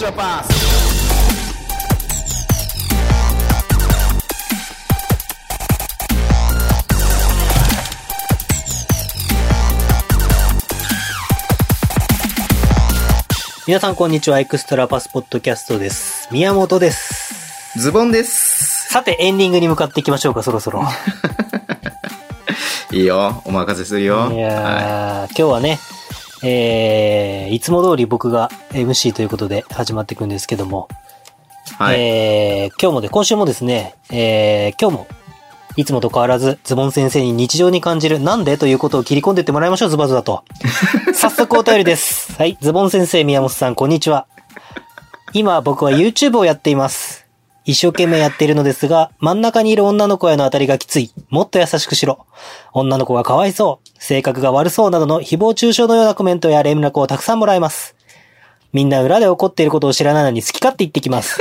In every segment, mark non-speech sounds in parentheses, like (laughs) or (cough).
your past. 皆さんこんにちは、エクストラパスポッドキャストです。宮本です。ズボンです。さて、エンディングに向かっていきましょうか、そろそろ。いいよ。お任せするよ。いはやー、今日はね、えー、いつも通り僕が MC ということで始まっていくんですけども、い。はい。えー、今日もで、今週もですね、えー、今日も、いつもと変わらず、ズボン先生に日常に感じる、なんでということを切り込んでいってもらいましょう、ズバズ (laughs) バと。早速お便りです。はい、ズボン先生、宮本さん、こんにちは。今、僕は YouTube をやっています。一生懸命やっているのですが、真ん中にいる女の子への当たりがきつい。もっと優しくしろ。女の子がかわいそう。性格が悪そうなどの誹謗中傷のようなコメントや連絡をたくさんもらいます。みんな裏で怒っていることを知らないのに好き勝手言って (laughs) きます。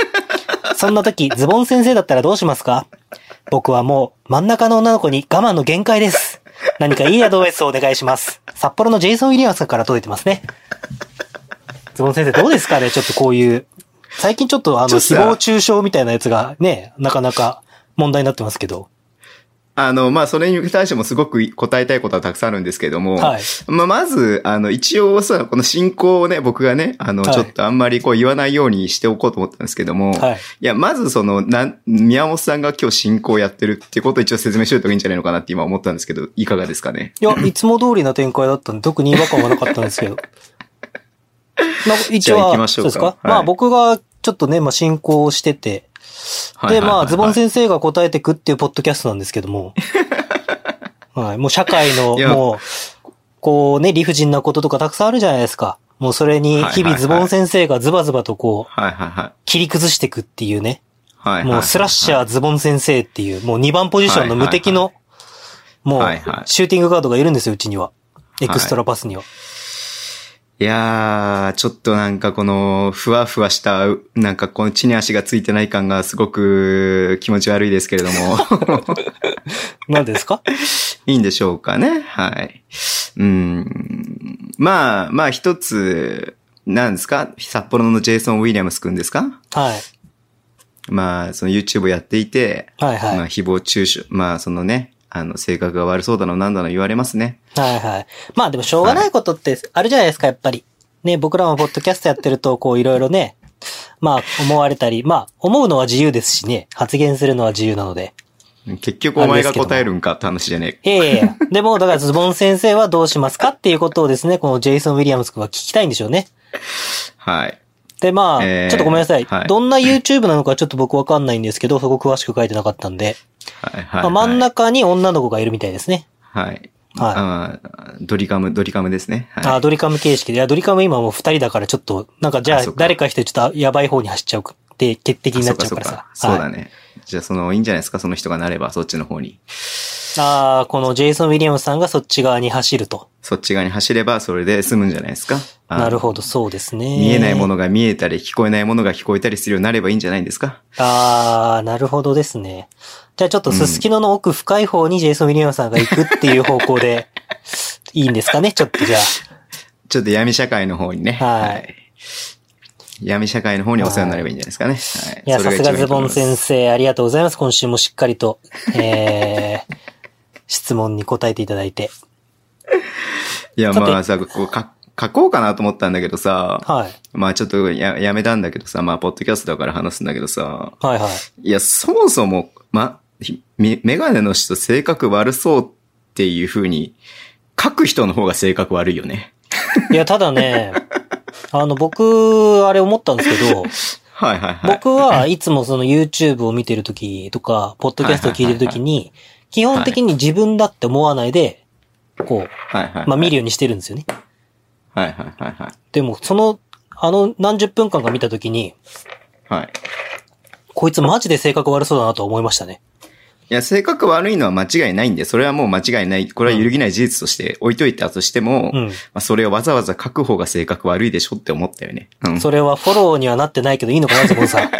そんな時、ズボン先生だったらどうしますか僕はもう真ん中の女の子に我慢の限界です。何かいいアドバイスをお願いします。札幌のジェイソン・ウィリアムさんから届いてますね。ズボン先生どうですかねちょっとこういう。最近ちょっとあちょの、っとさ誹謗中傷みたいなやつがね、なかなか問題になってますけど。あの、まあ、それに対してもすごく答えたいことはたくさんあるんですけども、はい。まあ、まず、あの、一応さ、この進行をね、僕がね、あの、はいちょっとあんまりこう言わないようにしておこうと思ったんですけども、はい。いや、まずその、なん、宮本さんが今日進行やってるっていうことを一応説明しておいた方がいいんじゃないのかなって今思ったんですけど、いかがですかね (clears throat) いや、いつも通りな展開だったんで、特に違和感はなかったんですけ (laughs) ど。まあじ一応ゃあ行はきましょうそかうですか、はいまあ僕がちょっとね、まあ進行をしてて、はいで、はいはいまはあいズボン先生が答えてくっていうポッドキャストなんですけ (laughs) ども、はい、もう社会のい、やもう、こうね、理不尽なこととかたくさんあるじゃないですか。もうそれには日いはいは々いズボン先生がズバズバとこう、はいはいはい。切り崩していくっていうね。はいはい。もうスラッシャーズボン先生っていう、もう2番ポジションの無敵の、もうはいはいシューティングガードがいるんですよ、うちには。エクストラパスには。いやー、ちょっとなんかこの、ふわふわした、うなんかこの地に足がついてない感がすごく気持ち悪いですけれど (laughs) も、何です (laughs) かいいんでしょうかね。はい。うん。まあ、まあ一つ、なんですか札幌のジェイソン・ウィリアムスくんですかはい。まあ、その YouTube をやっていて、はいはいまあ、。誹謗中傷、まあ、そのね、あの、性格が悪そうだの、なんだの言われますね。はいはい。まあでもしょうがないことってあるじゃないですか、やっぱり。ね、僕らもポッドキャストやってる (laughs) と、こういろいろね、まあ思われたり、まあ思うのは自由ですしね、発言するのは自由なので。結局お前が答えるんかって話じゃねえ。いやいや (laughs) いやでも、だからズボン先生はどうしますかっていうことをですね、このジェイソン・ウィリアムス君は聞きたいんでしょうね。はい。で、まあ、えーちょっとごめんなさい,、はいどんな YouTube なのかちょっと僕わかんないんですけど、そこ詳しく書いてなかったんで。はい、はい。まあ、真んはい中に女の子がいるみたいですね。はい。はいあードリカム、ドリカムですね。あはードリカム形式で。いや、ドリカム今もう二人だからちょっと、なんかじゃああそうか誰か一人ちょっとやばい方に走っちゃうって、決定い。になっちゃうそからそさ。そうだはいね。じゃあ、その、いいんじゃないですかその人がなれば、そっちの方に。あーこのジェイソン・ウィリアムさんがそっち側に走ると。そっち側に走れば、それで済むんじゃないですかあーなるほど、そうですね。見えないものが見えたり、聞こえないものが聞こえたりするようになればいいんじゃないんですかあーなるほどですね。じゃあちょっとすすきのの奥深い方にジェイソン・ウィリアムさんが行くっていう方向 (laughs) で、いいんですかねちょっとじゃあ。ちょっと闇社会の方にね。はい闇社会の方にお世話になればいいんじゃないですかね。はいいや、さすがズボン先。それが一番いいと思います生、ありがとうございます。今週もしっかりと、えー、 (laughs) 質問に答えていただいて。いや、さてまあさ、こうか書こうかなと思ったんだけどさ、はい。まあちょっとややめたんだけどさ、まあポッドキャストだから話すんだけどさ、はいはい。いや、そもそも、ま、ひメメガネの人性格悪そうっていう風に、書く人の方が性格悪いよね。いや、ただね、 (laughs) あの、僕、あれ思ったんですけど、はいはいはい。僕はいつもその YouTube を見てるときとか、ポッドキャストを聞いてるときに、基本的に自分だって思わないで、こはいはいはう、い。まあ見るようにしてるんですよね。はいはいはいはい。でも、その、あの、何十分間か見たときに、はい。こいつマジで性格悪そうだなとは思いましたね。いや、性格悪いのは間違いないんで、それはもう間違いない。これは揺るぎない事実として置いといたとしても、うまん。あ、それをわざわざ書く方が性格悪いでしょって思ったよね。うん。それはフォローにはなってないけどいいのかな、ズボンさ (laughs) ん。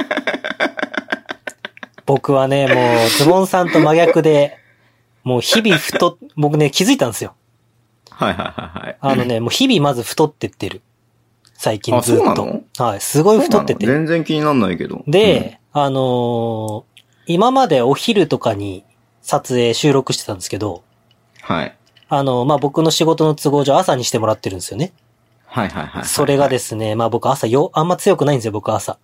僕はね、もう、ズボンさんと真逆で、もう日々太っ、僕ね、気づいたんですよ。はいはいはいはい。あのね、もう日々まず太ってってる。最近ずっあそうと。はい。すごい太ってて。そうなの全然気になんないけど。で、あのー今までお昼とかに撮影、収録してたんですけど、うん、はい。あの、まあ、僕の仕事の都合上朝にしてもらってるんですよね。はいはいはい。。それがですすね、まあ、僕朝よ、あんま強くないんですよ、僕朝。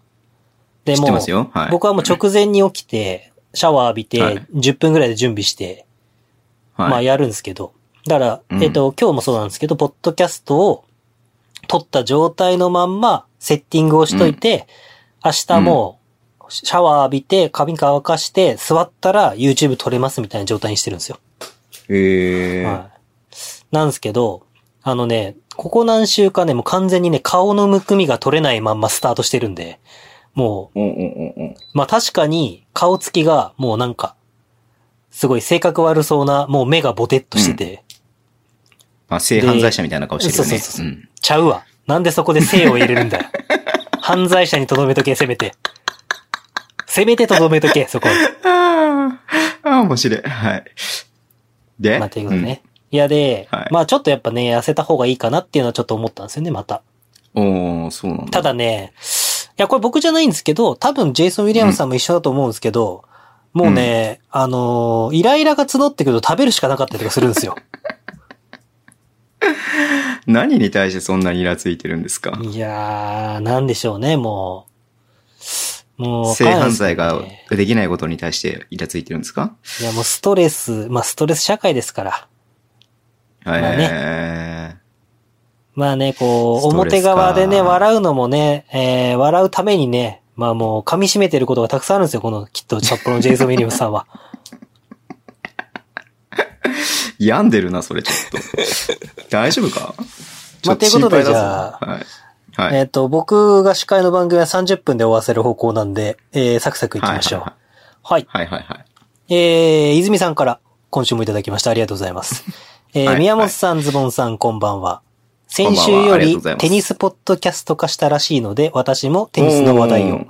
で知っもてうますよ。はい。僕はもう直前に起きて、シャワー浴びてはい、 10分ぐらいで準備して、はい、まあ、やるんですけど。だから、うんえっと、今日もそうなんですけど、ポッドキャストを撮った状態のまんま、セッティングをしといて、明日も、シャワー浴びて、髪乾かして、座ったら YouTube 撮れますみたいな状態にしてるんですよ。ええーはい。なんですけど、あのね、ここ何週かね、もう完全にね、顔のむくみが取れないまんまスタートしてるんで、もおんおんおんおん。う、まあ確かに顔つきがもうなんか、すごい性格悪そうな、もう目がボテッとしてて、まあ、性犯罪者みたいな顔してるよね。でそうそうそうそんちゃうわ。なんでそこで性を入れるん (laughs) だよ。犯罪者にとどめとけ、せめて。せめてとどめとけ、そ (laughs) こ。あーあー、面白い。はい。で、まあ、ということでね。いやで、はいまあちょっとやっぱね、痩せた方がいいかなっていうのはちょっと思ったんですよね、また。うん。おー、そうなんだ。ただね、いや、これ僕じゃないんですけど、多分ジェイソン・ウィリアムさんも一緒だと思うんですけど、もうね、あのーイライラが募ってくると食べるしかなかったりとかするんですよ。何に対してそんなにイラついてるんですかいやー、なんでしょうね、もう。もう、性犯罪わかがんないですできないことに対してイラついてるんですかけどねいや、もうストレス、まあストレス社会ですから。えあねえまあね、こスう、トレ表スか側でね、笑うのもね、えー、笑うためにね、まあもう噛み締めてることがたくさんあるんですよ、この、きっと札幌のジェイソン・ウィリアムスさんは。 (laughs) 病んでるな、それちょっ (laughs) と。大丈夫かちょっということで心配だぞじゃはい。はい。えっ、と、僕が司会の番組は30分で終わらせる方向なんで、えー、サクサクいきましょう。ははいいははいはいはい。えー、泉さんから今週もいただきました。ありがとうございます。えーはい宮本さん、ズボンさん、こんばんは。んばん先は週よありがとうりございますテニスポッドキャスト化したらしいので、私もテニスの話題を。おー。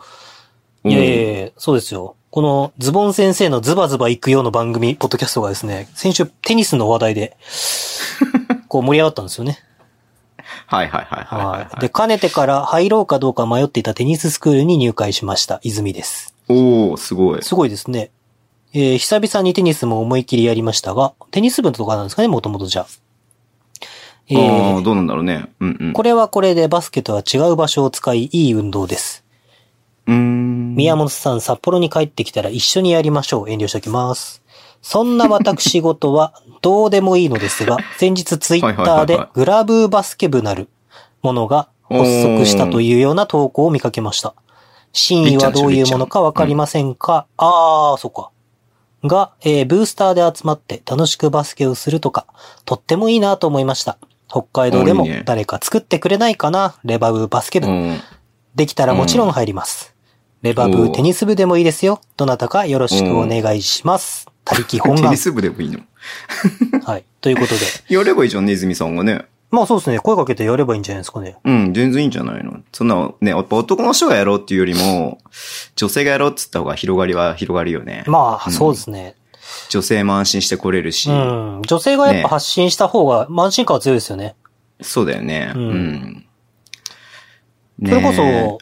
いやいやいやそうですよ。このズボン先生のズバズバ行くような番組、ポッドキャストがですね、先週テニスの話題 (laughs) で、こう盛り上がったんですよね。はいはいはいはいはいは。はいい。で、かねてから入ろうかどうか迷っていたテニススクールに入会しました。泉です。おー、すごい。すごいですね。えー久々にテニスも思いっきりやりましたが、テニス部とかなんですかね、もともとじゃあ。えーああ、どうなんだろうね。うんうん。これはこれでバスケとは違う場所を使い、いい運動です。うーん。宮本さん、札幌に帰ってきたら一緒にやりましょう。遠慮しておきます。そんな私事はどうでもいいので (laughs) すが、先日ツイッはいはタいーはいはでいグラブーバスケ部なるものが発足したというような投稿を見かけました。真意はどういうものかわかりませんか、あー、そっか。が、えーブースターで集まって楽しくバスケをするとか、とってもいいなと思いました。北海道でおもーいいね誰か作ってくれないかなレバブーバスケ部う。ん。できたらもちろん入ります。レバおブ、うテニス部でもいいですよ。どなたかよろしくお願いし (laughs) ます。他力本テ願ニ。ス部でもいいのはい。ということで。やればいいじゃんね、泉さんがね。まあそうですね。声かけてやればいいんじゃないですかね。うん、全然いいんじゃないのそんな、ね、やっぱ男の人がやろうっていうよりも、女性がやろうって言った方が広がりは広がるよね。まうあ、んそうですね。女性も安心して来れるし、うん。女性がやっぱ発信した方が、安心感は強いですよね。そうだよね。う。うんんねえそれこそ、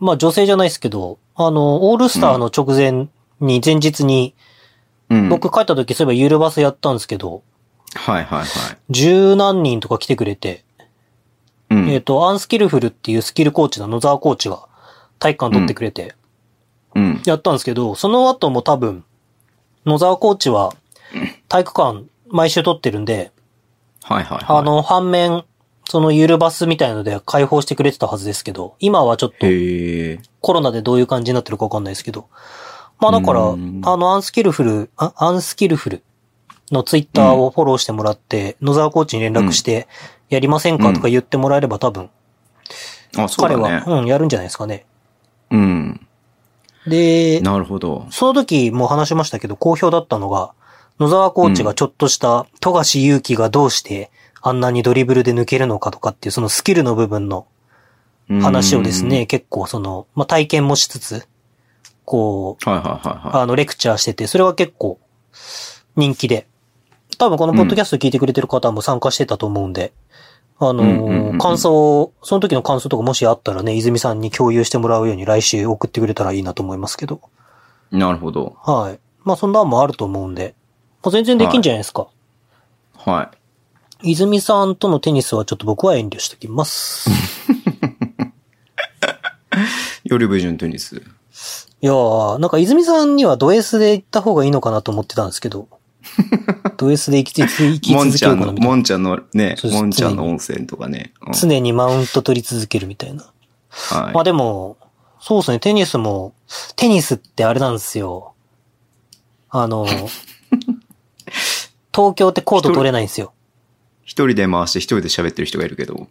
まあ女性じゃないですけど、あの、オールスターの直前に、前日に、うん、僕帰った時そういえばゆるバスやったんですけど、はいはいはい。十何人とか来てくれて、うん。えっ、と、アンスキルフルっていうスキルコーチの野沢コーチが体育館取ってくれて、うん。やったんですけど、その後も多分、野沢コーチは体育館毎週取ってるんで、はいはい、はい。あ、の、反面、そのゆるバスみたいので開放してくれてたはずですけど、今はちょっとへえ。コロナでどういう感じになってるかわかんないですけど。まあだから、うあんの、アンスキルフル、あアンスキルフルのツイッターをフォローしてもらって、野沢コーチに連絡して、やりませんかとか言ってもらえれば多分、あ、そう彼だは、ね。うん、やるんじゃないですかね。うん。で、なるほど。その時も話しましたけど、好評だったのが、野沢コーチがちょっとした、富樫勇樹がどうして、あんなにドリブルで抜けるのかとかっていう、そのスキルの部分の話をですね、結構その、まあ、体験もしつつ、こうう、ん。はいはいはいはあの、レクチャーしてて、それは結構、人気で。多分このポッドキャスト聞いてくれてる方も参加してたと思うんで、あのうーんうんうんうん感想を、その時の感想とかもしあったらね、泉さんに共有してもらうように来週送ってくれたらいいなと思いますけど。なるほど。はい。まあそんな案もあると思うんで。まあ全然できんじゃないですか。はい。泉さんとのテニスはちょっと僕は遠慮してきます。 (laughs) 夜部順テニス。いやー、なんか泉さんにはド S で行った方がいいのかなと思ってたんですけ (laughs) ど。ド S で行きつ生きも続んけちよゃうんかの、なみたいな。もんちゃんのねそう、ですもんちゃんの温泉とかね。うん常にマウント取り続けるみたいな。まあはでも、そうですね、テニスも、テニスってあれなんですよ。あ (laughs) の、東京ってコート取れないんですよ。い。一人で回して一人で喋ってる人がいるけど。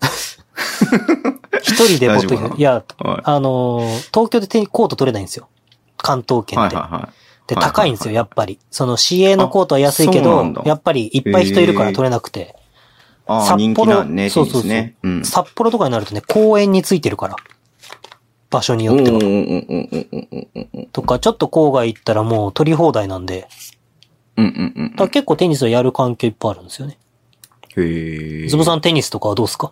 一人でボッ大丈夫かトないや、はあの、東京でテニコート取れないんですよ。関東い。圏はっいはいて。はで、はいはいはい高いんですよ、やっぱり。その CA のコートは安いけあそうなどんだ、やっぱりいっぱい人いるから取れなくて。い。ああ、人気なんね、テそうニそうスそう、ね。うん。札幌とかになるとね、公園についてるから。場所にようんっうんてうは。んうんうんうんうんうんうんとか、ちょっと郊外行ったらもう取り放題なんで。うんうんうんだから結構テニスをやる環境いっぱいあるんですよね。へえ。ズボん。さんテニスとかはどうですか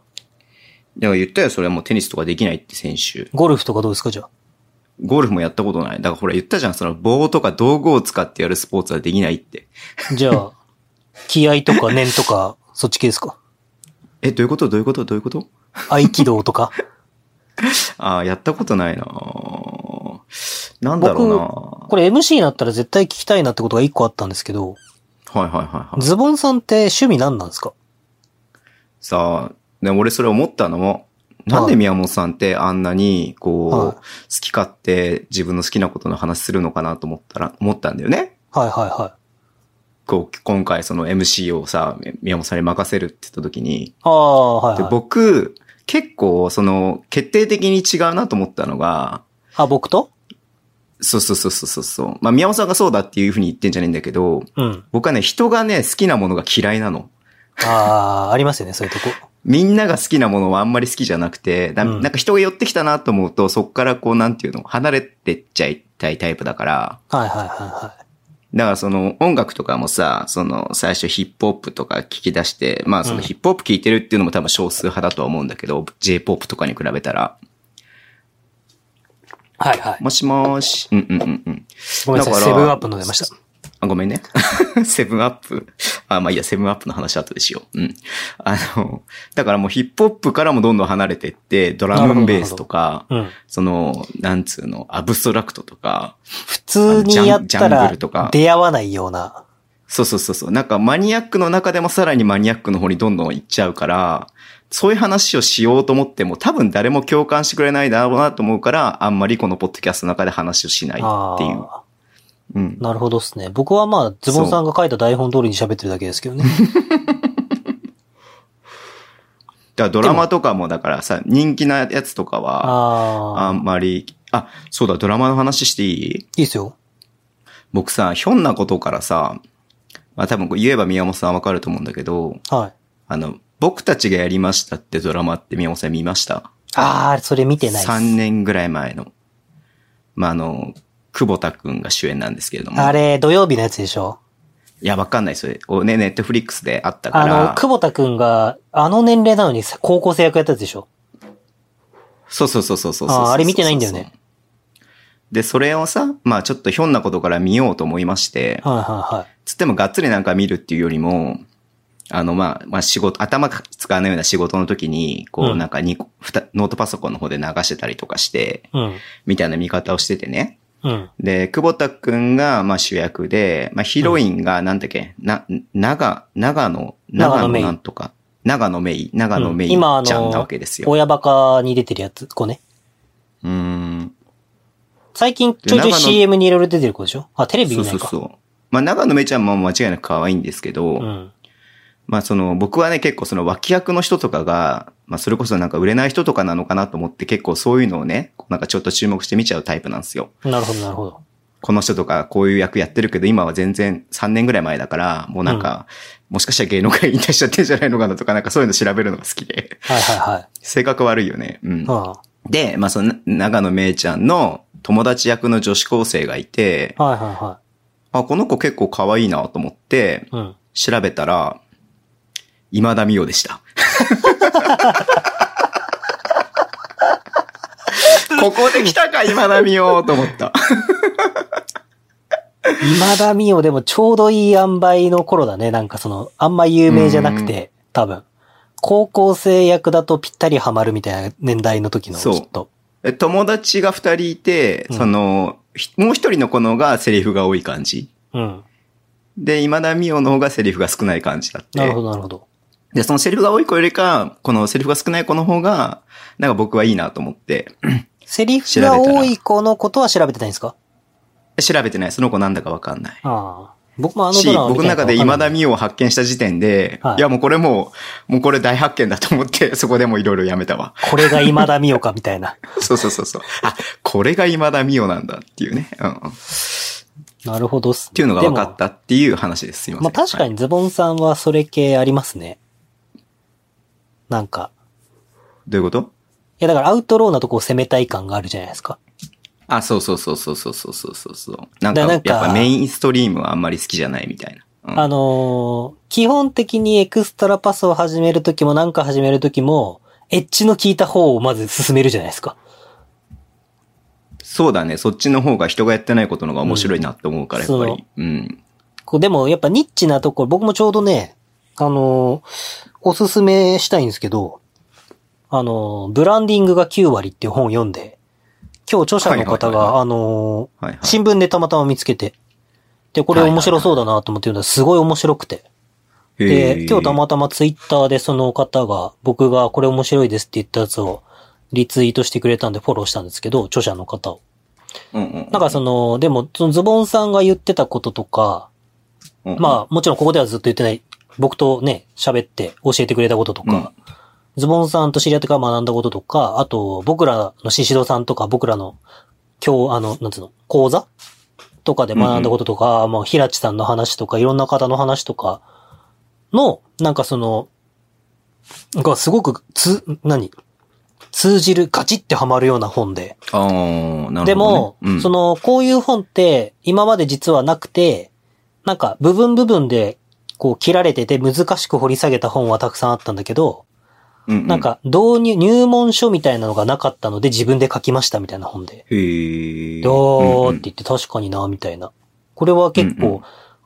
だから言ったよ、それはもうテニスとかできないって選手。ゴルフとかどうですかじゃあ。ゴルフもやったことない。だからほら言ったじゃん、その棒とか道具を使ってやるスポーツはできないって。じゃあ、気合とか念とか、そっち系ですかえ、どういうことどういうことどういうこと合気道とか。ああ、やったことないなぁなんだろうこれ MC になったら絶対聞きたいなってことが一個あったんですけど、なはいはいはいはい。ズボンさんって趣味何なんですかさあ、でも俺それ思ったのも、なんで宮本さんってあんなに、こう、はい好き勝手自分の好きなことの話するのかなと思ったら、思ったんだよね。はいはいはい。こう、今回その MC をさ、宮本さんに任せるって言った時に、ああ、はい、ではい。僕、結構、その、決定的に違うなと思ったのが、あ、僕とそうそうそうそうそう。まあ、宮本さんがそうだっていうふうに言ってんじゃないんだけど、うん。僕はね、人がね、好きなものが嫌いなの。ああ、ありますよね、そういうとこ。みんなが好きなものはあんまり好きじゃなくて、なうんなんか人が寄ってきたなと思うと、そっからこう、なんていうの、離れてっちゃいたいタイプだから、はいはいはだからその音楽とかもさ、その最初ヒップホップとか聞き出して、まあそのヒップホップ聞いてるっていうのも多分少数派だとは思うんだけど、J-POP とかに比べたら。いはい。はいはい。もしもーし。うんうんうんうん。ごめんなさい、だセからブンアップの出ました。あごめんね。 (laughs) セブンアップ。あ、まあいいや、セブンアップの話後でしよう。うん。あの、だからもうヒップホップからもどんどん離れてって、ドラムンベースとか、うん。その、なんつうの、アブストラクトとか、普通にやっジャたンジャングらルとか、出会わないような。そうそうそうそう、なんかマニアックの中でもさらにマニアックの方にどんどん行っちゃうから、そういう話をしようと思っても多分誰も共感してくれないだろうなと思うから、あんまりこのポッドキャストの中で話をしないっていう。あうんー。なるほどっすね。僕はまあ、ズボンさんが書いた台本通りに喋ってるだけですけどね。だからドラマとかもだからさ、人気なやつとかは、 (laughs) あああ。んまり、あ、そうだ、ドラマの話していいいいですよ。僕さ、ひょんなことからさ、まあ多分こう言えば宮本さんわかると思うんだけど、はい。あの、僕たちがやりましたってドラマって宮本さん見ましたああ、それ見てないっす ?3 年ぐらい前の。まああの、久保田くんが主演なんですけれども。あれ、土曜日のやつでしょいや、わかんないそれ。おね、ネットフリックスであったかあら。の、久保田くんが、あの年齢なのにさ高校生役やったやつでしょそうそうそうそうそうそうあーあれ見てないんだよね。で、それをさ、まあちょっとひょんなことから見ようと思いまして、はいはいはい。つってもがっつりなんか見るっていうよりも、あの、まあ、まあ、仕事、頭使わないような仕事の時に、こうう、んなんかに、ふたノートパソコンの方で流してたりとかして、うん。みたいな見方をしててね。うん。で、久保田くんが、まあ、主役で、まあ、ヒロインが、なんだっけ、な、長、長野、長野長野メイなんとか、長野メイ、長野メイうん今あのちゃんなわけですよ。親バカに出てるやつ、子ね。うーん。最近ちょいちょで長い野 CM にいろいろ出てる子でしょあ、テレビそ見うなそいうか。そう。まあ、長野メイちゃんも間違いなく可愛いんですけど、うん。まあその僕はね結構その脇役の人とかが、まあそれこそなんか売れない人とかなのかなと思って結構そういうのをね、なんかちょっと注目して見ちゃうタイプなんですよ。なるほど、なるほど。この人とかこういう役やってるけど今は全然3年ぐらい前だから、もうなんか、もしかしたら芸能界引退しちゃってんじゃないのかなとかなんかそういうの調べるのが好きで、 (laughs) はいは性格悪いよね。うんい。はで、まあその長野めいちゃんの友達役の女子高生がいて、い。うん。はいはいはあ、この子結構可愛いなと思ってい。うん。調べたら、今田美桜でした。ここで来たか、今田美桜と思った。今田美桜でもちょうどいい塩梅の頃だね。なんかその、あんま有名じゃなくて、多分。高校生役だとぴったりハマるみたいな年代の時の、きそうっと。え友達が二人いて、うんその、ひもう一人の子の方がセリフが多い感じ。うん。で、今田美桜の方がセリフが少ない感じだって。なるほど、なるほど。で、そのセリフが多い子よりか、このセリフが少ない子の方が、なんか僕はいいなと思って、セリフが多い子のことは調べてないんですか調べてない。その子なんだかわかんない。ああ。僕もあのし、ドラマ見僕てのないか中でらわか今んな田い美桜を発見した時点で、はいい、やもうこれもう、もうこれ大発見だと思って、 (laughs) そこでもういろいろやめた (laughs) わ。これが今田美桜かみたいな。 (laughs) そうそうそうそう。あ、これが今田美桜なんだっていうね。うんうん。っなるほどっすね。っていうのが分かったっていう話です。すいません。まあ確かはいにズボンさんはそれ系ありますね。なんか。どういうこといやだからアウトローなとこを攻めたい感があるじゃないですか。あ、そうそうそうそうそうそうそうそうそう。なんだか、からなやんっかぱメインストリームはあんまり好きじゃないみたいな。うんあのー基本的にエクストラパスを始めるときもなんか始めるときも、エッジの効いた方をまず進めるじゃないですか。そうだね。そっちの方が人がやってないことの方が面白いなって思うから、やっぱり。うん。こうでもやっぱニッチなところ、僕もちょうどね、あのーおすすめしたいんですけど、あのーブランディングが9割っていう本を読んで、今日著者の方はいはいはいはが、あのーはいはい。新聞でたまたま見つけて、で、これ面白そうだなと思って読んだらすごい面白くて。へで、ー今日たまたまツイッターでその方が、僕がこれ面白いですって言ったやつをリツイートしてくれたんでフォローしたんですけど、著者の方を。うんうん。なんかその、でも、そのズボンさんが言ってたこととか、うんうん、まあもちろんここではずっと言ってない、僕とね、喋って教えてくれたこととか、ズボンさんと知り合ってから学んだこととか、あと、僕らのシシドさんとか、僕らの、今日、あの、なんつうの、講座とかで学んだこととか、まあ、ひらちさんの話とか、いろんな方の話とかの、なんかその、がすごく、つ、何通じる、ガチってハマるような本で。あーなるほど、ね。でも、うん、その、こういう本って、今まで実はなくて、なんか、部分部分で、こう、切られてて難しく掘り下げた本はたくさんあったんだけど、ううなん、か、導入、入門書みたいなのがなかったので自分で書きましたみたいな本で。へーどーってうん言って確かにな、みたいな。これは結うんう構、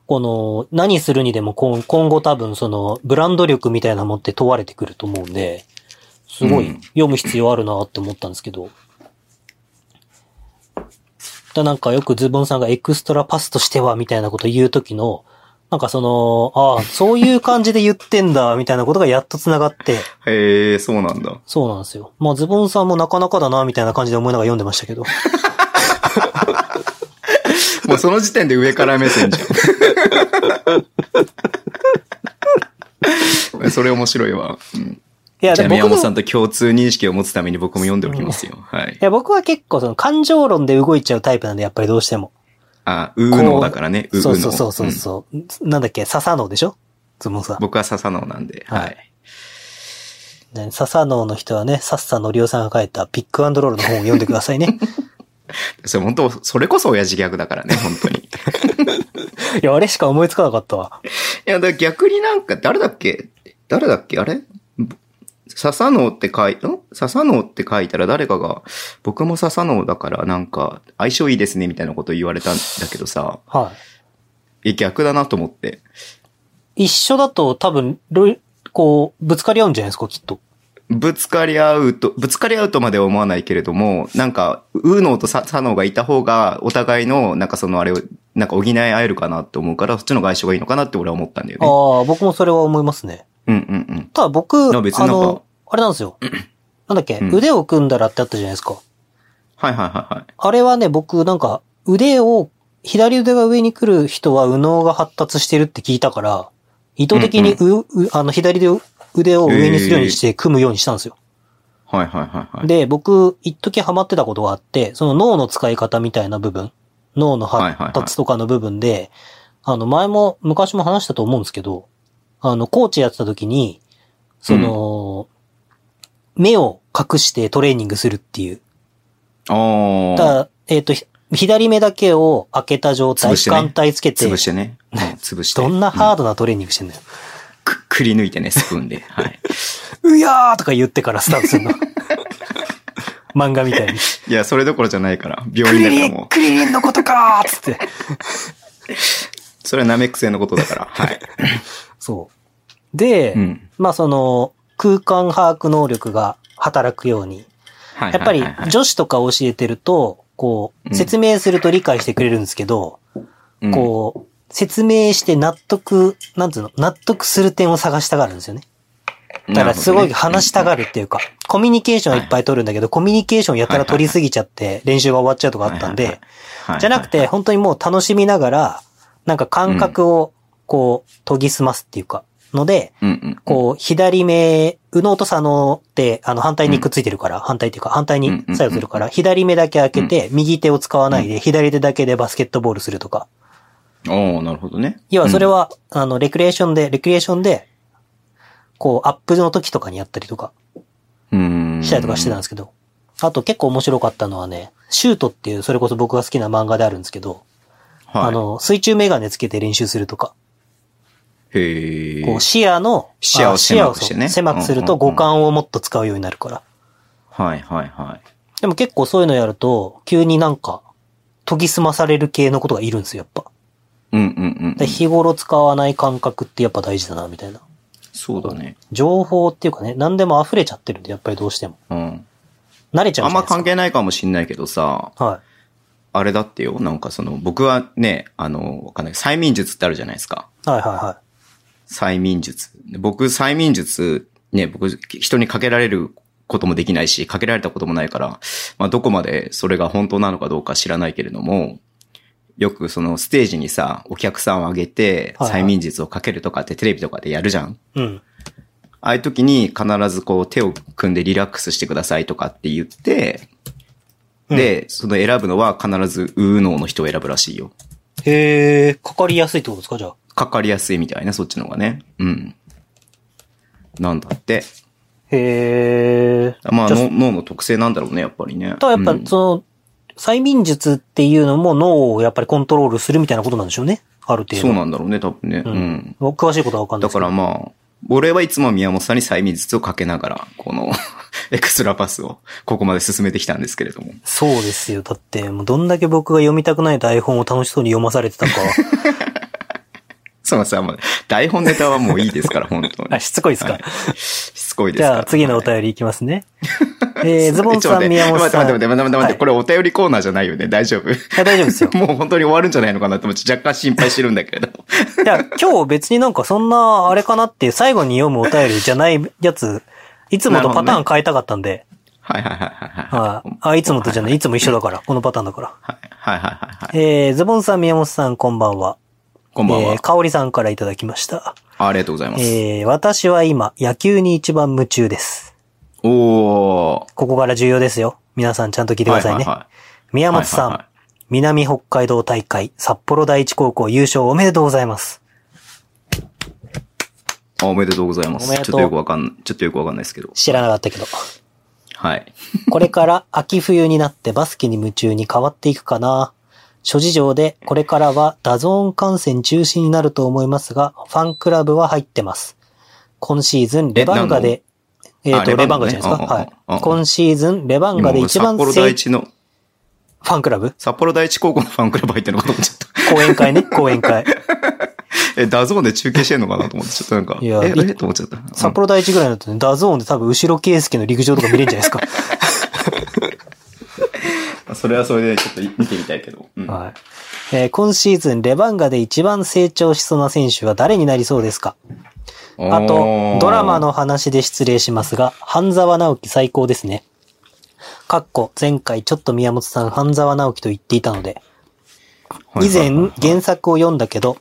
この、何するにでも今今後多分その、ブランド力みたいなもんって問われてくると思うんで、すごいうん読む必要あるなって思ったんですけど。だなんかよくズボンさんがエクストラパスとしてはみたいなこと言うときの、なんかその、ああ、そういう感じで言ってんだ、みたいなことがやっと繋がって、うんへえ、 (laughs) そうなんだ。そうなんですよ。まあ、ズボンさんもなかなかだな、みたいな感じで思いながら読んでましたけど。もうその時点で上から目線じ (laughs) ゃん。それ面白いわ。うん、いや、じゃであも宮僕本も、さいんと共通認識を持つために僕も読んでおきますよ。はい。や、僕は結構その感情論で動いちゃうタイプなんで、やっぱりどうしても。あ、ううのだからね。ううの。そうそうそううそうんそう、なんだっけ、笹野でしょズボンさん。僕は笹野なんで。はいはい。ね笹野の人はね、サッサのりおさんが書いたピックアンドロールの本を読んでくださ (laughs) いね。それ本当、それこそ親父ギャグだからね、本当に。 (laughs) いいや、あれしか思いつかなかったわ。や、だから逆になんか、誰だっけ誰だっけあれぼ笹野って書い、ん笹野って書いたら誰かが、僕も笹野だからなんか、相性いいですね、みたいなこと言われたんだけどさ、はえ、逆だなと思って。い。一緒だと多分、ろこう、ぶつかり合うんじゃないですか、きっと。ぶつかり合うと、ぶつかり合うとまでは思わないけれども、なんか、うのとさ、さのがいた方が、お互いの、なんかそのあれを、なんか補い合えるかなって思うから、そっちの方が相性がいいのかなって俺は思ったんだよね。ああ、僕もそれは思いますね。うんうんうん。ただ僕、やあ別になんかの、あれなんで (clears throat) すよ。なんだっけ、うん腕を組んだらってあったじゃないですか。はいはいはいはい。あれはね、僕なんか腕を、左腕が上に来る人は右脳が発達してるって聞いたから、意図的にう、うあの左腕を腕を上にするようにして組むようにしたんですよ。はいはいはいはい。で、僕、一時ハマってたことがあって、その脳の使い方みたいな部分、脳の発達とかの部分で、あの、前も、昔も話したと思うんですけど、あの、コーチやってた時に、その、目を隠してトレーニングするっていう、あだかあ。らえっ、と、ひ左目だけを開けた状態、潰してね眼帯つけて、潰してね。うん潰して。どんなハーードなトレーニングしてんだよ。ドくり抜いてね、スプーン (laughs) で。はい。うやーとか言ってからスタートするの。 (laughs) 漫画みたいに。いや、それどころじゃないから。病ク院リだからリン、もクリリンのことかーっつって。う。それはナメック星のことだ (laughs) から。はい。そう。で、うんまあその、空間把握能力が働くように。はい。やっぱりはいはいはい女子とか教えてると、こうんう、説明すると理解してくれるんですけど、うんこう、説明して納得、なんつうの、納得する点を探したがるんですよね。だからすごい話したがるっていうか、コミュニケーションはいっぱい取るんだけど、コミュニケーションやたら取りすぎちゃって、練習が終わっちゃうとかあったんはいはでい、はいじゃなく、て、本当にもう楽しみながら、なんか感覚を、こう、研ぎ澄ますっていうか、ので、うんうん、こう、左目、右脳と左脳って、あの、反対にくっついてるから、反対っていうか、反対に作用するから、左目だけ開けて、右手を使わないで、左手だけでバスケットボールするとか。うん。おーなるほどね。要は、それは、あの、レクリエーションで、レクリエーションで、こう、アップの時とかにやったりとか、うん、したりとかしてたんですけど。あと、結構面白かったのはね、シュートっていう、それこそ僕が好きな漫画であるんですけど、はい、あの、水中メガネつけて練習するとか。へえ。こう視野の、視野をあ狭くしてね視野を狭くするうとんうんうん五感をもっと使うようになるから。はいはいはい。でも結構そういうのやると、急になんか、研ぎ澄まされる系のことがいるんですよ、やっぱ。うんうんうん、うでん。日頃使わない感覚ってやっぱ大事だな、みたいな。そうだね。情報っていうかね、何でも溢れちゃってるんで、やっぱりどうしても。うん。慣れちゃうあんじゃないまですか。関係ないかもしんないけどさ、はい。あれだってよ、なんかその、僕はね、あの、わかんない。催眠術ってあるじゃないですか。はいはいは催眠術。僕、催眠術、ね、僕、人にかけられることもできないし、かけられたこともないから、まあ、どこまでそれが本当なのかどうか知らないけれども、よくそのステージにさ、お客さんを上げて、はいはい催眠術をかけるとかってテレビとかでやるじゃんい。うん。ああいう時に必ずこう手を組んでリラックスしてくださいとかって言って、うんで、その選ぶのは必ず右脳の人を選ぶらしいよ。へえ、かかりやすいってことですか、じゃあ。かかりやすいみたいな、そっちの方がね。うん。なんだって。へえ。まあ、じゃの脳の特性なんだろうね、やっぱりね。とやっうぱん、その、催眠術っていうのも脳をやっぱりコントロールするみたいなことなんでしょうね。ある程度。そうなんだろうね、多分ね。うん。うん。詳しいことはわかんないだですかけらど。まあ、俺はいつも宮本さんに催眠術をかけながら、このエクストラパスをここまで進めてきたんですけれども。そうですよ。だって、もうどんだけ僕が読みたくない台本を楽しそうに読まされてたか。そうさ、もう台本ネタはもういいですから、本当に。 (laughs) あ、しつこいですか。はいしつこいですじから。ゃあ、次のおり。便りいきますね。えー、ズボンさん、宮本さん。待って待って待って待って待って、はいこれお便りコーナーじゃないよね。大丈夫。。いや大丈夫 (laughs) ですよもう本当に終わるんじゃないのかなって思って若干心配してるんだけれど。いや、今日別になんかそんな、あれかなっていう最後に読むお便りじゃないやつ、いつもとパターン変えたかったんで、はいはいはいはいはあい。あ、いつもとじゃない、いつも一緒だから、このパターンだから。はいはいはいはいはい。えー、ズボンさん、宮本さん、こんばんは。こんばんはえー、。かおりさんからいただきました。ありがとうございます。えー、私は今、野球に一番夢中です。おー。ここから重要ですよ。皆さんちゃんと聞いてくださいね。はは宮本さん、はいはいはい南北海道大会、札幌第一高校優勝おめでとうございまはす。いあおめでとうございまおす。めちょでとっうとよくわかん、ちょっとよくわかんないですけど。知らなかったけど。はい。これから秋冬になってバスケに夢中に変わっていくかな。諸事情でこれからはダゾーン観戦中止になると思いますが、ファンクラブは入ってます。今シーズンレバンガで、えっ、何のと、あレバンガじゃないですレバンか。ガはねうんうんうんい。今シーズンレバンガで一番今俺札幌せ第い一の、ファンクラブ札幌第一高校のファンクラブ入ってるのかと思っちゃった。講演 (laughs) 会ね、講演会。え、ダゾーンで中継してんのかなと思って、ちょっとなんか、いえ、やえいと思っちゃった。うん札幌第一ぐらいだとね、ダゾーンで多分後ろ圭介の陸上とか見れるんじゃないですか。 (laughs) それはそれでちょっと見てみたいけど。うんはい。えー今シーズンレバンガで一番成長しそうな選手は誰になりそうですかあと、ドラマ。の話で失礼しますが、半沢直樹最高ですね。かっこ、前回ちょっと宮本さん半沢直樹と言っていたので、おー以前、原作を読んだけど、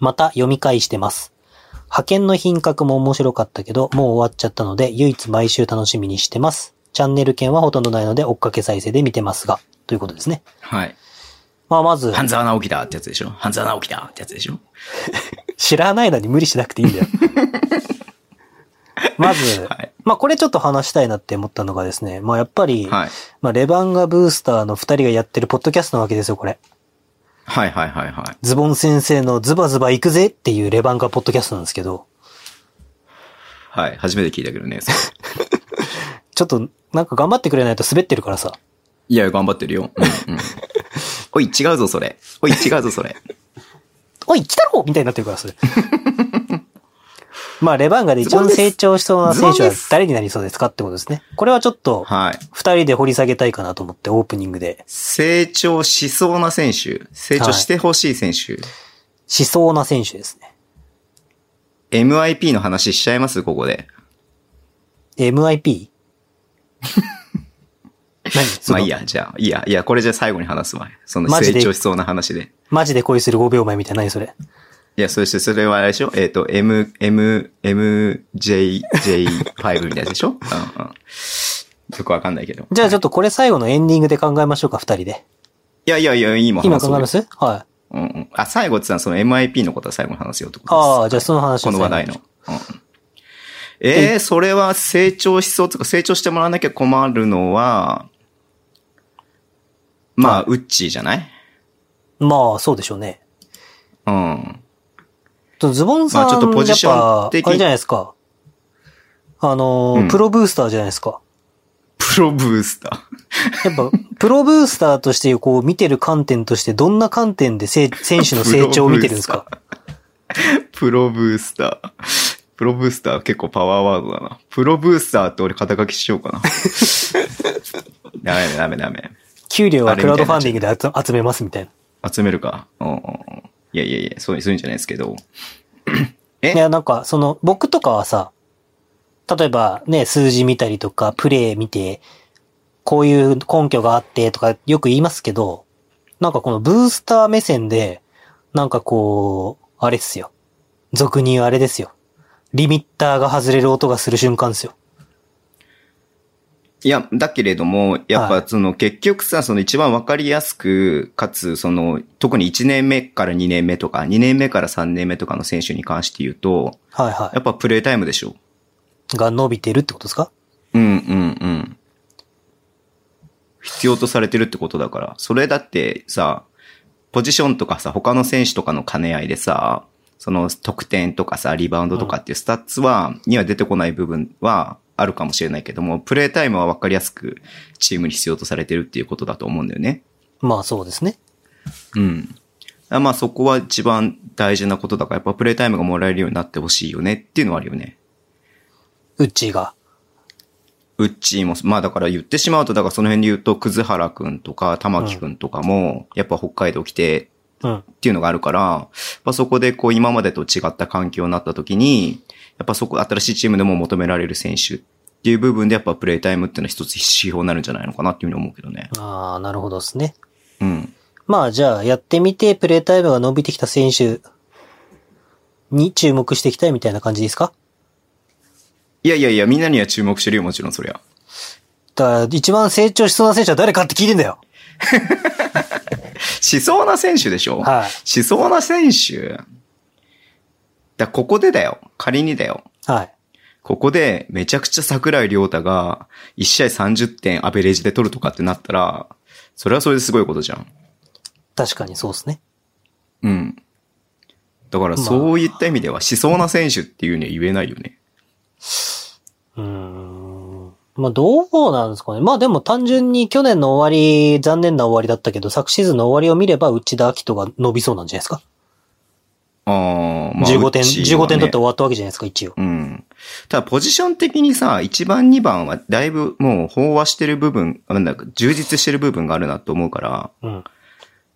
また読み返してます。派遣の品格も面白かったけど、もう終わっちゃったので、唯一毎週楽しみにしてます。チャンネル券はほとんどないので、追っかけ再生で見てますが、ということですね。はい。まあ、まず、半沢直樹だってやつでしょ半沢直樹だってやつでしょ知らないのに無理しなくていいん (laughs) だよ。まず、はいまあこれちょっと話したいなって思ったのがですね、まあやっぱり、はい。まあレバンガブースターの二人がやってるポッドキャストなわけですよ、これ。はいはいはいはい。ズボン先生のズバズバ行くぜっていうレバンガポッドキャストなんですけど、はい。初めて聞いたけど (laughs) ね。それちょっと、なんか頑張ってくれないと滑ってるからさ。いや、頑張ってるよ。うん (laughs) うん。おい、違うぞ、それ。おい、違うぞ、それ。おい、来たろみたいになってるか (laughs) らさ。まあ、レバンガで一番ズボンです成長しそうな選手ズボンはです誰になりそうですかってことですね。これはちょっと、はい。二人で掘り下げたいかなと思って、オープニングで。成長しそうな選手。成長してほしい選手。しそうな選手ですね。 MIP の話しちゃいますここで。 MIP? (laughs) 何そまのあいいや、じゃあ。いいや、いや、これじゃ最後に話すわ。そのマジ成で長しそうな話で。マジで恋する5秒前みたいな、何それ。いや、そしてそれはあれでしょえっ、と、M、M、M、J、J5 みたいなやつでしょうんうん。よくわかんないけど。じゃあちょっとこれ最後のエンディングで考えましょうか、二人で。いやいやいや、今今話そう考えよま。すはい。うんうん。あ、最後って言ったらその MIP のことは最後に話すよってことです。ああ、じゃあその話この話題の。うんえー、それは成長しそうとか、成長してもらわなきゃ困るのは、まあ、ウッチーじゃないまあ、そうでしょうね。うん。とズボンさん、まあちょっとポジションやっぱ的あれじゃないですか。あのーうんプロブースターじゃないですか。プロブースタや (laughs) っぱ、プロブースターとしてこう見てる観点として、どんな観点でせい選手の成長を見てるんで (laughs) すかー。 (laughs) プロブースター。プロブースター結構パワーワードだな。プロブースターって俺肩書きしようかな。ダメダメダメ。給料はクラウドファンディングで集集めますみたいな。集めるか。うんうんうん。いやいやいや、そうそういうんじゃないですけど。えいや、なんか、その、僕とかはさ、例えばね、数字見たりとか、プレイ見て、こういう根拠があってとかよく言いますけど、なんかこのブースター目線で、なんかこう、あれっすよ。俗に言うあれですよ。リミッターが外れる音がする瞬間ですよ。いや、だけれども、やっはぱその結局さ、その一番わかりやすく、かつその、特に1年目から2年目とか、2年目から3年目とかの選手に関して言うと、はいはやっぱプレイタイムでしょ。い。が伸びてるってことですかうんうんうん。必要とされてるってことだから、それだってさ、ポジションとかさ、他の選手とかの兼ね合いでさ、その得点とかさ、リバウンドとかっていうスタッツは、には出てこない部分はあるかもしれないけども、プレータイムは分かりやすくチームに必要とされてるっていうことだと思うんだよね。まあそうですね。うん。あまあそこは一番大事なことだから、やっぱプレータイムがもらえるようになってほしいよねっていうのはあるよね。うっちーが。うっちーも、まあだから言ってしまうと、だからその辺で言うと、葛原くんとか、玉木くんとかも、やっぱ北海道来てうん。っていうのがあるから、やっぱそこでこう今までと違った環境になった時に、やっぱそこ、新しいチームでも求められる選手っていう部分でやっぱプレイタイムっていうのは一つ指標になるんじゃないのかなっていうふうに思うけどね。ああ、なるほどですね。うん。まあじゃあやってみてプレータイムが伸びてきた選手に注目していきたいみたいな感じですかいやいやいや、みんなには注目してるよ、もちろんそりゃ。だから一番成長しそうな選手は誰かって聞いてんだよ。しそうな選手でしょはいしそうな選手。だからここでだよ。仮にだよ。はい。ここでめちゃくちゃ桜井亮太が1試合30点アベレージで取るとかってなったら、それはそれですごいことじゃん。確かにそうですね。うん。だからまあそういった意味ではしそうな選手っていうには言えないよね。うーん。まあどうなんですかね。まあでも単純に去年の終わり、残念な終わりだったけど、昨シーズンの終わりを見れば内田明人が伸びそうなんじゃないですか。ああ、まあ。 15点、うちはね15点取って終わったわけじゃないですか、一応。うん。ただ、ポジション的にさ、1番、2番はだいぶもう飽和してる部分、なんだか充実してる部分があるなと思うから、うん。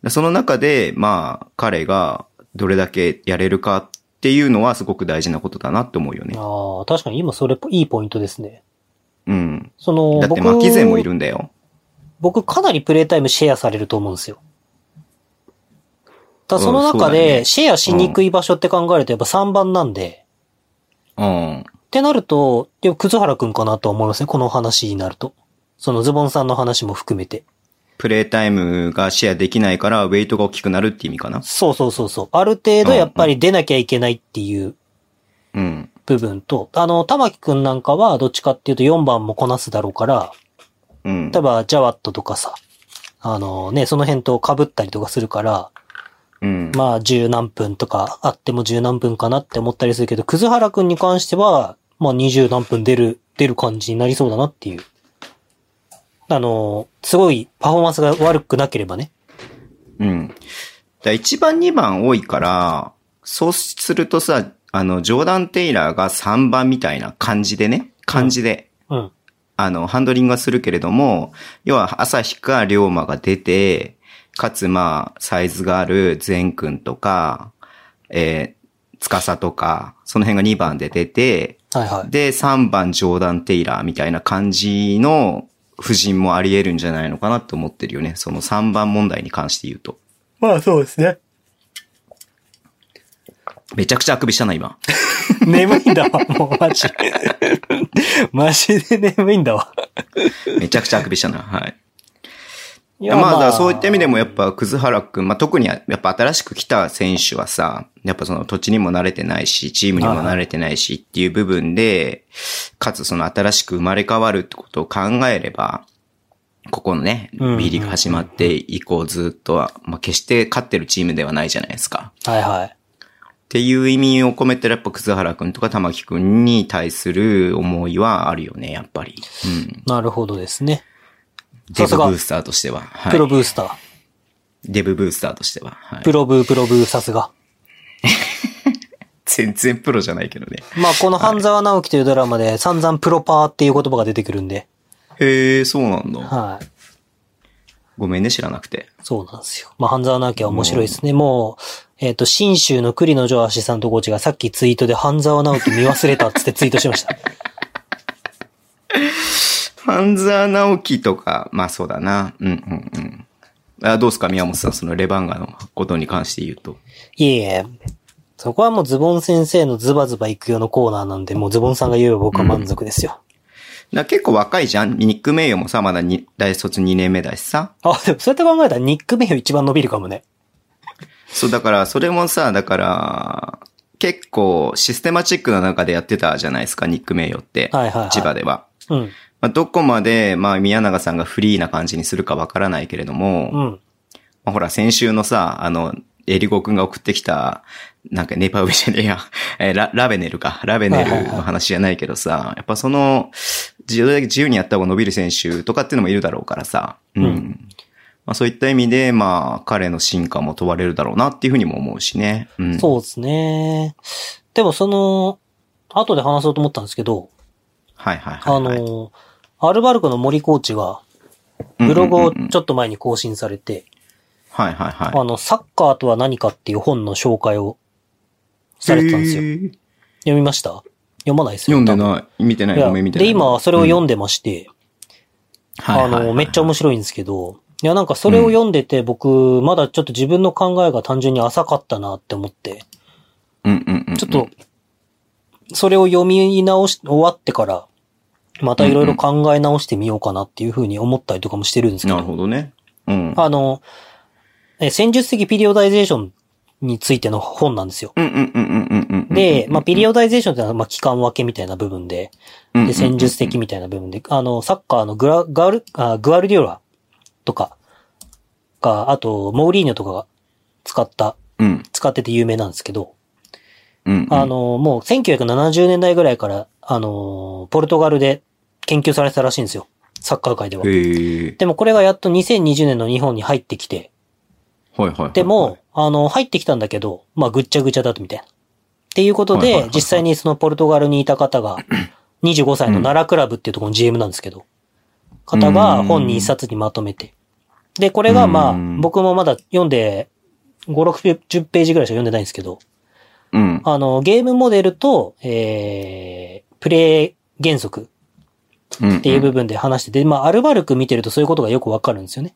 でその中で、まあ、彼がどれだけやれるかっていうのはすごく大事なことだなって思うよね。ああ、確かに今それいいポイントですね。うん。その、だって、僕マキゼもいるんだよ。僕かなりプレイタイムシェアされると思うんですよ。ただそのうん中そうだよで、ねシェアしにくい場所って考えるとやっぱ3番なんで、うん。ってなると、でも、葛原くんかなとは思いますね。この話になると。そのズボンさんの話も含めて。プレイタイムがシェアできないから、ウェイトが大きくなるって意味かな。そうそうそうそう。ある程度やっぱり出なきゃいけないっていううん。部分と、あの、玉木くんなんかはどっちかっていうと4番もこなすだろうから、うん例。えば、ジャワットとかさ、あのね、その辺と被ったりとかするから、うん。まあ、十何分とかあっても十何分かなって思ったりするけど、葛原くんに関しては、まあ、二十何分出る、出る感じになりそうだなっていう。あのー、すごいパフォーマンスが悪くなければね。うん。だから1番2番多いから、そうするとさ、あの、ジョーダン・テイラーが3番みたいな感じでね、感じで、うん。あの、ハンドリングはするけれども、要は、朝日か龍馬が出て、かつ、まあ、サイズがある善くんとか、えー、司とか、その辺が2番で出て、はいはい。で、3番ジョーダン・テイラーみたいな感じの布陣もあり得るんじゃないのかなって思ってるよね。その3番問題に関して言うと。まあそうですね。めちゃくちゃあくびしたな、今。眠いんだわ、 (laughs) もうマジ。マジで眠いんだわ。めちゃくちゃあくびしたな、はい。いまあ、だからそういった意味でもやっぱ、葛原くん、まあ特にやっぱ新しく来た選手はさ、やっぱその土地にも慣れてないし、チームにも慣れてないしっていう部分で、かつその新しく生まれ変わるってことを考えれば、ここのね、うん B リーグ始まって以降ずっとは、まあ決して勝ってるチームではないじゃないですか。はいはい。っていう意味を込めてやっぱ葛原くんとか玉木くんに対する思いはあるよね、やっぱり。うん。なるほどですね。デさすブブがースターとしては。はいプロブースター。デブブースターとしては。はいプロブー、プロブー、さすが。全然プロじゃないけどね。まあこの半沢直樹というドラマで散々プロパーっていう言葉が出てくるんで。へえ、そうなんだ。はい。ごめんね、知らなくて。そうなんですよ。まあ、半沢直樹は面白いですね。もう、えっ、と、新州の栗野城アシさんとコーチがさっきツイートで半沢直樹見忘れたっつってツイートしま (laughs) した。半沢直樹とか、まあそうだな。うんうんうん。あどうすか、宮本さん、そのレバンガのことに関して言うと。いえいえ。そこはもうズボン先生のズバズバ行くよのコーナーなんで、もうズボンさんが言えば僕は満足ですよ。な結構若いじゃんニック名誉もさ、まだに大卒2年目だしさ。あ、でもそうやって考えたらニック名誉一番伸びるかもね。そう、だから、それもさ、だから、結構システマチックな中でやってたじゃないですか、ニック名誉って。はいはいはい千葉では。うん。まあ、どこまで、まあ、宮永さんがフリーな感じにするかわからないけれども、うん。まあ、ほら、先週のさ、あの、えりごくんが送ってきた、なんかネパウェじゃねえや、 (laughs) えーラ、ラベネルか。ラベネルの話じゃないけどさ、やっぱその、自由だけ自由にやった方が伸びる選手とかっていうのもいるだろうからさ、うん。うんまあそういった意味で、まあ、彼の進化も問われるだろうなっていうふうにも思うしね。うん。そうですね。でもその、後で話そうと思ったんですけど、はいはいはあいはい、の、アルバルクの森コーチが、ブログをちょっと前に更新されて、はいはいはい。あの、サッカーとは何かっていう本の紹介をされてたんですよ。へー読みました読まないですよ。読んでない。見てない。いやごめん見てない。で、今、それを読で、んでまして、はいはいはいあの、めっちゃ面白いんですけど、いや、なんかそれを読んでて、僕、まだちょっと自分の考えが単純に浅かったなって思って、うんうんうん。ちょっと、それを読み直し、終わってから、またいろいろ考え直してみようかなっていうふうに思ったりとかもしてるんですけなどる、ほどね。うん。あの、え戦術的ピリオダイゼーションについての本なんですよ。うんうんうんうんうんうんうん。で、まあ、ピリオダイゼーションってのは、まあ、期間分けみたいな部分で、うんうんうんで、戦術的みたいな部分で、あの、サッカーのグラ、ガル、あグアルディオラとかが、あと、モーリーニョとかが使った、うん。使ってて有名なんですけど、うん。あ、の、もう1970年代ぐらいから、あの、ポルトガルで研究されてたらしいんですよ。サッカー界では。へえ。でもこれがやっと2020年の日本に入ってきて、はいはいはい。でも、、あの、入ってきたんだけど、まあ、ぐっちゃぐちゃだとみたいな。っていうことはいはいはいでは、い実際にそのポルトガルにいた (laughs) 方が、25歳の奈良クラブっていうところの GM なんですけど、方うがん本に一冊にまとめて。で、これがまうあん、僕もまだ読んで、5、6、10ページぐらいしか読んでないんですけど、うん。あの、ゲームモデルと、えー、プレイ原則っっていう部分で話してて、まあ、アルバルク見てるとそういうことがよくわかるんですよね。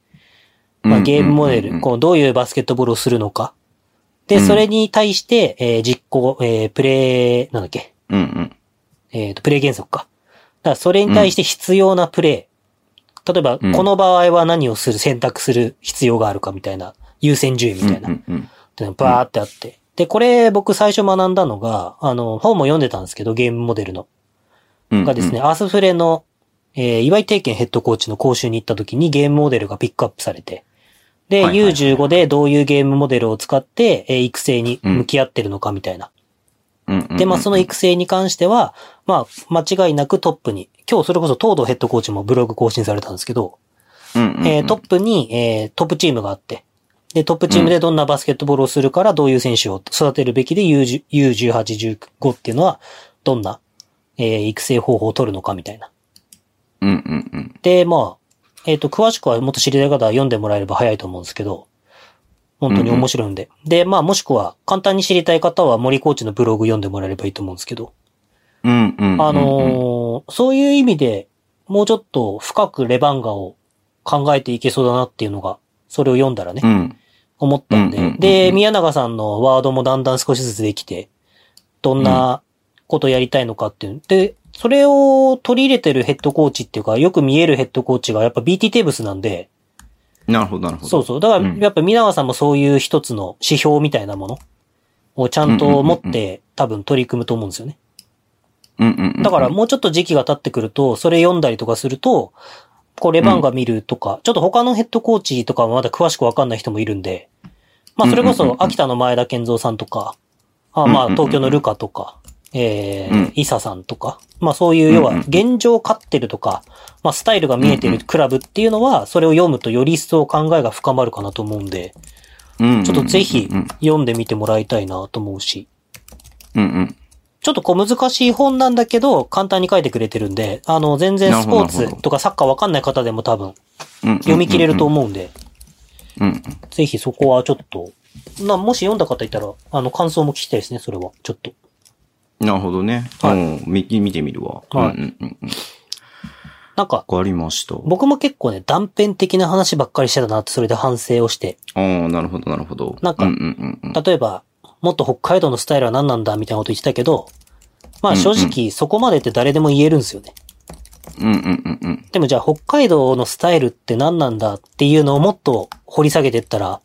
まあ、ゲームモデル、こう、どういうバスケットボールをするのか。うで、んそれに対して、えー実行、えープレイ、なんだっけ、うんうん。えっ、と、プレイ原則か。だから、それに対して必要なプレイ。例えば、うんこの場合は何をする、選択する必要があるかみたいな、優先順位みたいな、うっんうんていうのがバーってあって。で、これ、僕最初学んだのが、あの、本も読んでたんですけど、ゲームモデルの。うん。がですね、。アースフレの、えー、岩井定健ヘッドコーチの講習に行った時にゲームモデルがピックアップされて、で、はいはいはい U15 でどういうゲームモデルを使って、えー育成に向き合ってるのかみたいなうんうんうんで、まあ、その育成に関しては、まあ、間違いなくトップに、今日それこそ東堂ヘッドコーチもブログ更新されたんですけど、うんうんうんえートップに、えートップチームがあって、で、トップチームでどんなバスケットボールをするから、どういう選手を育てるべきで U10 U18、15っていうのは、どんな、えー育成方法を取るのかみたいな。うんうんうん。で、まあ、えっ、と、詳しくはもっと知りたい方は読んでもらえれば早いと思うんですけど、本当に面白いんで。で、まあ、もしくは、簡単に知りたい方は森コーチのブログ読んでもらえればいいと思うんですけど、うんうんうんうん。あのーそういう意味で、もうちょっと深くレバンガを考えていけそうだなっていうのが、それを読んだらね、うん。思ったんで、うんうんうんうんで、宮永さんのワードもだんだん少しずつできて、どんなことやりたいのかっていう。で、それを取り入れてるヘッドコーチっていうか、よく見えるヘッドコーチがやっぱ BT テーブスなんで、なるほど、なるほど。そうそう。だからうんやっぱ宮永さんもそういう一つの指標みたいなものをちゃんとう持んっうんて多分取り組むと思うんですよね。うんうんうん。だからもうちょっと時期が経ってくると、それ読んだりとかすると、こうレバンガ見るとか、ちょっと他のヘッドコーチとかはまだ詳しくわかんない人もいるんで、まあそれこうんうんうそんうん秋田の前田健三さんとか、あうんうんまうあん東京のルカとか、えうーん、イサさんとか、まあそういう要うんはうん現状勝ってるとか、まあスタイルが見えてるクラブっていうのは、それを読むとより一層考えが深まるかなと思うんで、うんうんうんうん、ちょっとぜひうん読んでみてもらいたいなと思うし、うんうん。ちょっと小難しい本なんだけど、簡単に書いてくれてるんで、あの、全然スポーなるほツどとかサッカーわかんない方でも多分うん読み切れると思思うんで、うん。うんうんぜひそこはちょっと、な、もし読んだ方いたら、あの、感想も聞きたいですね、それは。ちょっと。なるほどね。はいうん見見てみるわ。はいうんうんうんうん。なんか、わかりました。僕も結構ね、断片的な話ばっかりしてたなって、それで反省をして、ああ、なるほど、なるほど。なんかうんうんうんうん。例えば、もっと北海道のスタイルは何なんだみたいなこと言ってたけど、まあ正直そこまでって誰でも言えるんですよね。うんうんうんうん。でもじゃあ北海道のスタイルって何なんだっていうのをもっと掘り下げてったら、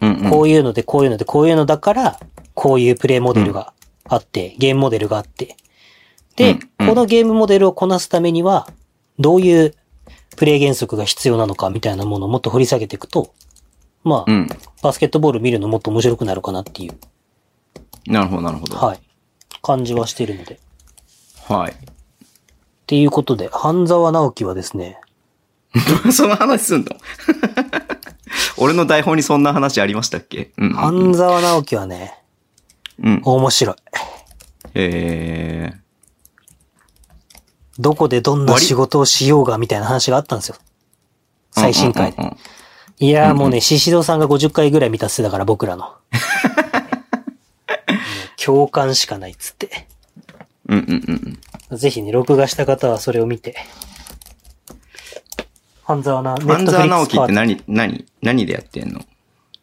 うんうん。こういうので、こういうので、こういうのだから、こういうプレイモデルがあって、ゲームモデルがあって。で、うんこのゲームモデルをこなすためには、どういうプレイ原則が必要なのかみたいなものをもっと掘り下げていくと、まあ、うん。バスケットボール見るのもっと面白くなるかなっていう、なるほど、なるほど。はい、感じはしてるので。はい。っていうことで、半沢直樹はですね、 (laughs) その話すんの俺の台本にそんな話ありましたっけうんうん。半沢直樹はね、うん。面白い。えー。どこでどんな仕事をしようがみたいな話があったんですよ。最新回でう。んうんうんうんいやーもうね、シシドさんが50回ぐらい見たっすだから僕 (laughs) らの。もう共感しかないっつって。うんうんうんうん。ぜひね、録画した方はそれを見て。半沢な、半沢直樹ってな何、何、何でやってんの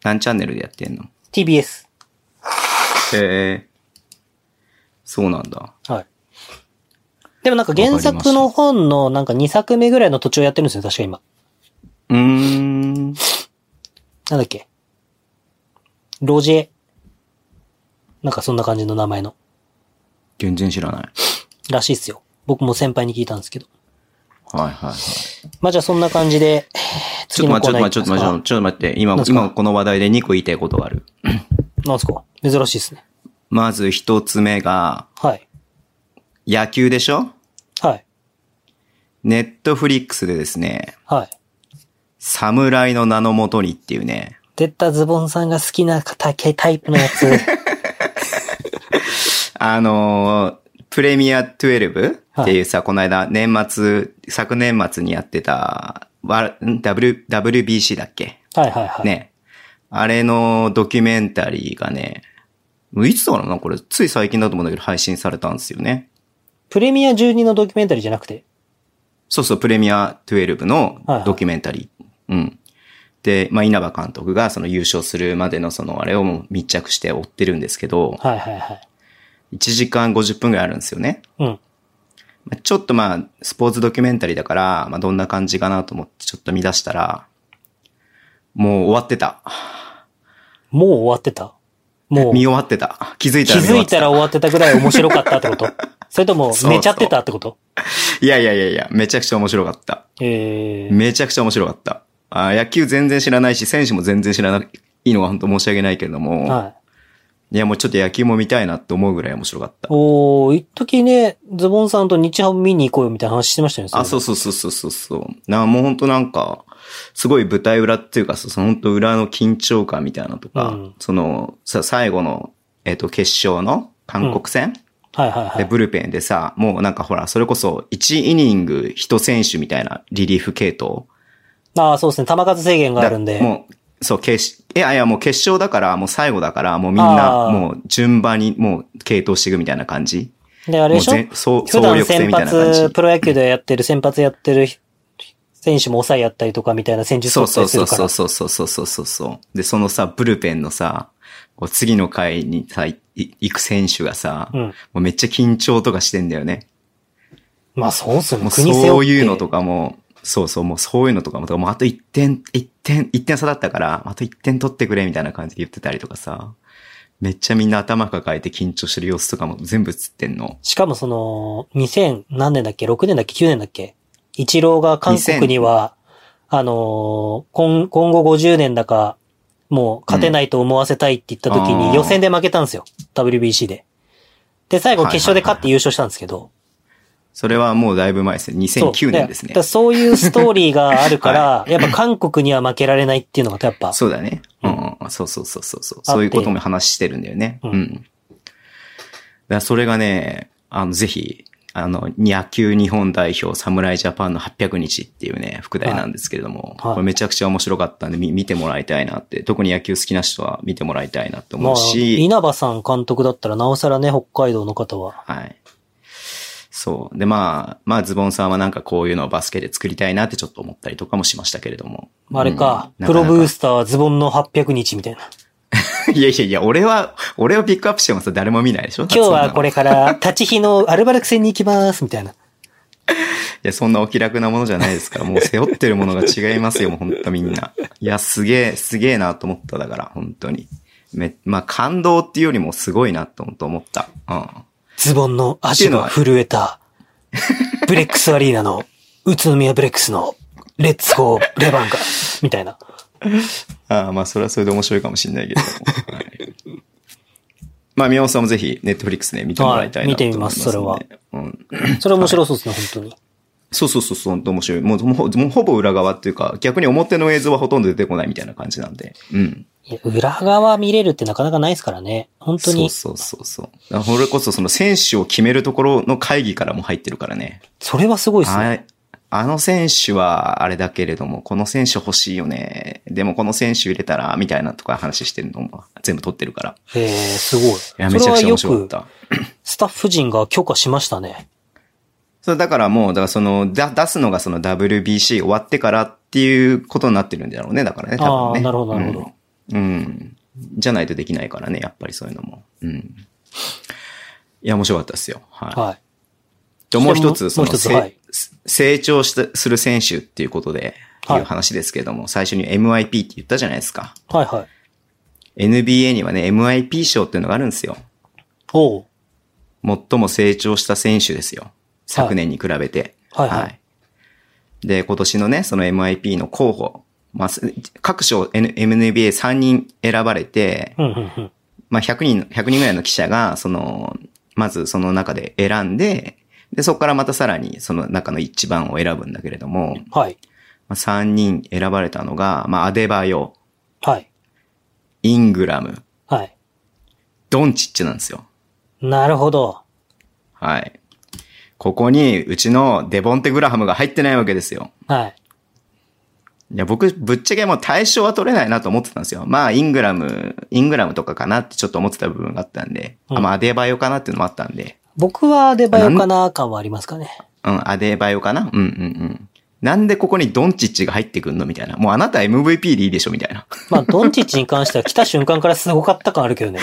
何チャンネルでやってんの ?TBS。へえ。そうなんだ。はい。でもなんか原作の本のなんか2作目ぐらいの途中をやってるんですよ、確か今。うーん。なんだっけロジェ。なんかそんな感じの名前の。全然知らない。らしいっすよ。僕も先輩に聞いたんですけど。はいはいはい。まあじゃあそんな感じで、ちょっと待って、ちょっと待って、ちょっと待って、ちょっと待って、今なん、すか今この話題で2個言いたいことがある。って。なんすか珍しいですね。まず1つ目が、はい。野球でしょはい。ネットフリックスでですね、はい。侍の名のもとにっていうね、出たズボンさんが好きなタタイプの (laughs) やつ。あのープレミア12っていうさ、この間年末、昨年末にやってた、わん W、WBC だっけはいはいはい。ね。あれのドキュメンタリーがね、いつだろうな、これ、つい最近だと思うんだけど、配信されたんですよね。プレミア12のドキュメンタリーじゃなくて。そうそう、プレミア12のはいはいドキュメンタリー。うん。で、まあ、稲葉監督がその優勝するまでのそのあれをもう密着して追ってるんですけど、はいはいはい。 1時間50分ぐらいあるんですよね。うん。まあちょっとまあ、スポーツドキュメンタリーだから、まあ、どんな感じかなと思ってちょっと見出したら、もう終わってた。もう終わってたもう見終わってた。気づいた気ら見づ終わいってたた。ら終わってたぐらい面白かったっ (laughs) てことそれともそうそう寝ちゃってたってこといやいやいやいや、めちゃくちゃ面白かった。えー、めちゃくちゃ面白かった。あー野球全然知らないし、選手も全然知らないのは本当申し訳ないけれども、はいや、もうちょっと野球も見たいなって思うぐらい面白かった。おー、一時ね、ズボンさんと日ハム見に行こうよみたいな話してましたよね。あ、そううそうそうそうそうそう。なもう本当なんか、すごい舞台裏っていうか、そその本当裏の緊張感みたいなのとか、うんその、さ、最後の、えっ、と、決勝の韓国戦、いえば。はいはいはで、い。ブルペンでさ、もうなんかほら、それこそ1イニング1選手みたいなリリーフ系統。ああ、そうですね。球数制限があるんで。もう、そう、決し、いやいや、もう決勝だから、もう最後だから、もうみんあな、ーもう順番に、もう系統していくみたいな感じ。で、あれでしょもう全総普総段力戦先みたいな感じ発、プロ野球でやってる、先発やってる選手も抑えやったりとかみたいな戦術そ取うったそりうすそるうそう。からそうそうそうそうそう。で、そのさ、ブルペンのさ、こう次の回にさ、いい行く選手がさ、うもん。うめっちゃ緊張とかしてんだよね。まあそうっすよもね。う国背負って。そういうのとかも、そうそう、もうそういうのとかも、だからもうあと1点、一点、一点差だったから、あと1点取ってくれみたいな感じで言ってたりとかさ、めっちゃみんな頭抱えて緊張してる様子とかも全部映ってんの。しかもその、2000何年だっけ ?6 年だっけ ?9 年だっけ一郎が韓国には、あのー今、今後50年だか、もう勝てないと思わせたいって言った時うんあにー予選で負けたんですよ。WBC で。で、最後決勝で勝って優勝したんですけど。それはもうだいぶ前ですね。そう2009年ですねだから。そういうストーリーがあ (laughs) るから、やっぱ韓国には負けられないっていうのがやっぱ、そうだね。うん、うん、そうそうそうそうそう。そういうことも話してるんだよね。ううんん。だからそれがね、あの、ぜひ、あの、野球日本代表侍ジャパンの800日っていうね、副題なんですけれども、はいはいこれめちゃくちゃ面白かったんで、み見てもらいたいなって、特に野球好きな人は見てもらいたいなって思まあう、し、稲葉さん監督だったらなおさらね、北海道の方は。はい。そう。で、まあ、まあ、ズボンさんはなんかこういうのをバスケで作りたいなってちょっと思ったりとかもしましたけれども。あれか、うんプロブーなかスターズボンの800日みたいな。なかいやいやいや、俺は、俺をピックアップしてもさ、誰も見ないでしょ今日はれこ (laughs) れから、立ち日のアルバルク戦に行きます、みたいな。いや、そんなお気楽なものじゃないですから、もう背負ってるものが違いますよ、もうほんとみんな。いや、すげえ、すげえなと思った、だから、本当に。め、まあ、感動っていうよりもすごいなと本当思った。うん。ズボンの足が震えた、ブレックスアリー (laughs) ナの、宇都宮ブレックスの、レッツゴー、レバンガ、みたいな。ああ、まあ、それはそれで面白いかもしれないけども。はい、まあ、宮本さんもぜひ、ネットフリックスで見てもらいたいなと思います、ねはいそ見れは。うん。それ面白そうですね、本当に。そうそうそうそう、本当面白い。もう、もうもうほぼ裏側っていうか、逆に表の映像はほとんど出てこないみたいな感じなんで。うん。いや、裏側見れるってなかなかないですからね。本当に。そうそうそうそう。だからそれこそその選手を決めるところの会議からも入ってるからね。それはすごいですね。ああの選手はあれだけれども、この選手欲しいよね。でもこの選手入れたら、みたいなとか話してるのも全部取ってるから。えー、すごい。いや、そめれちゃはくちゃよ面白かっく、た。スタッフ陣が許可しましたね。そう、だからもう、だからその、だ出すのがその WBC 終わってからっていうことになってるんだろうね、だからね、多分ね。あーなるほどなるほどうん。うんじゃないとできないからね、やっぱりそういうのも。うん。いや、面白かったですよ。はい。はい。で、もう一もうつ、その、もう一つせはい成長した、する選手っていうことで、はいいう話ですけれども、最初に MIP って言ったじゃないですか。はいはい。 NBA にはね、MIP 賞っていうのがあるんですよ。おう。最も成長した選手ですよ。昨年に比べて。はいはいで、今年のね、その MIP の候補、まあ、す各賞 N- NBA3 人選ばれて、うんうんうん。まあ、100人の、100人ぐらいの記者が、その、まずその中で選んで、で、そこからまたさらにその中の一番を選ぶんだけれども、はい。まあ、3人選ばれたのが、まあ、アデバヨ、はい。イングラム、はい。ドンチッチなんですよ。なるほど。はい。ここに、うちのデボンテ・グラハムが入ってないわけですよ。はい。いや、僕、ぶっちゃけもう対象は取れないなと思ってたんですよ。まあ、イングラム、イングラムとかかなってちょっと思ってた部分があったんで、うんあまあ、アデバヨかなっていうのもあったんで、僕はデバヨかな感はありま (laughs) すかね。うん、アデバヨかなうんうんうん。なんでここにドンチッチが入ってくんのみたいな。もうあなた MVP でいいでしょみたいな。 (laughs) まあ、ドンチッチに関しては来た瞬間からすごかった感あるけどね。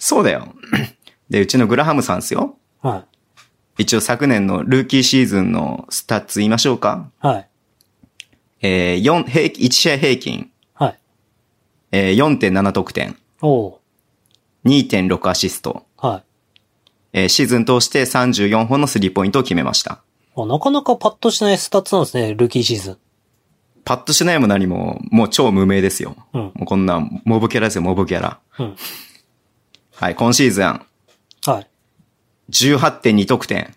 そうだよ。で、うちのグラハムさんですよ。は一応昨年のルーキーシーズンのスタッツ言いましょうか。い。はい。えー、4、平均、1試合平均、はい。えー、4.7得点、おう。 2.6アシスト、はい。えー、シーズン通して34本のスリーポイントを決めました。あなかなかパッとしないスタッツなんですね、ルーキーシーズン。パッとしないも何も、もう超無名ですよ。うんもうこんな、モブキャラですよ、モブキャラ。うん。はい、今シーズンはい。 18.2得点、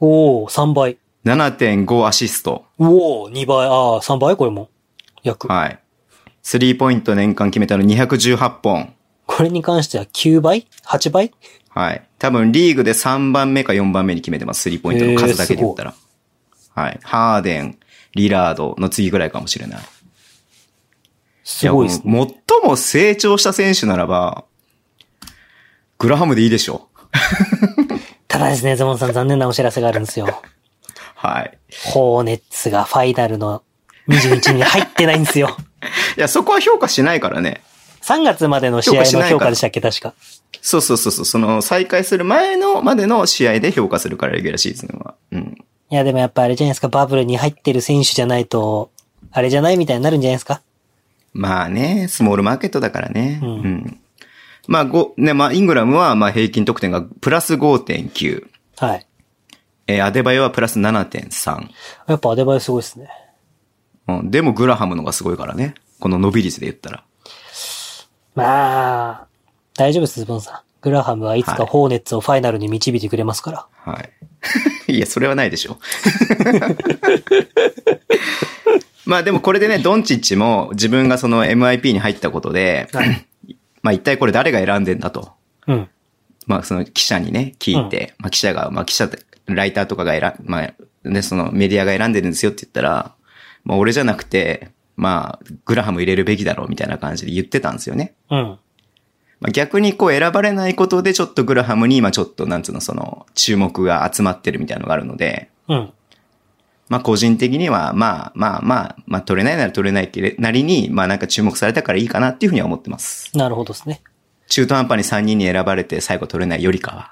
おー、3倍。 7.5アシスト、おー、2倍、あー、3倍これも。約。はい。スリーポイント年間決めたの218本。これに関しては9倍 ?8 倍はい。多分リーグで3番目か4番目に決めてます。スリーポイントの数だけで言ったら。はい。ハーデン、リラードの次ぐらいかもしれない。すごいやですね。もう最も成長した選手ならば、グラハムでいいでしょう。ただですね、ズボンさん残念なお知らせがあるんですよ。はい。ホーネッツがファイナルの22日に入ってないんで (laughs) すよ。いや、そこは評価しないからね。 3月までの試合の評価でしたっけ確か。そうそうそうそう、その再開する前の、までの試合で評価するから、レギュラーシーズンは。うん。いやでもやっぱあれじゃないですか、バブルに入ってる選手じゃないと、あれじゃないみたいになるんじゃないですかまあね、スモールマーケットだからね。ううんん。まあ、ご、ね、まあ、イングラムは、まあ、平均得点がプラス5.9。はい。えーアデバイオはプラス7.3。やっぱアデバイオすごいですね。うん。でも、グラハムのがすごいからね。この伸び率で言ったら。まあ、大丈夫です、ズボンさん。グラハムはいつはかいホーネッツをファイナルに導いてくれますから。はい。 (laughs) いや、それはないでしょ。まあでもこれでね、ドンチッチも自分がその MIP に入ったことで、はい (coughs) まあ一体これ誰が選んでんだと。うん。まあその記者にね、聞いて、まあ記者が、まあ記者、ライターとかが選ん、まあね、そのメディアが選んでるんですよって言ったら、まあ俺じゃなくて、まあグラハム入れるべきだろうみたいな感じで言ってたんですよね。うん。まあ、逆にこう選ばれないことでちょっとグラハムに今ちょっとなんつうのその注目が集まってるみたいなのがあるので、うん。まあ個人的にはまあまあまあ、まあ取れないなら取れないけれなりに、まあなんか注目されたからいいかなっていうふうには思ってます。なるほどですね。中途半端に3人に選ばれて最後取れないよりかは。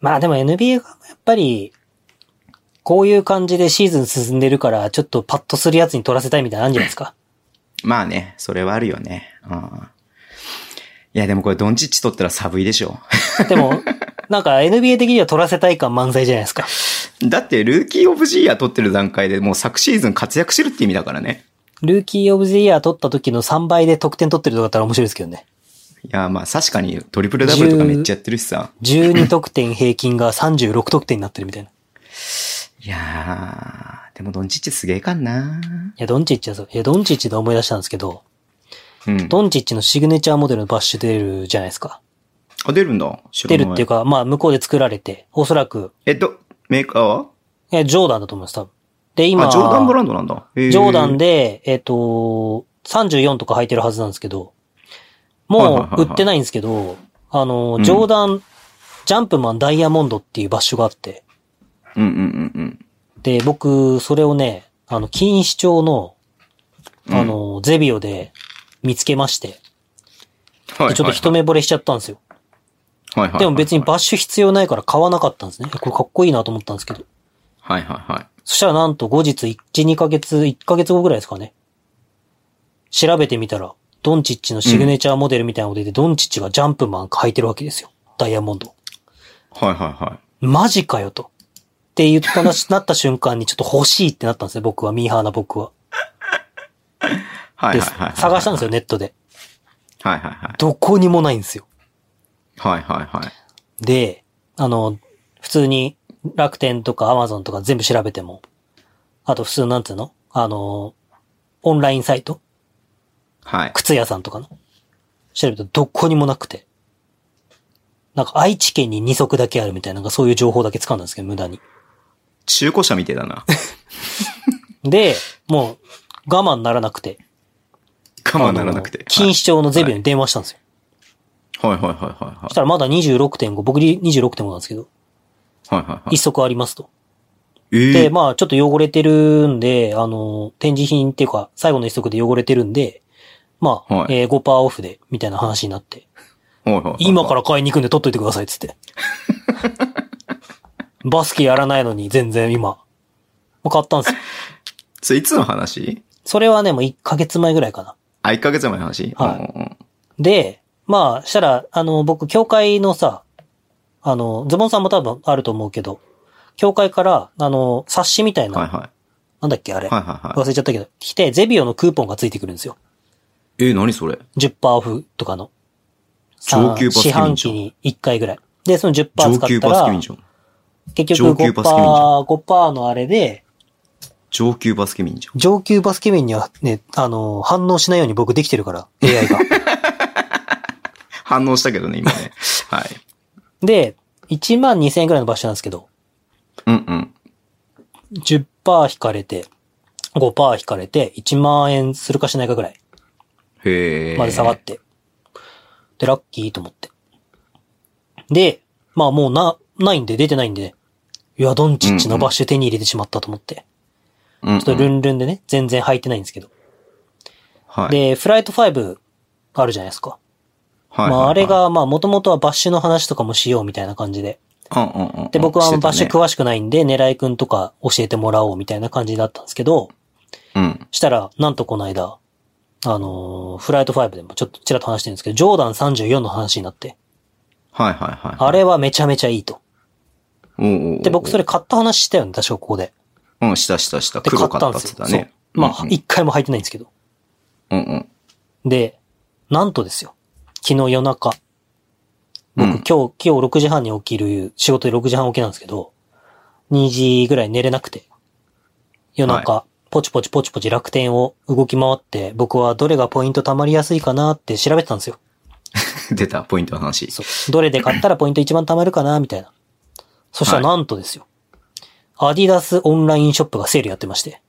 まあでも NBA がやっぱり、こういう感じでシーズン進んでるから、ちょっとパッとするやつに取らせたいみたいなのあるんじゃないで (laughs) すか。まあね、それはあるよね。うん。いやでもこれドンチッチ取ったら寒いでしょ。 (laughs) でも、なんか NBA 的には取らせたい感満載じゃないですか。だってルーキーオブジーヤー取ってる段階でもう昨シーズン活躍してるって意味だからね。ルーキーオブジイヤー取った時の3倍で得点取ってるとかだったら面白いですけどね。いやまあ確かにトリプルダブルとかめっちゃやってるしさ。 12得点平均が36得点になってるみたいな。いいやー、でもドンチッチすげえかんなや、ドンチッチはそう。いや、ドンチッチで思い出したんですけど、うん。ドンチッチのシグネチャーモデルのバッシュ出るじゃないですか。あ、出るんだ。知らな出るっていうか、まあ、向こうで作られて、おそらく、えっと、メーカーはえ、ジョーダンだと思います、多分。で、今、あ、ジョーダンブランドなんだ。へージョーダン。で、えっ、と、34とか履いてるはずなんですけど、はいもはいはいうは売いってないんですけど、あのう、んジョーダン、ジャンプマンダイヤモンドっていうバッシュがあって、うんうんうんうん。で、僕、それをね、あの、錦糸町の、あの、ゼビオで見つけまして、はいはいでちょっと一目惚れしちゃったんですよ。はいはいはいでも別にバッシュ必要ないから買わなかったんですね。えこれかっこいいなと思ったんですけど。はいはいはい。そしたらなんと後日1、2ヶ月、1ヶ月後ぐらいですかね。調べてみたら、ドンチッチのシグネチャーモデルみたいなのが出て、ドンチッチがジャンプマン履いてるわけですよ。ダイヤモンド。はいはいはい。マジかよと。って言ったな、なった瞬間にちょっと欲しいってなったんですね、僕は。ミーハーな僕は。はいはいで、はいはい。探したんですよ、ネットで。はいはいはい。どこにもないんですよ。はいはいはい。で、あの、普通に楽天とかアマゾンとか全部調べても、あと普通なんていうのあの、オンラインサイトはい。靴屋さんとかの調べるとどこにもなくて。なんか愛知県に2足だけあるみたいな、なんかそういう情報だけ掴んだんですけど、無駄に。中古車みてえだ (laughs) な。で、もう我慢ならなくて。我慢ならなくてあの。錦糸町のゼビオに電話したんですよ。はいはいはいはいはそしたらまだ26.5、僕に26.5なんですけど、い。はいはいは1い。足ありますと。えで、え。まあ、ちょっと汚れてるんで、あの、展示品っていうか、最後の一足で汚れてるんで、まあ、はいえー5%オフで、みたいな話になって、はいはいはい。。今からら買いに行くんで取っといてください、(laughs) つって。バスケやらないのに、全然今。もう買ったんですよ。それいつの話それはね、もう1ヶ月前ぐらいかな。あ、1ヶ月前の話はいうんうんで、まあ、したら、あの、僕、教会のさ、あの、ズボンさんも多分あると思うけど、教会から、あの、冊子みたういんな、はいはい。なんだっけ、あれ、はいはいは忘れちゃったけど、来て、ゼビオのクーポンがついてくるんですよ。い。え、何それ10%オフとかの。上級パス四ケミン半じゃ期ん。に1回ぐらい。で、その10%上使っ級たパスケミらン、じゃん。結上局級バスケミンじゃん5%、5%のあれで、上級バスケミンじゃん。上級バスケミンにはね、あの、反応しないように僕できてるから、AI が。 (laughs) 反応したけどね、今 (laughs) ね。はい。で、1万2000円ぐらいの場所なんですけど、うんうん。 10%引かれて、5%引かれて、1万円するかしないかぐらいへえ。まで下がって。で、ラッキーと思って。で、まあもうな、ないんで、出てないんでね。いや、ドンチッチ伸ばして手に入れてしまったと思って。うんうん、ちょっとルンルンでね、全然履いてないんですけど。はい、で、フライト5あるじゃないですか。はいはいはいまああれ、が、まあもともとはバッシュの話とかもしようみたいな感じで。うんうんうんうん、で、僕はバッシしュてたね詳しくないんで、狙いくんとか教えてもらおうみたいな感じだったんですけど、うん。したら、なんとこの間、あのーフライト5でもちょっとちらっと話してるんですけど、ジョーダン34の話になって、はいはいはい。あれはめちゃめちゃいいと。おうおうおうで、僕それ買った話したよね、確かここで。うん、したしたした。で、黒買かっったたんってです言よっ。たそうね。。まうあ、ん一回も履いてないんですけど。うん、うんうん。で、なんとですよ。昨日夜中。う僕ん今日、今日6時半に起きる、仕事で6時半起きなんですけど、2時ぐらい寝れなくて。夜中、ポチポチポチポチ楽天を動き回って、僕はどれがポイント貯まりやすいかなって調べてたんですよ。 (laughs) 出た、ポイントの話。そう。どれで買ったらポイント一番貯まるかな、みたいな。そしたらなんとですよ。アディダスオンラインショップがセールやってまして。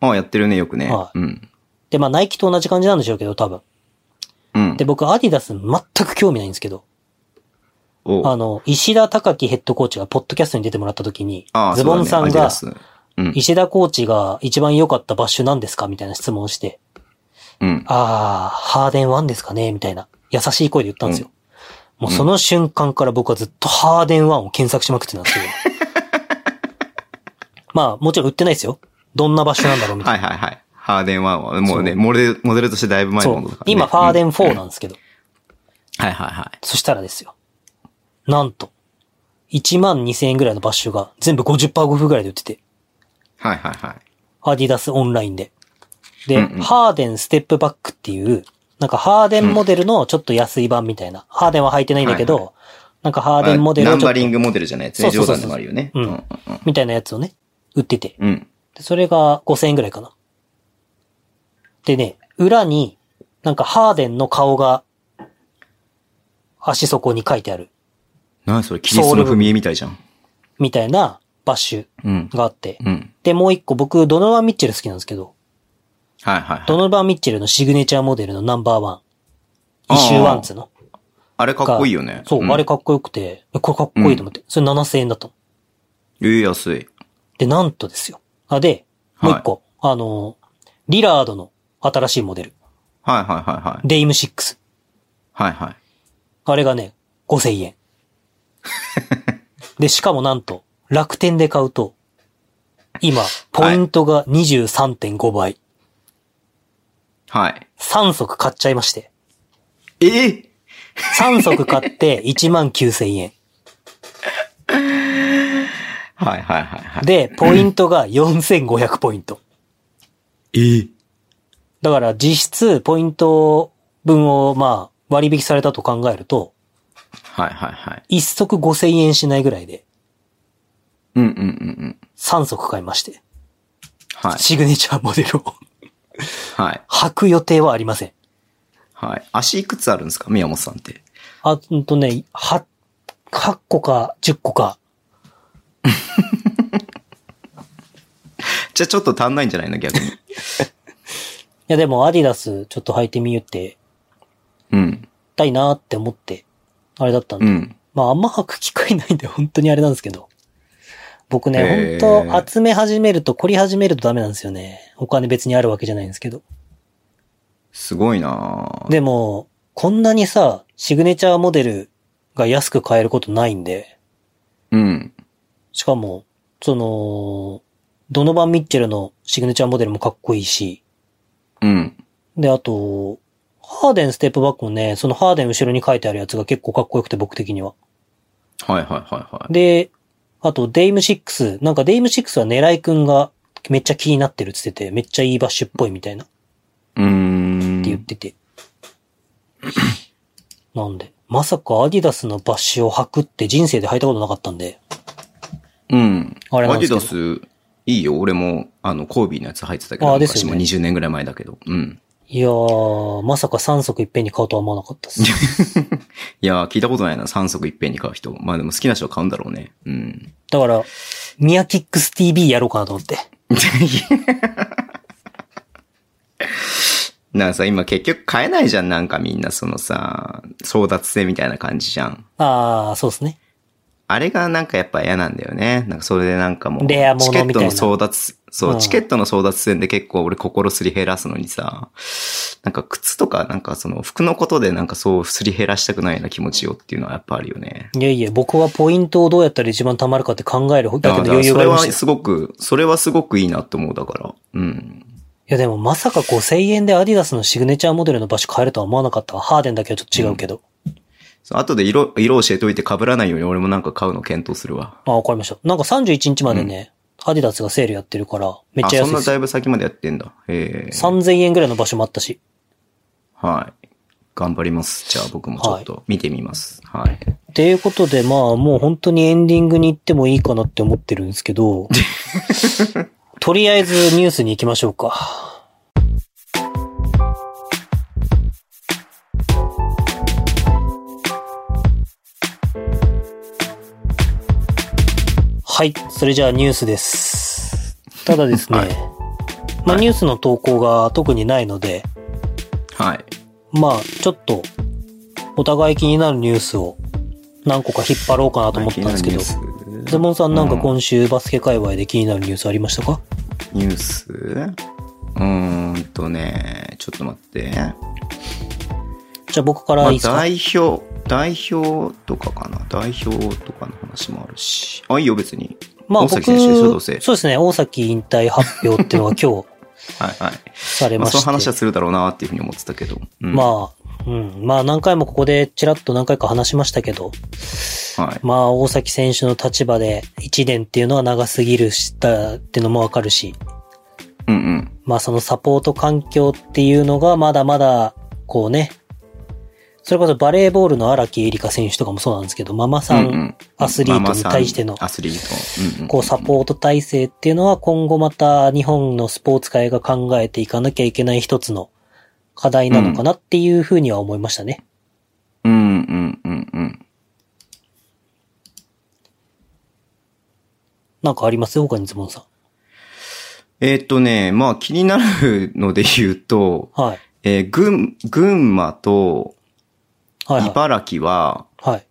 ああ、やってるね、よくね。はうん。で、まあ、ナイキと同じ感じなんでしょうけど、多分。うん。で、僕、アディダス全く興味ないんですけど、おうあの、石田隆樹ヘッドコーチがポッドキャストに出てもらった時にあ、あズボンさんが、そうだねアディダス石田コーチが一番良かったバッシュなんですかみたいな質問をして、うん。うん。あー、ハーデン1ですかねみたいな、優しい声で言ったんですよ。もうその瞬間から僕はずっとハーデン1を検索しまくってたんですけど。まあ、もちろん売ってないですよ。どんな場所なんだろうみたはいいはいはい。ハーデン1は、もうね、モデル、モデルとしてだいぶな。前のもそのだうから、。ね。今、ファーデン。ン4なんですけど。はいはいはい。そしたらですよ。なんと、1万2000円ぐらいのバッシュが全部50%オフぐらいで売ってて。はいはいはい。アディダスオンラインで。で、うんうんハーデンステップバックっていう、なんかハーデンモデルのちょっと安い版みたいな。ハーデンは履いてないんだけど、はいなんかハーデンモデルナをンちょバっとリングモデルじゃないやつね。そうそうそう冗談でもあるよね。うんうんうんみたいなやつをね、売ってて。うん。でそれが5000円ぐらいかな。でね、裏に、なんかハーデンの顔が、足底に書いてある、何それ、キリストの踏み絵みたいじゃん。みたいなバッシうんュ。があって。うん。で、もう一個僕、ドノバン・ミッチェル好きなんですけど、はいはいはい。ドノバン・ミッチェルのシグネチャーモデルのナンバーワン。あーイシューワンツの。あれかっこいいよね。そう、んあれ。かっこよくて、これかっこいいと思って。それ7000円だったの。ええ、安い。で、なんとですよ。あ、で、もう一個。あのー、リラードの新しいモデル。はいはいはいはい。デイム6。はいはい。あれがね、5000円。 (laughs) で、しかもなんと、楽天で買うと、今、ポイントが23.5倍。はい。 3足買っちゃいまして。ええ3足買って19,000円。はいはいはいはい。で、ポイントが4500ポイント。ええだから実質ポイント分をまあ割引されたと考えると、はいはいはい。一足5000円しないぐらいでうんうんうんうん。 3足買いまして、はい。シグネチャーモデルをはい。履く予定はありません。はい。足いくつあるんですか宮本さんって。あ、うんとね、は、8個か10個か。じゃあちょっと足んないんじゃないの逆に。いやでもアディダスちょっと履いてみようって、うん。たいなーって思って、あれだったんで。うん。まああんま履く機会ないんで本当にあれなんですけど。僕ね、へー本当集め始めると、凝り始めるとダメなんですよね。お金別にあるわけじゃないんですけど。すごいなぁでも、こんなにさ、シグネチャーモデルが安く買えることないんで、うん。しかも、その、ドノバン・ミッチェルのシグネチャーモデルもかっこいいし、うん。で、あと、ハーデンステップバックもね、そのハーデン後ろに書いてあるやつが結構かっこよくて僕的には。はいはいはいはい。で、あとデイム6、なんかデイム6は狙いくんがめっちゃ気になってるっつってて、めっちゃいいバッシュっぽいみたいなってうーん。言ってて。なんで。まさかアディダスのバッシュを履くって人生で履いたことなかったんで。うん。あれなアんでデすィダけどス、いいよ。俺も、あの、コービーのやつ入ってたけど、あですよね昔も20年ぐらい前だけど。うん。いやー、まさか3足いっぺんに買うとは思わなかった (laughs) です。いやー、聞いたことないな。3足いっぺんに買う人。まあでも好きな人は買うんだろうね。うん。だから、ミヤキックス TV やろうかなと思って。なんかさ、今結局買えないじゃん。なんかみんなそのさ、争奪戦みたいな感じじゃん。あー、そうですね。あれがなんかやっぱ嫌なんだよね。なんかそれでなんかもう、チレアものケットのみたいな争奪、そう、うんチケットの争奪戦で結構俺心すり減らすのにさ、なんか靴とかなんかその服のことでなんかそうすり減らしたくないような気持ちよっていうのはやっぱあるよね。いやいや、僕はポイントをどうやったら一番貯まるかって考えるだけの余裕そがあれりまはしたよ。すごく、それはすごくいいなと思うだから。うん。いやでもまさか5000円でアディダスのシグネチャーモデルの場所変えるとは思わなかったわ。ハーデンだけはちょっと違うけど。そう後で色、色教えといて被らないように俺もなんか買うの検討するわ。あ、わかりました。なんか31日までね、アディダスがセールやってるから、めっちゃあ、そん安いでなすだ。いぶ先までやってんだ。ええ3000円ぐらいの場所もあったし。はい。頑張ります。じゃあ僕もちょっと見てみます。はい。っていうことで、まあ、もう本当にエンディングに行ってもいいかなって思ってるんです (laughs) けど、とりあえずニュースに行きましょうか。はい。それじゃあニュースです。ただですね、はいまあはいニュースの投稿が特にないので、はい。まあ、ちょっと、お互い気になるニュースを何個か引っ張ろうかなと思ったんですけど、ズどボンさんなんか今週バスケ界隈で気になるニュースありましたかニュースうーんとね、ちょっと待って。じゃあ僕からまいあいですか、代表、代表とかかな。代表とかの話もあるし。あ、いいよ、別に。まあ大僕、崎選手でしょどうせそうですね、大崎引退発表っていうのが今日はいはい。され (laughs) ままあ、して、その話はするだろうなっていうふうに思ってたけど。うん、まあ、うん。まあ何回もここでちらっと何回か話しましたけど、はい。まあ大崎選手の立場で1年っていうのは長すぎるしたっていうのもわかるし、うんうん。まあそのサポート環境っていうのがまだまだ、こうね、それこそバレーボールの荒木絵里香選手とかもそうなんですけど、ママさうんうんんアスリートに対してマのマさんアスリート。うんうん、こうサポート体制っていうのは今後また日本のスポーツ界が考えていかなきゃいけない一つの課題なのかなっていうふうには思いましたね。うんうんうんうん。なんかあります他にズボンさえーっとね、まあ気になるので言うと、ん。はい。えー群、群馬とはいは茨城は、い。はい。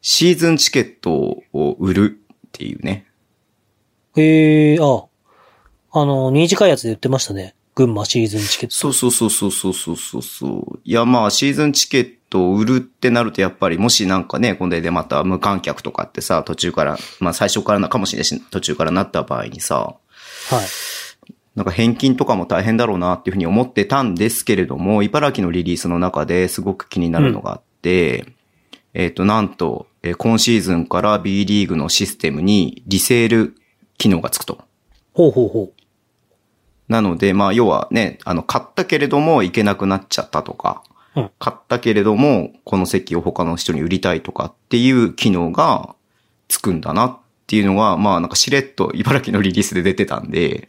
シーズンチケットを売るっていうね。へえああ。あの、短いやつで言ってましたね。群馬シーズンチケット。そうそうそうそうそうそうそうそう。いやまあシーズンチケットを売るってなるとやっぱりもしなんかね、これでまた無観客とかってさ、途中から、まあ最初からなかもしれないし、途中からなった場合にさ、はい。なんか返金とかも大変だろうなっていうふうに思ってたんですけれども、茨城のリリースの中ですごく気になるのがあって、えっ、と、なんと、えー今シーズンから B リーグのシステムにリセール機能がつくと。ほうほうほう。なので、まあ、要はね、あの、買ったけれども行けなくなっちゃったとか、うん買ったけれども、この席を他の人に売りたいとかっていう機能がつくんだなっていうのが、まあ、なんかしれっと茨城のリリースで出てたんで、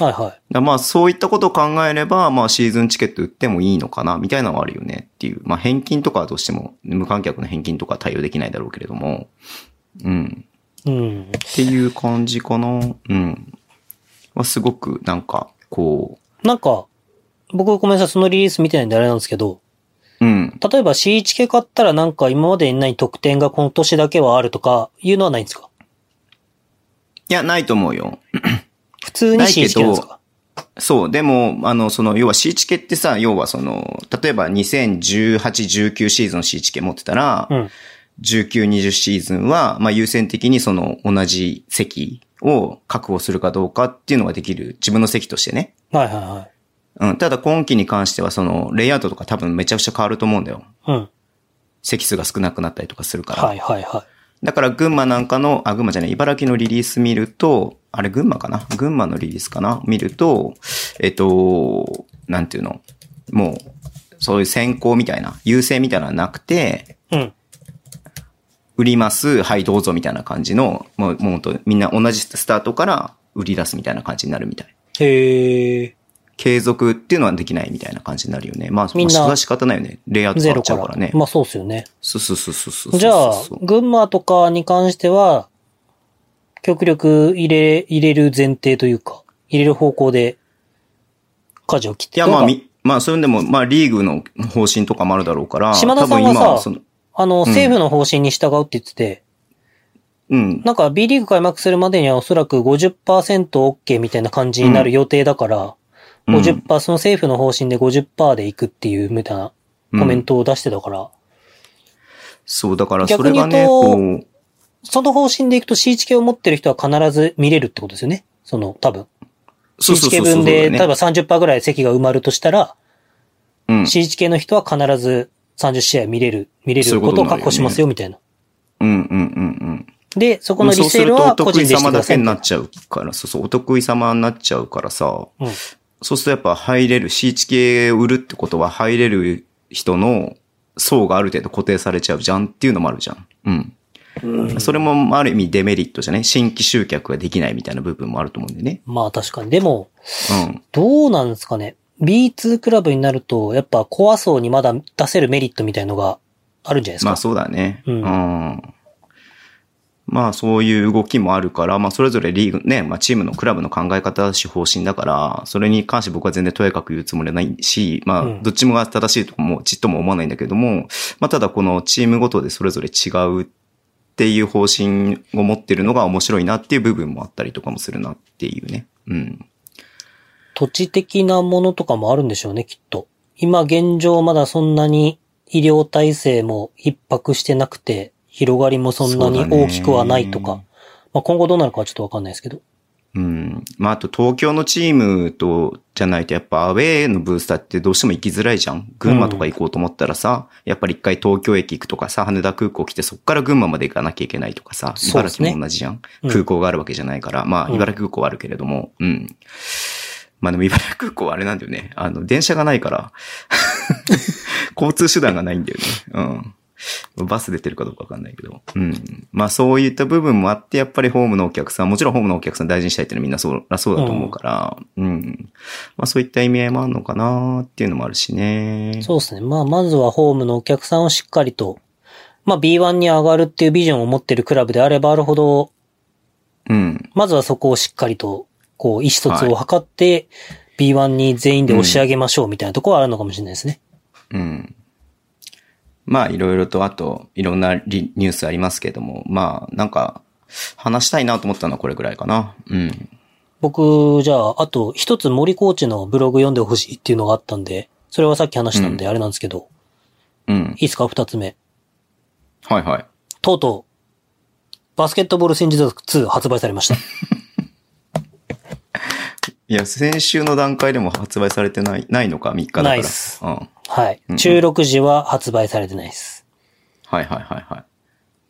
はいはい。だまあ、そういったことを考えれば、まあ、シーズンチケット売ってもいいのかな、みたいなのはあるよねっていう。まあ、返金とかはどうしても、無観客の返金とかは対応できないだろうけれども、うん。うん。っていう感じかな。うん。はすごく、なんか、こなんか、僕ごめんなさい、そのリリース見てないんであれなんですけど、う、うん。例えば C1 系買ったらなんか今までにない特典がこの年だけはあるとかいうのはないんですかいや、ないと思うよ。普通にないけ C1 ど系なんですかそう。でも、あの、その、要は C チケってさ、要はその、例えば2018、19シーズン C チケ持ってたら、うん。 19、20シーズンは、まあ優先的にその、同じ席を確保するかどうかっていうのができる。自分の席としてね。はいはいはい。うん。ただ今期に関しては、その、レイアウトとか多分めちゃくちゃ変わると思うんだよ。うん。席数が少なくなったりとかするから。はいはいはい。だから群馬なんかの、あ、群馬じゃない、茨城のリリース見ると、あれ群馬かな群馬のリリースかな見ると、えっと、なんていうのもう、そういう先行みたいな、優勢みたいなのはなくて、うん。売ります、はい、どうぞみたいな感じの、もう、もう本当みんな同じスタートから売り出すみたいな感じになるみたい。へえ。継続っていうのはできないみたいな感じになるよね。まあ、みんなそれは仕方ないよね。レイアウト変ゼわロっちゃか。うかららね。まあそうっすよね。そうそうそうそうそうそう。じゃあ、群馬とかに関しては、極力入れ、入れる前提というか、入れる方向で、舵を切っいてや、とまあ、かみ、まあ、それでも、まあ、リーグの方針とかもあるだろうから、島田さんはさ多分今その、あの、ん政府の方針に従うって言ってて、うん。なんか B リーグ開幕するまでにはおそらく 50%OK みたいな感じになる予定だから、うん50%、その政府の方針で50%でいくっていうみたいなコメントを出してたから、そう、だから、そ逆れに言がうとね、こう、その方針でいくと C チケを持ってる人は必ず見れるってことですよね。その、多分。そう C そチうそケうそう分だで、例えよねば30%ぐらい席が埋まるとしたら、うん。 C チケの人は必ず30試合見れる、見れそういるうここととになをるよね確保しますよ、みたいな。うんうんうんで、そうん。このリセールはそう個するとお得人で意して様くだださけいにみなたいっな。ちゃうから、そうそう、お得意様になっちゃうからさ、うん。そうするとやっぱ入れる、シーチ系売るってことは入れる人の層がある程度固定されちゃうじゃんっていうのもあるじゃん。うん。それもある意味デメリットじゃね新規集客ができないみたいな部分もあると思うんでね。まあ確かに。でも、うん。どうなんですかね。B2 クラブになると、やっぱコア層にまだ出せるメリットみたいのがあるんじゃないですか。まあそうだね。うんんまあそういう動きもあるから、まあそれぞれリーグね、まあチームのクラブの考え方だし方針だから、それに関して僕は全然とやかく言うつもりはないし、まうんあどっちもが正しいともちっとも思わないんだけども、まあただこのチームごとでそれぞれ違うっていう方針を持ってるのが面白いなっていう部分もあったりとかもするなっていうね。うん。土地的なものとかもあるんでしょうね、きっと。今現状まだそんなに医療体制も逼迫してなくて、広がりもそんなに大きくはないそとうだかね。まあ今後どうなるかはちょっとわかんないですけど。うん。まあ、あと東京のチームと、じゃないとやっぱアウェーのブースターってどうしても行きづらいじゃん。群馬とか行こうと思ったらさ、やっぱり一回東京駅行くとかさ、羽田空港来てそっから群馬まで行かなきゃいけないとかさ、そうで茨す城ねも同じじゃん。うん空港があるわけじゃないから、まあうん茨城空港はあるけれども、うん。まあでも茨城空港はあれなんだよね。あの、電車がないから、交通手段がないんだよね。うん。バス出てるかどうかわかんないけど。うん。まあそういった部分もあって、やっぱりホームのお客さん、もちろんホームのお客さん大事にしたいっていうのはみんなそうだそうだと思うから、うん、まあそういった意味合いもあるのかなっていうのもあるしね。そうですね。まあまずはホームのお客さんをしっかりと、まあ B1 に上がるっていうビジョンを持ってるクラブであればあるほど、う。うん。まずはそこをしっかりと、こう、意思疎通を図って、B1 に全員で押し上げましょうみたいなところはあるのかもしれないですね。うん。まあいろいろと、あと、いろんなリニュースありますけども、まあなんか、話したいなと思ったのはこれぐらいかな。うん。僕、じゃあ、あと、一つ森コーチのブログ読んでほしいっていうのがあったんで、それはさっき話したんで、あれなんですけど、いうん。いですか二つ目。はいはい。とうとう、バスケットボール戦術学2発売さ (laughs) れました。いや、先週の段階でも発売されてない、ないのか、3日だから。ないっすうん。はいはいうん。収録時は発売されてないです。はいはいは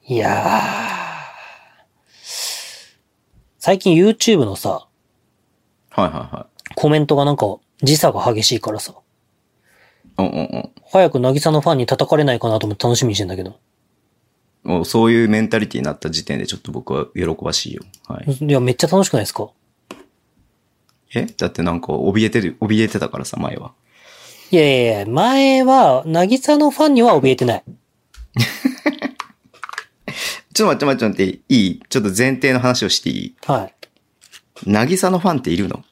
い。いやー。最近 YouTube のさ、はいはいはい。コメントがなんか時差が激しいからさ、うんうん早く渚のファンに叩かれないかなと思って楽しみにしてんだけど。うんお。そういうメンタリティになった時点でちょっと僕は喜ばしいよ。はい。いや、めっちゃ楽しくないですかえだってなんか怯えてる、怯えてたからさ、前は。いやいやいや、前は、渚のファンには怯えてない。ちょっと待って待って待って、いいちょっと前提の話をしていいはい。なぎさのファンっているの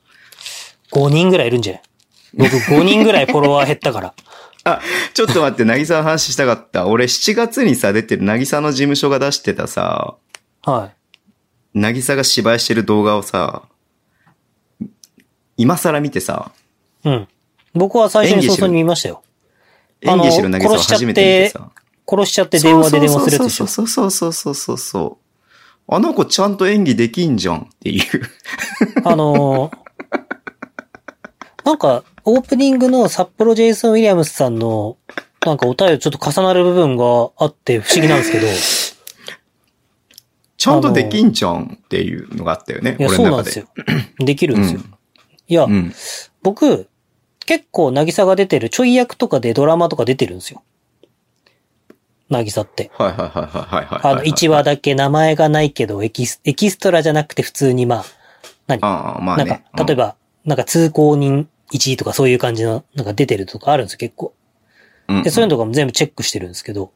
5人ぐらいいるんじゃない僕5人ぐらいフォロワー減ったから。 (laughs) あ、ちょっと待って、なぎさの話したかった。俺7月にさ、出てるなぎさの事務所が出してたさ、はなぎさが芝居してる動画をさ、今更見てさ、い。うん。僕は最初に早々に見ましたよ。演技してるなぎさを初めて見てさ。殺しちゃって電話で電話するやつでしょ。そうそうそうそうそうそうそう。あの子ちゃんと演技できんじゃんっていう。 (laughs) あのー、なんか、オープニングの札幌ジェイソン・ウィリアムスさんの、なんかお便りちょっと重なる部分があって不思議なんですけど、 (laughs) いちゃんとできんじゃんっていうのがあったよね。や、俺そうのな中んですよで。。できるんですよ。うんいや、うん。僕、結構、なぎさが出てる、ちょい役とかでドラマとか出てるんですよ。なぎさって。はいはいはいはいはいはいはい。あの、1話だけ名前がないけど、エキス、エキストラじゃなくて普通にまあ、何ああ、まあなね。んか、例えば、なんか通行人1位とかそういう感じの、なんか出てるとかあるんですよ、結構。うん、で、そういうのとかも全部チェックしてるんですけど。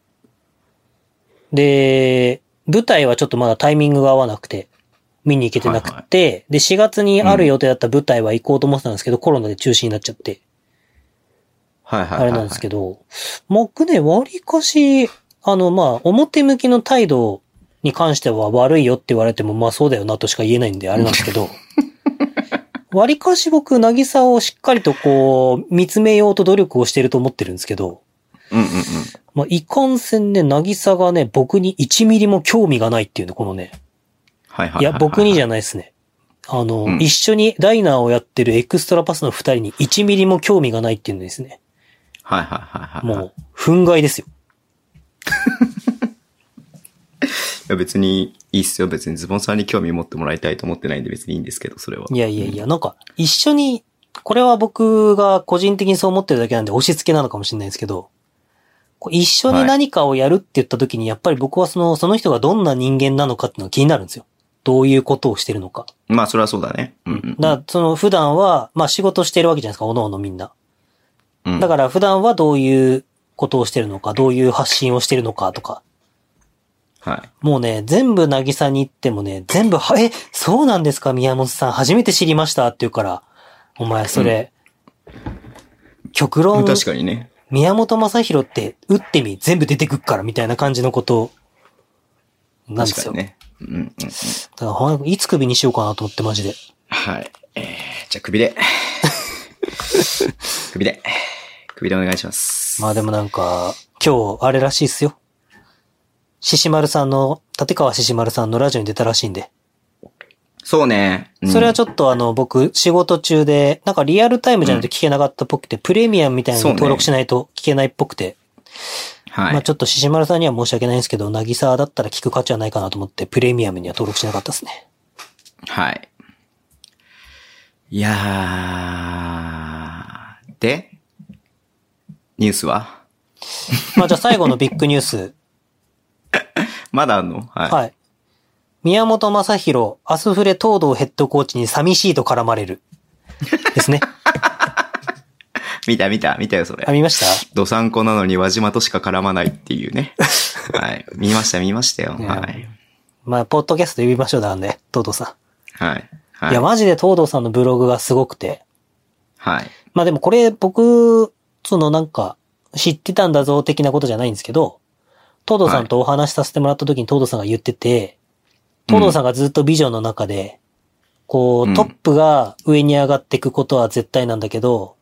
で、舞台はちょっとまだタイミングが合わなくて、見に行けてなくて、で、4月にある予定だった舞台は行こうと思ってたんですけど、コロナで中止になっちゃって、はいはいはあいはい。れなんですけど、僕ね、割かし、あの、まあ、表向きの態度に関しては悪いよって言われても、まあそうだよなとしか言えないんで、あれなんですけ (laughs) ど、割かし僕、渚をしっかりとこう、見つめようと努力をしてると思ってるんですけど、うんうんうん。まあ、いかんせんね、渚がね、僕に1ミリも興味がないっていうの、このね。はいはいはいはい。いや、僕にじゃゃないですね。あの、うん一緒にダイナーをやってるエクストラパスの二人に1ミリも興味がないっていうのですね。はいはいはいはい。もう、憤慨ですよ。いや別にいいっすよ。別にズボンさんに興味持ってもらいたいと思ってないんで別にいいんですけど、それは。いやいやいや、なんか、一緒に、これは僕が個人的にそう思ってるだけなんで押し付けなのかもしれないですけど、こう一緒に何かをやるって言った時に、やっぱり僕はその、その人がどんな人間なのかっていうのが気になるんですよ。どういうことをしてるのか。まあそれはそうだね。うんうん。だから、その普段は、まあ仕事してるわけじゃないですか、おのおのみんな。うんだから普段はどういうことをしてるのか、どういう発信をしてるのかとか。はい。もうね、全部なぎさに行ってもね、全部は、え、そうなんですか宮本さん、初めて知りましたって言うから、お前それ、極論、確かにね。宮本正宏って、打ってみ、全部出てくっから、みたいな感じのこと、なんで確すかよ。にね。うんうんうん。だからほん、いつ首にしようかなと思って、マジで。はい。えー、じゃあ首 (laughs) で。首で。首でお願いします。まあでもなんか、今日、あれらしいっすよ。獅子丸さんの、立川獅子丸さんのラジオに出たらしいんで。そうね。うんそれはちょっとあの、僕、仕事中で、なんかリアルタイムじゃないと聞けなかったっぽくて、プレミアムみたいなのそうね登録しないと聞けないっぽくて、はい。まあちょっと獅子丸さんには申し訳ないんですけど、なぎさだったら聞く価値はないかなと思って、プレミアムには登録しなかったですね。はい。いやー。でニュースはまあじゃあ最後のビッグニュース。まだあんの (laughs) はい。はい。宮本正宏、アスフレ東堂ヘッドコーチに寂しいと絡まれる。 (laughs) ですね。見た見た、見たよ、それあ、。見ましたドサンコなのに輪島としか絡まないっていう (laughs) ね。はい。見ました、見ましたよ。いやはい。まあ、ポッドキャストで呼びましょうだんで、東堂さはい。ん。はいや、い。マジで東堂さんのブログがすごくて。はい。まあでもこれ、僕、そのなんか、知ってたんだぞ的なことじゃないんですけど、東堂さんとお話しさせてもらった時に東堂さんが言ってて、うん東堂さんがずっとビジョンの中で、こうう、んトップが上に上がっていくことは絶対なんだけど、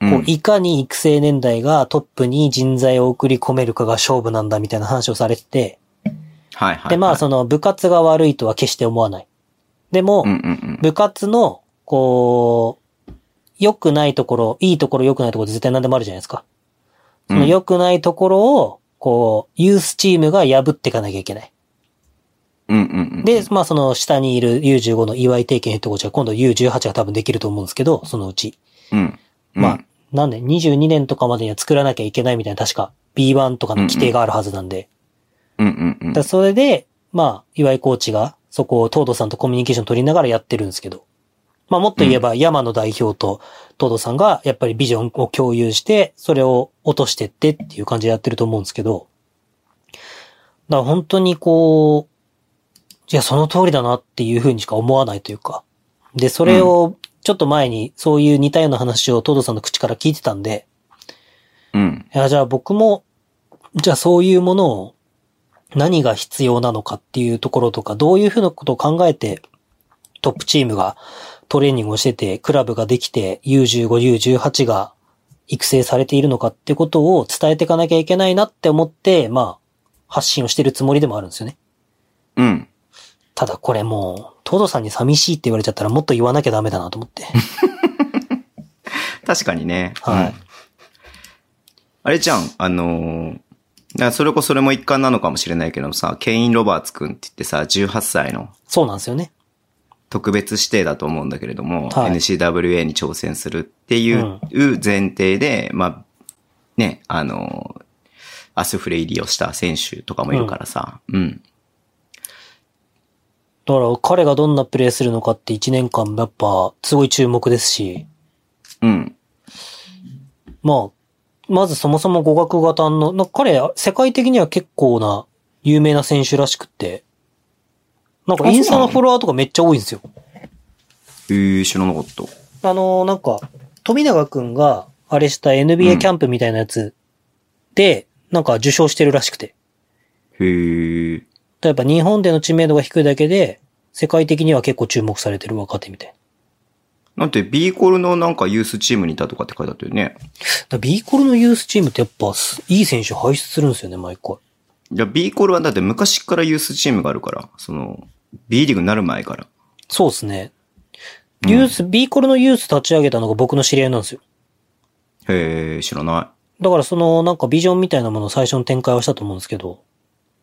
うんこう、いかに育成年代がトップに人材を送り込めるかが勝負なんだみたいな話をされてて、はい。はい。で、まあの、その部活が悪いとは決して思わない。でも、うんうんうん。部活の、こう、良くないところ、いいところ良くないところって絶対何でもあるじゃないですか。そのうん良くないところを、こう、ユースチームが破っていかなきゃいけない。うんうんうん。で、まあその下にいる U15 の岩井定健ヘッドコーチが今度 U18 が多分できると思うんですけど、そのうち。うん。うんまあ、なんで22年とかまでには作らなきゃいけないみたいな確か B1 とかの規定があるはずなんで。うんうんうんだから。それで、まあ、岩井コーチがそこを東堂さんとコミュニケーション取りながらやってるんですけど。まあもっと言えば山野代表と東堂さんがやっぱりビジョンを共有して、それを落としてってっていう感じでやってると思うんですけど。だから本当にこう、いや、その通りだなっていうふうにしか思わないというか。で、それをちょっと前にそういう似たような話を東堂さんの口から聞いてたんで、うん。いや、じゃあ僕も、じゃあそういうものを何が必要なのかっていうところとか、どういうふうなことを考えてトップチームがトレーニングをしてて、クラブができて U15、U18 が育成されているのかってことを伝えていかなきゃいけないなって思って、まあ、発信をしてるつもりでもあるんですよね。うん。ただこれもう、トドさんに寂しいって言われちゃったらもっと言わなきゃダメだなと思って。確かにね。はいうんあれじゃん、あのーだからそれこそそれも一環なのかもしれないけどさ、ケイン・ロバーツ君って言ってさ、18歳のそうなんですよね。特別指定だと思うんだけれども、はい NCWA に挑戦するっていう前提で、まあ、ね、あの、アスフレ入りをした選手とかもいるからさ、うん。だから彼がどんなプレーするのかって1年間やっぱすごい注目ですし、うん。まあ、まずそもそも語学型の、なんか彼世界的には結構な有名な選手らしくって、なんかインスタのフォロワーとかめっちゃ多いんですよ。えー、知らなかった。あのーなんか、富永くんがあれした NBA キャンプみたいなやつで、なんか受賞してるらしくて。へー。やっぱ日本での知名度が低いだけで、世界的には結構注目されてる若手みたいな。なんて、ビーコルのなんかユースチームにいたとかって書いてあったよね。だから B コルのユースチームってやっぱすいい選手輩出するんですよね、毎回。いや、ビーコルはだって昔からユースチームがあるから、その、B リーグになる前から。そうですね。ユース、B コルのユース立ち上げたのが僕の知り合いなんですよ。へー、知らなだからそのなんかビジョンみたいなものを最初の展開はしたと思うんですけど。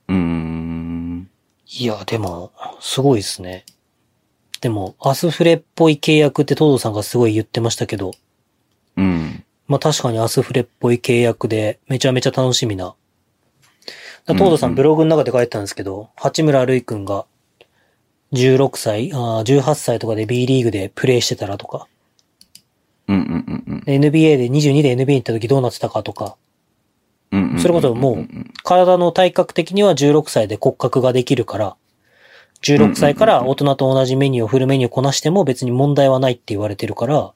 い。うーん。いや、でも、すごいですね。でも、アスフレっぽい契約って東堂さんがすごい言ってましたけど、うん。まあ確かにアスフレっぽい契約でめちゃめちゃ楽しみな。だから東堂さうんうんんブログの中で書いてたんですけど、八村塁くんが16歳、あー18歳とかで B リーグでプレーしてたらとか、うんうんうんうん。で NBA で22で NBA に行った時どうなってたかとか、うんうんうんうんそれこそもう体の体格的には16歳で骨格ができるから、16歳から大人と同じメニューをフルメニューこなしても別に問題はないって言われてるから、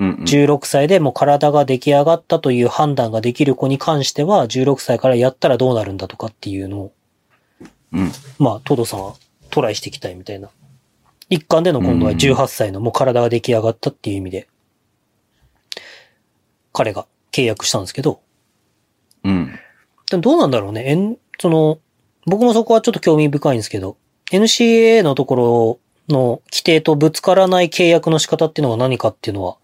うんうん、 16歳でもう体が出来上がったという判断ができる子に関しては、16歳からやったらどうなるんだとかっていうのを、うん。まあ、トドさんはトライしていきたいみたいな。一貫での今度はうん18歳のもう体が出来上がったっていう意味で、彼が契約したんですけど、うん。でもどうなんだろうね。えんその、僕もそこはちょっと興味深いんですけど、NCAA のところの規定とぶつからない契約の仕方っていうのは何かっていうのは、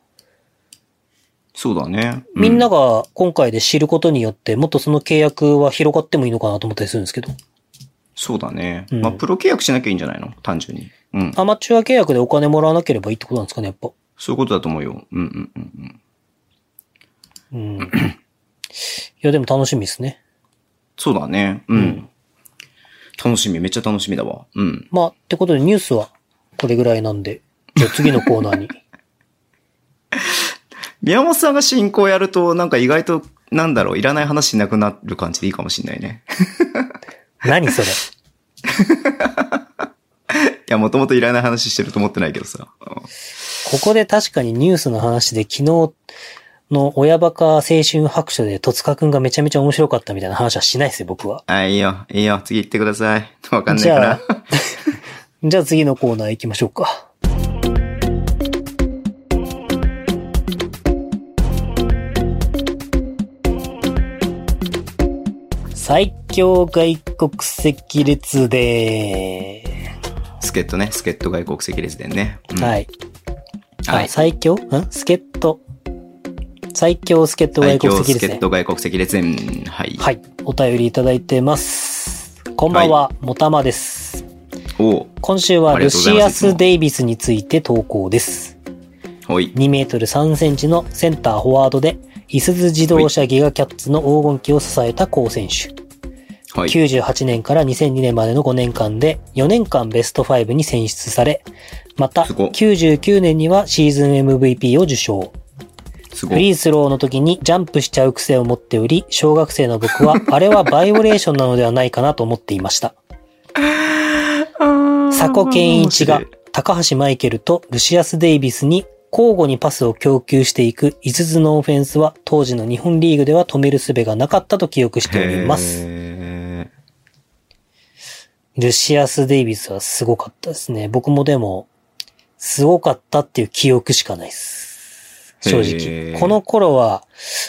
そうだね。うみんな、が今回で知ることによって、もっとその契約は広がってもいいのかなと思ったりするんですけど、そうだね。うんまあ、プロ契約しなきゃいいんじゃないの単純に。うん。アマチュア契約でお金もらわなければいいってことなんですかね、やっぱ。そういうことだと思うよ。うんうんうんうん。うん。いや、でも楽しみですね。そうだね。うん。うん楽しみ、めっちゃ楽しみだわ。うん。まあ、ってことでニュースはこれぐらいなんで、じゃあ次のコーナーに。宮本さんが進行やると、なんか意外と、なんだろう、いらない話なくなる感じでいいかもしんないね。何それいや、もともといらない話してると思ってないけどさ。うんここで確かにニュースの話で昨日の親バカ青春白書で戸塚くんがめちゃめちゃ面白かったみたいな話はしないですよ、僕は。あ、いいよ、いいよ、次行ってください。わかんないじかゃあら。、じゃあ次のコーナー行きましょうか。最強外国籍列で、助っ人ね、助っ人外国籍列伝ね。うんはい。ははいい。。最強ん助っ人。最強助っ人外最国強籍列助伝っ。人外国籍列伝。はい。はい。お便りいただいてます。こんばんは、もたまです。おう今週はありがルとうございシますアス・デイビスについて投稿です。ほい。 2メートル3センチのセンターフォワードで、いすゞ自動車ギガキャッツの黄金期を支えた好選手。はい。 98年から2002年までの5年間で4年間ベスト5に選出され、またすごっ99年にはシーズン MVP を受賞。すごフリい。ースローの時にジャンプしちゃう癖を持っており、小学生の僕は、あれはバイオレーションなのではないかなと思っていました。佐古健一が面白い高橋マイケルとルシアス・デイビスに交互にパスを供給していく5つのオフェンスは当時の日本リーグでは止める術がなかったと記憶しております。へルシアス・デイビスはすごかったですね。僕もでも、すごかったっていう記憶しかないです。へ正直。ーこの頃は、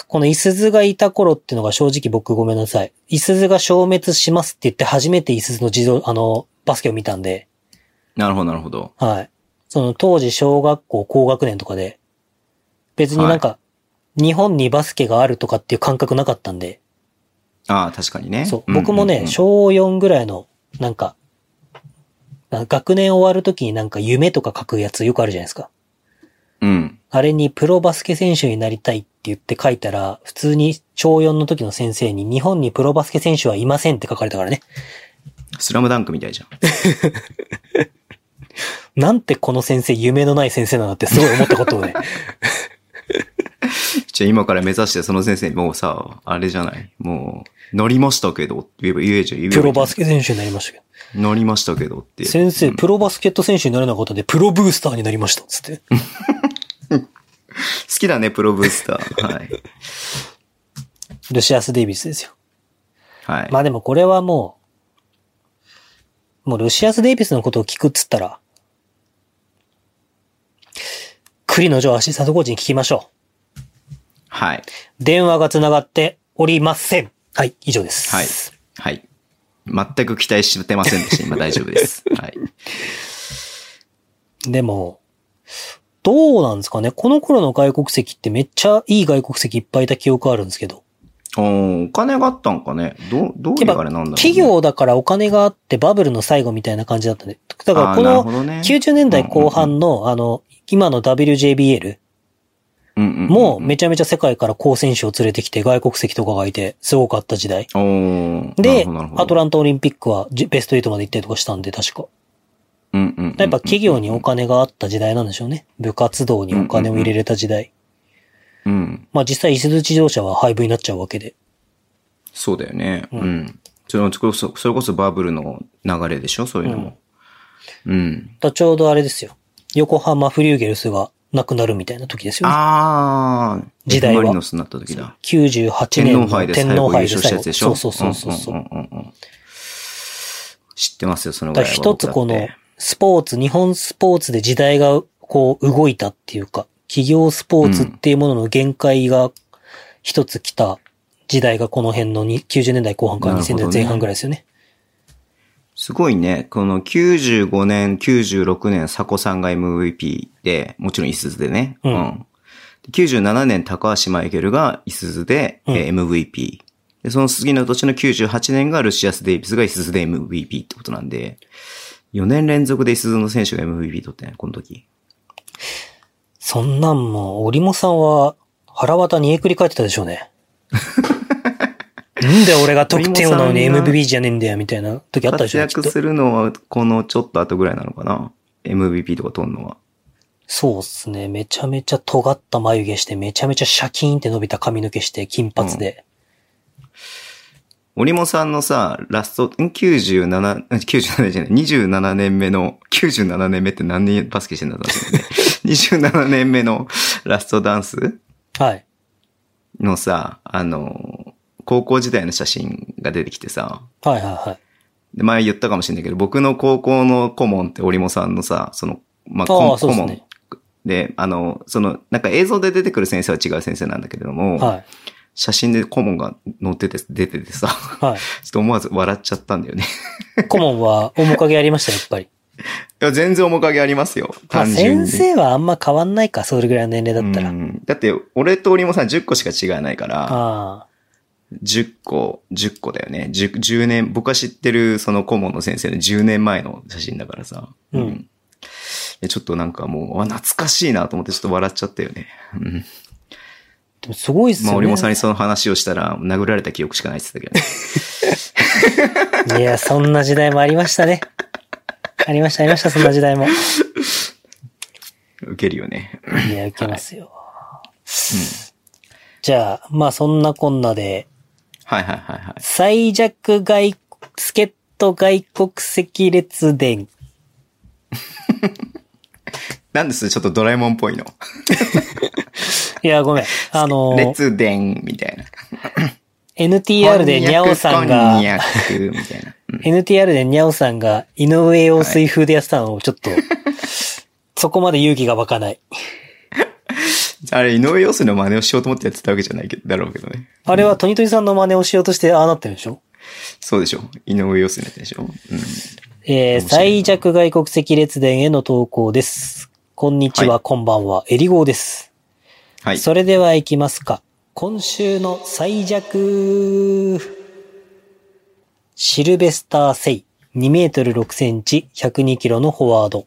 このイスズがいた頃っていうのが正直僕ごめんなさい。イスズが消滅しますって言って初めてイスズの自動、あの、バスケを見たんで、ーなるほど、なるほど。はい。その当時小学校高学年とかで、別になんか、日本にバスケがあるとかっていう感覚なかったんで、ああ、確かにね。そう。ん僕もうんね、うん小4ぐらいの、なんか、あ学年終わるときになんか夢とか書くやつよくあるじゃないですか。うん。あれにプロバスケ選手になりたいって言って書いたら、普通に小4の時の先生に日本にプロバスケ選手はいませんって書かれたからね。スラムダンクみたい (laughs) じゃん。なんてこの先生夢のない先生なんだってすごい思ったことをね。じゃあ今から目指してその先生にもうさ、あれじゃないもう、乗りましたけどって言えば言えじゃん。言えばいいプロバスケ選手になりましたけど。乗りましたけどって。先生、うんプロバスケット選手になれなかったんで、プロブースターになりました。つって。好きだね、プロブースター。 (laughs) はい。ルシアス・デイビスですよ。はい。まあでもこれはもう、もうルシアス・デイビスのことを聞くっつったら、栗野城アシスタントコーチに聞きましょはい。う。電話が繋がっておりません。はい、以上です。はい。はい。全く期待してませんでした。今大丈夫 (laughs) です。はい。でも、どうなんですかねこの頃の外国籍ってめっちゃいい外国籍いっぱいいた記憶あるんですけど。おーお金があったんかねどう、どういうあれなんだろう、ね、企業だからお金があってバブルの最後みたいな感じだったね。だからあこーなるのほどね90年代後半の、あの、今の WJBL うんうんうんもめちゃめちゃ世界から高選手を連れてきて外国籍とかがいてすごかった時代。おーで、アトラランタオリンピックはじベスト8まで行ったりとかしたんで確か。うんうんうんうんやっぱ企業にお金があった時代なんでしょうね。部活動にお金を入れれた時代。うん。まあ実際、伊豆自動車は廃部になっちゃうわけで。そうだよね。うんん。それこそ、それこそバブルの流れでしょそういうのも。うん。だちょうどあれですよ。横浜フリューゲルスが亡くなるみたいな時ですよね。ああ、時代は F マリノスになった時だ。 98天年皇の杯で天最後優皇杯勝でした最や後。つでしょそうそうそうそう。んんんうんうん知ってますよ、そのぐだらかいらは一つこ僕だっのてスポーツ、日本スポーツで時代がこう動いたっていうか、企業スポーツっていうものの限界が一つ来た時代がこの辺のに90年代後半からなる2000ほど年ね前半ぐらいですよね。すごいね。この95年、96年、佐古さんが MVP で、もちろんイスズでね。うん97年、高橋マイケルがイスズで、えー MVP。で、その次の年の98年がルシアス・デイビスがイスズで MVP ってことなんで、4年連続でイスズの選手が MVP 取ってね、この時。そんなんも、織茂さんは腹渡煮えくり返ってたでしょう (laughs) ね。なんで俺が得点王なの織茂にさんが MVP じゃねえんだよみたいな時あったでし活ょうね、きっ躍とするのは、このちょっと後ぐらいなのかな ?MVP とか取るのは。そうっすね。めちゃめちゃ尖った眉毛して、めちゃめちゃシャキーンって伸びた髪の毛して、金髪で。森本さんのさ、ラスト、ん97、97じゃない、27年目の、97年目って何年バスケしてんだろうね。27年目のラストダンスはい。のさ、あの、高校時代の写真が出てきてさ、はいはいはい。で前言ったかもしれないけど、僕の高校の顧問って織本さんのさ、その、まあ、ああ顧そう顧ですね問で、あの、その、なんか映像で出てくる先生は違う先生なんだけれども、はい。写真で顧問が載ってて、出ててさ、 (laughs) ちはょっと思わず笑っちゃったんだよね。い。顧問は面影ありました、やっぱり。いや、全然面影ありますよ。まあ、単純先に。生はあんま変わんないか、それぐらいの年齢だったら。うあんだって、俺と織もさん10個しか違いないから、あ。 10個、10個だよね。10, 10年、僕が知ってるその顧問の先生の10年前の写真だからさ。うんいやちょっとなんかもう、あ、懐かしいなと思ってちょっと笑っちゃったよね。うん。でもすごいっすまあ、よ織ね。もさんにその話をしたら、殴られた記憶しかないって言ってたけどね。いや、そんな時代もありましたね。ありました、ありました、そんな時代も。受けるよね。 (laughs) いや、受けますよ。じゃあ、まあそんなこんなで、はいはいはいはい。最弱外、助っ人外国籍列伝。なんですちょっとドラえもんっぽいの。いや、ごめん。あのー、列伝みたいな。 NTR でニャオさんこがんに、ゃくこんにゃくみたいな。うん NTR でニャオさんが井上陽水風でやってたのをちょっと、 (laughs) そこまで勇気が湧かない。あれ、井上陽水の真似をしようと思ってやってたわけじゃないけど、だろうけどね。あれはトニトニさんの真似をしようとしてああなってるでしょそうでしょ。井上陽水のやつでしょ。うん。えー、最弱外国籍列伝への投稿です。こんにちは、はこんばんは、エリゴーです。はい。それでは行きますか。今週の最弱。シルベスター・セイ。 2メートル6センチ、102キロのフォワード。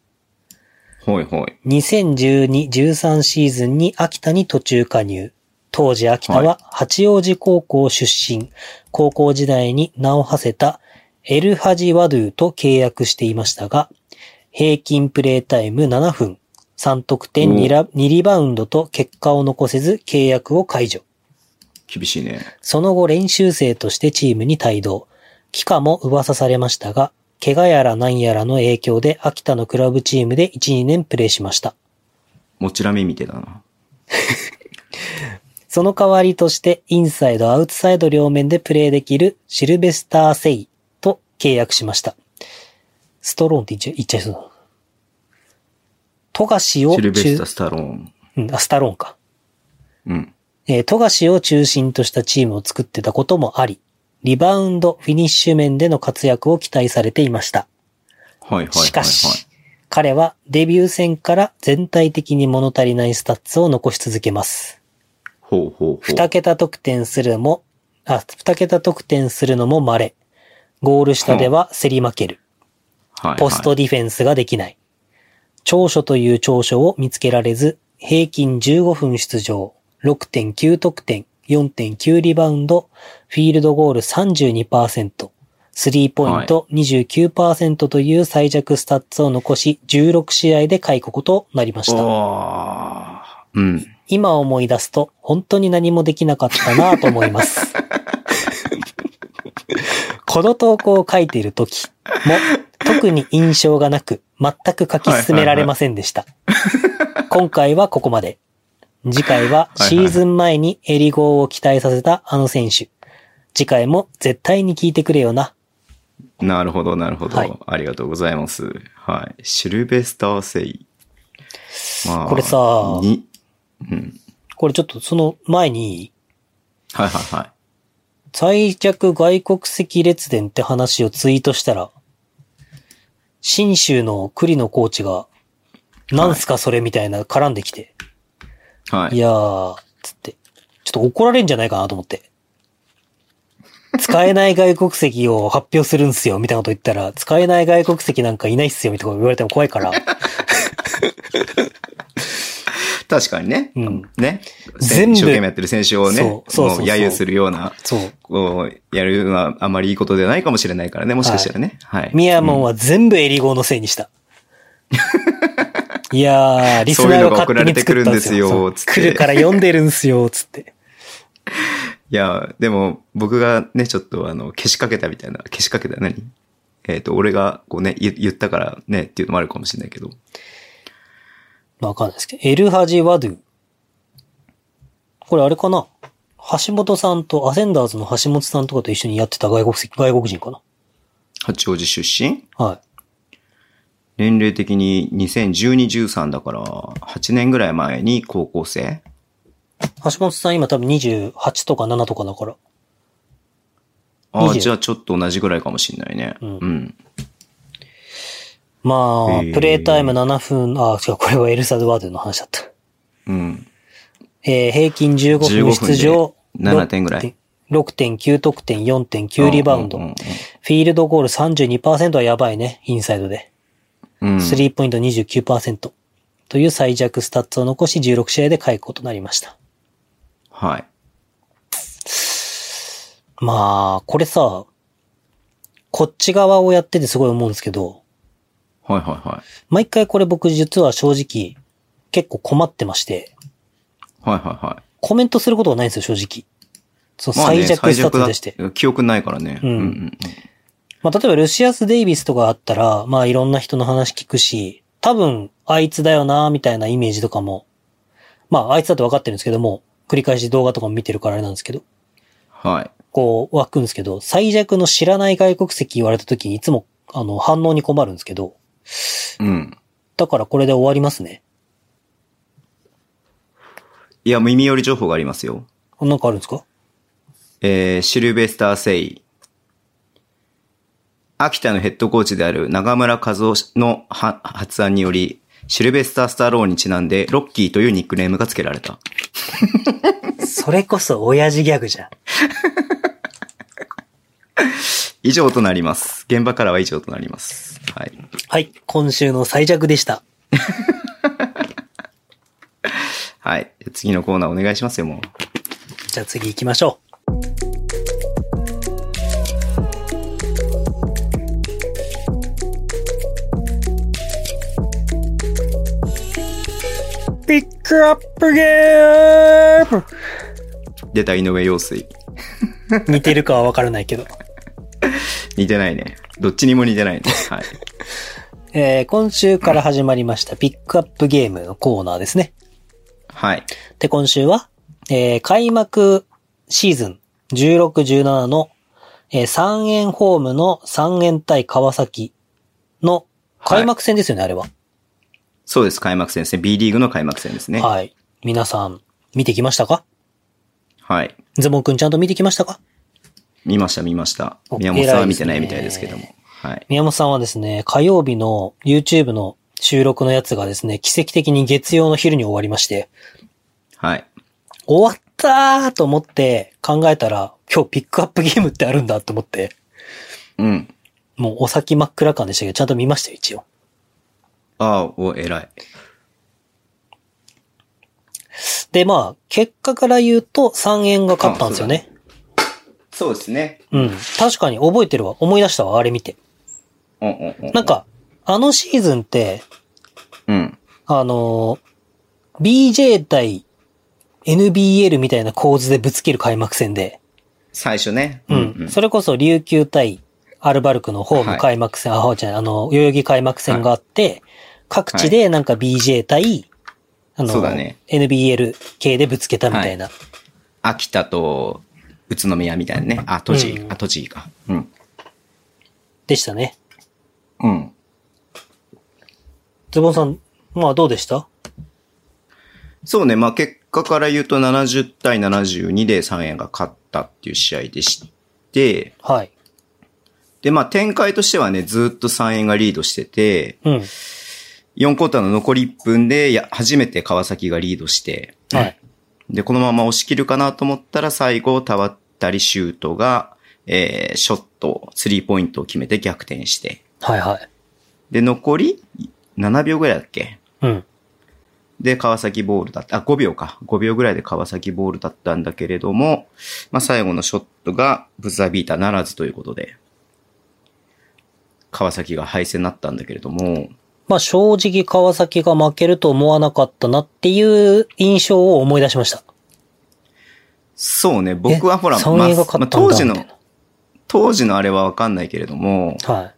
ほいほい。 2012-13シーズンに秋田に途中加入。当時秋田はは八王子高校出身。高校時代に名を馳せたエルハジワドゥと契約していましたが、平均プレータイム7分、3得点うん 2, ラ2リバウンドと結果を残せず契約を解除。厳しいね。その後練習生としてチームに帯同。帰化も噂されましたが、怪我やら何やらの影響で秋田のクラブチームで1、2年プレーしました。もちらみ見てたな。その代わりとして、インサイド、アウトサイド両面でプレーできるシルベスター・セイと契約しました。ストローンって言っちゃ言っちゃいそうだな。富樫をシルベスタ・中、スタローン。うん、あ、スタローンか。うん。えー富樫を中心としたチームを作ってたこともあり、リバウンド、フィニッシュ面での活躍を期待されていました。はいはいはい、はい。しかし、彼はデビュー戦から全体的に物足りないスタッツを残し続けます。ほうほうほう。二桁得点するも、あ、二桁得点するのも稀。ゴール下では競り負ける。はいはいポストディフェンスができない。長所という長所を見つけられず、平均15分出場、6.9得点、4.9リバウンド、フィールドゴール32%、スリーポイント29%という最弱スタッツを残し、16試合で解雇となりました。おーうん。今思い出すと、本当に何もできなかったなぁと思います。 (laughs) この投稿を書いている時も、特に印象がなく、全く書き進められませんでした。今回はここまで。次回はシーズン前にエリゴーを期待させたあの選手。次回も絶対に聞いてくれよな。なるほど、なるほど、はいありがとうございます。はい。シルベスター・セイ。まこれさに、うん。これちょっとその前に、はいはいはい。最弱外国籍列伝って話をツイートしたら、新州の栗野コーチが、なんすかそれみたいな絡んできて、はい。い、やー、つって、ちょっと怒られんじゃないかなと思って。使えない外国籍を発表するんすよ、みたいなこと言ったら、使えない外国籍なんかいないっすよ、みたいなこと言われても怖いから、確かにね。うんね。全部一生懸命やってる選手をね、そうそうそうそうも揶揄するような、そう。こう、やるのはあまりいいことではないかもしれないからね、もしかしたらね。はい。ミヤモンは、は全部エリゴーのせいにした。いやー、リス (laughs) そういナうのーがが勝手に作ったんですよ。送られてくるんですよつって来るから読んでるんすよ、つって。いや、でも、僕がね、ちょっとあの、消しかけたみたいな、消しかけた何えっ、と、俺がこうね、言言ったからね、っていうのもあるかもしれないけど。まあわかんないですけど。エルハジ・ワドゥ。これあれかな橋本さんと、アセンダーズの橋本さんとかと一緒にやってた外国籍、外国人かな八王子出身は年齢的に2012-13だから、8年ぐらい前に高校生い。橋本さん今多分28とか7とかだから。ああ、 20じゃあちょっと同じぐらいかもしれないね。んうん。まあへ、ープレイタイム7分、あ、違う、これはエルサドワドゥの話だった。うん。えー平均15分出場。 15分で7点ぐらい6.9得点、4.9リバウンド。うんうんうんフィールドゴール32%はやばいね、インサイドで。うん。スリーポイント29%。という最弱スタッツを残し16試合で解雇となりました。はい。まあ、これさ、こっち側をやっててすごい思うんですけど、はいはいはい。毎回これ僕実は正直結構困ってまして、はいはいはい。コメントすることがないんですよ、正直。そのまあね最弱スタッツに対して。最弱だ記憶ないからね。うんうんうんまあ、例えばルシアス・デイビスとかあったら、まあ、いろんな人の話聞くし、多分、あいつだよな、みたいなイメージとかも、まあ、あいつだって分かってるんですけども、繰り返し動画とかも見てるからあれなんですけど、はい。こう、湧くんですけど、最弱の知らない外国籍言われた時にいつも、あの、反応に困るんですけど、うん。だからこれで終わりますね。いや、耳寄り情報がありますよ。なんかあるんですかえーシルベスター・セイ。秋田のヘッドコーチである長村和夫のは発案により、シルベスター・スタローンにちなんで、ロッキーというニックネームが付けられた。それこそ親父ギャグじゃん。以上となります。現場からは以上となります。はい。はい。今週の最弱でした。はい。次のコーナーお願いしますよ、もう。じゃあ次行きましょう。ピックアップゲーム出た井上陽水。似てるかはわからないけど。似てないね。どっちにも似てないね。はい。えー、今週から始まりましたピックアップゲームのコーナーですね。はい。で、今週は、えー、開幕シーズン16、17の、えー、3円ホームの3円対川崎の開幕戦ですよね、あれは。そうです。開幕戦ですね。B リーグの開幕戦ですね。はい。はい。皆さん、見てきましたかズボンくんちゃんと見てきましたか見ました、見ましたお。宮本さんは見てない偉いでみすねたいですけども。はい。宮本さんはですね、火曜日の YouTube の収録のやつがですね、奇跡的に月曜の昼に終わりまして、はい。終わったーと思って考えたら、今日ピックアップゲームってあるんだと思って、うん。もうお先真っ暗感でしたけど、ちゃんと見ましたよ、一応。ああ、お、偉い。で、まあ、結果から言うと3円が勝ったんですよね。そうですね。うん。確かに覚えてるわ。思い出したわ、あれ見て。うんうんうん。なん。か、あのシーズンって、うん。あのー BJ 対 NBL みたいな構図でぶつける開幕戦で、最初ね。うん。それこそ琉球対アルバルクのホーはムい開幕戦、あ、ホームじゃない、あの、代々木開幕戦があって、各地でなんか BJ 対、あその、うだね NBL 系でぶつけたみたいな。秋田と宇都宮みたいなね。あ、栃木、うんあ、栃木か。うん。でしたね。うん。ズボンさん、まあどうでしたそうね。まあ、結果から言うと70対72で3円が勝ったっていう試合でして、はい。で、まあ、展開としてはね、ずっと3円がリードしてて、うん。 4クォーターの残り1分で、いや、初めて川崎がリードして、はい。で、このまま押し切るかなと思ったら、最後、たわったりシュートが、えー、ショット、スリーポイントを決めて逆転して、はいはい。で、残り7秒ぐらいだっけうん。で、川崎ボールだった。あ、5秒か。5秒ぐらいで川崎ボールだったんだけれども、まあ、最後のショットがブザービーターならずということで、川崎が敗戦になったんだけれども、まあ正直川崎が負けると思わなかったなっていう印象を思い出しました。そうね、僕はほら、え三栄まあが勝ったんだ当時のみたい、当時のあれはわかんないけれども、はい。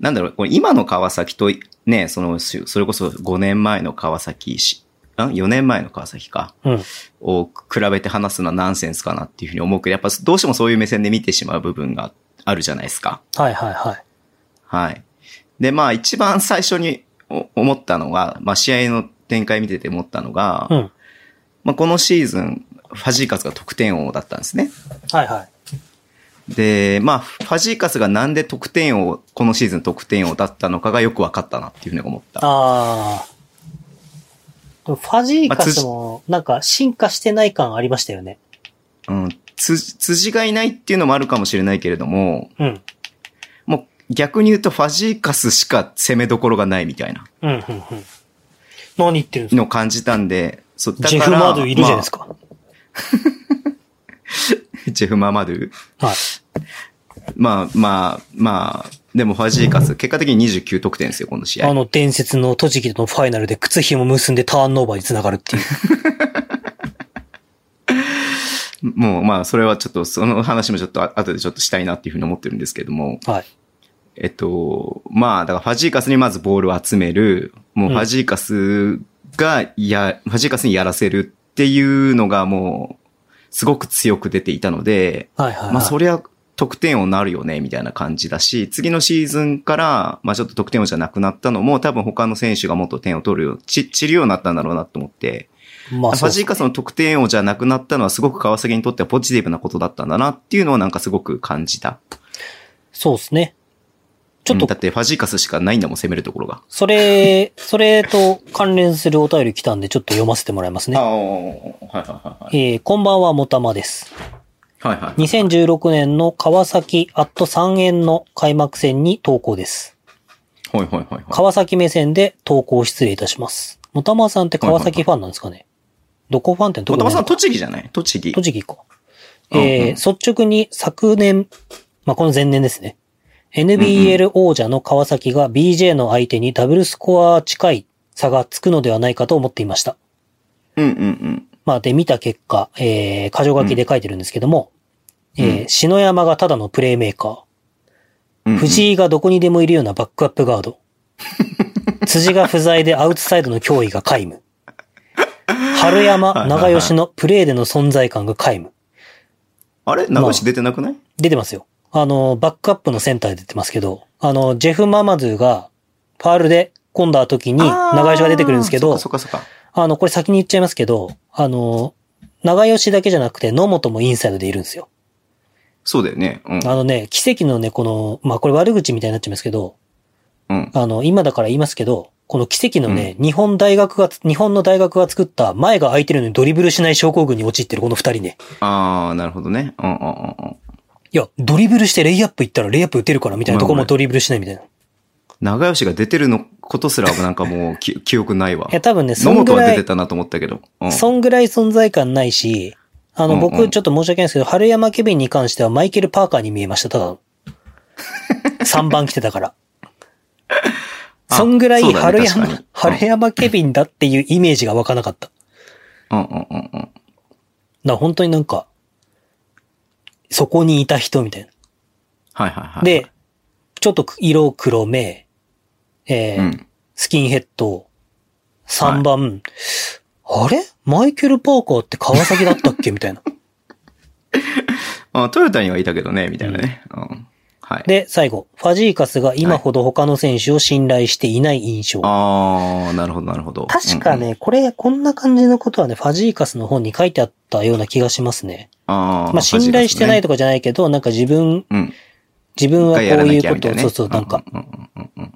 なんだろう、これ今の川崎と、ね、その、しそれこそ5年前の川崎し、あ ?4 年前の川崎か。うん。を比べて話すのはナンセンスかなっていうふうに思うけど、やっぱどうしてもそういう目線で見てしまう部分があるじゃないですか。はいはいはい。はい。で、まあ一番最初にお思ったのが、まあ試合の展開見てて思ったのが、うん。まあこのシーズン、ファジーカスが得点王だったんですね。はいはい。で、まあ、ファジーカスがなんで得点王、このシーズン得点王だったのかがよく分かったなっていうふうに思った。あー。でもファジーカスも、なんか進化してない感ありましたよね。うん、つ、辻がいないっていうのもあるかもしれないけれども、うん。もう逆に言うとファジーカスしか攻めどころがないみたいなうん、うん、うん。何言ってるんですのを感じたんで、そう、だかから、ジェフ・マードゥいるじゃないですか。まあジェフ・ママドゥはい。まあまあ、まあ、でもファジーカス、結果的に29得点ですよ、この試あ合。の伝説の栃木とのファイナルで靴紐結んでターンオーバーにつなが (laughs) るっていう。もうまあ、それはちょっと、その話もちょっとあ後でちょっとしたいなっていうふうに思ってるんですけれども、はい。えっと、まあ、だからファジーカスにまずボールを集める、もうファジーカスが、いや、ファジーカスにやらせるっていうのがもう、すごく強く出ていたので、はいはい、はい。まあ、それ。りゃ得点王になるよね、みたいな感じだし、次のシーズンから、まあ、ちょっと得点王じゃなくなったのも、多分他の選手がもっと点を取るよ、ち、散るようになったんだろうなと思って、まあ、ファジーカスの得点王じゃなくなったのは、すごく川崎にとってはポジティブなことだったんだなっていうのはなんかすごく感じた。そうですね。ちょっうんとだ、ってファジーカスしかないんだもん、攻めるところが。それ、それと関連するお便り来たんで、ちょっと読ませてもらいますね。ああ、はいはいはいはい。えー、こんばんは、もたまです。はいはい。 2016年の川崎アット3円の開幕戦に投稿です。はいはいはい、はい。川崎目線で投稿失礼いたします。もたまさんって川崎ファンなんですかねどこファンってどもとこなものさん、栃木じゃない栃木。栃木か。うんうんえー率直に昨年、まあ、この前年ですね。NBL 王者の川崎が BJ の相手にダブルスコア近い差がつくのではないかと思っていました。うんうんうん。まあ、で、見た結果、えー、箇条書きで書いてるんですけども、うんえー篠山がただのプレイメーカうんうー、ん藤井がどこにでもいるようなバックアップガ (laughs) ード、辻が不在でアウトサイドの脅威が皆無、春山、長吉のプレーでの存在感が皆無、あれ名越出てなくない、出てますよ。あの、バックアップのセンターで出てますけど、あの、ジェフ・ママズが、ファールで込んだ時に、あー長吉が出てくるんですけど、そっかそっかそっか。あの、これ先に言っちゃいますけど、あの、長吉だけじゃなくて、野本もインサイドでいるんですよ。そうだよね。うん。あのね、奇跡のね、この、まあ、これ悪口みたいになっちゃいますけど、うん。あの、今だから言いますけど、この奇跡のね、日本大学が、日本の大学が作った前が空いてるのにドリブルしない症候群に陥ってるこの二人ね。あー、なるほどね。うんうんうんうん。いや、ドリブルしてレイアップ行ったらレイアップ打てるからみたいなとこもドリブルしないみたいな。長吉が出てるのことすらなんかもう (laughs) き記憶ないわい。や、多分ね、そ野ん本ぐはら出てい、たなと思ったけど。うん。そんぐらい存在感ないし、あの、うんう僕、んちょっと申し訳ないですけど、春山ケビンに関してはマイケル・パーカーに見えました、た (laughs) だの。3番来てたから。あそんぐらいそうだね春確か山に、春山ケビンだっていうイメージが湧かなかった。うんうんうんうん。な、本当になんか、そこにいた人みたいはいはいはな。い。、で、ちょっと色黒目、えーうん。スキンヘッド、3番、あれマイケル・パーカーって川崎だったっけみたいな。あトヨタにはいたけどね、みたいなね。うん。はい。で、最後、ファジーカスが今ほど他の選手を信頼していない印象。あー、なるほどなるほど。確かうんうん。ね、これ、こんな感じのことはね、ファジーカスの本に書いてあったような気がしますね。あー。まあ、信頼してなと。いとかじゃないけど、なんか自分、うん。自分はこうやらいなうきゃこみたといを、なねそうそう、なんか、。うんうんうんうんうん。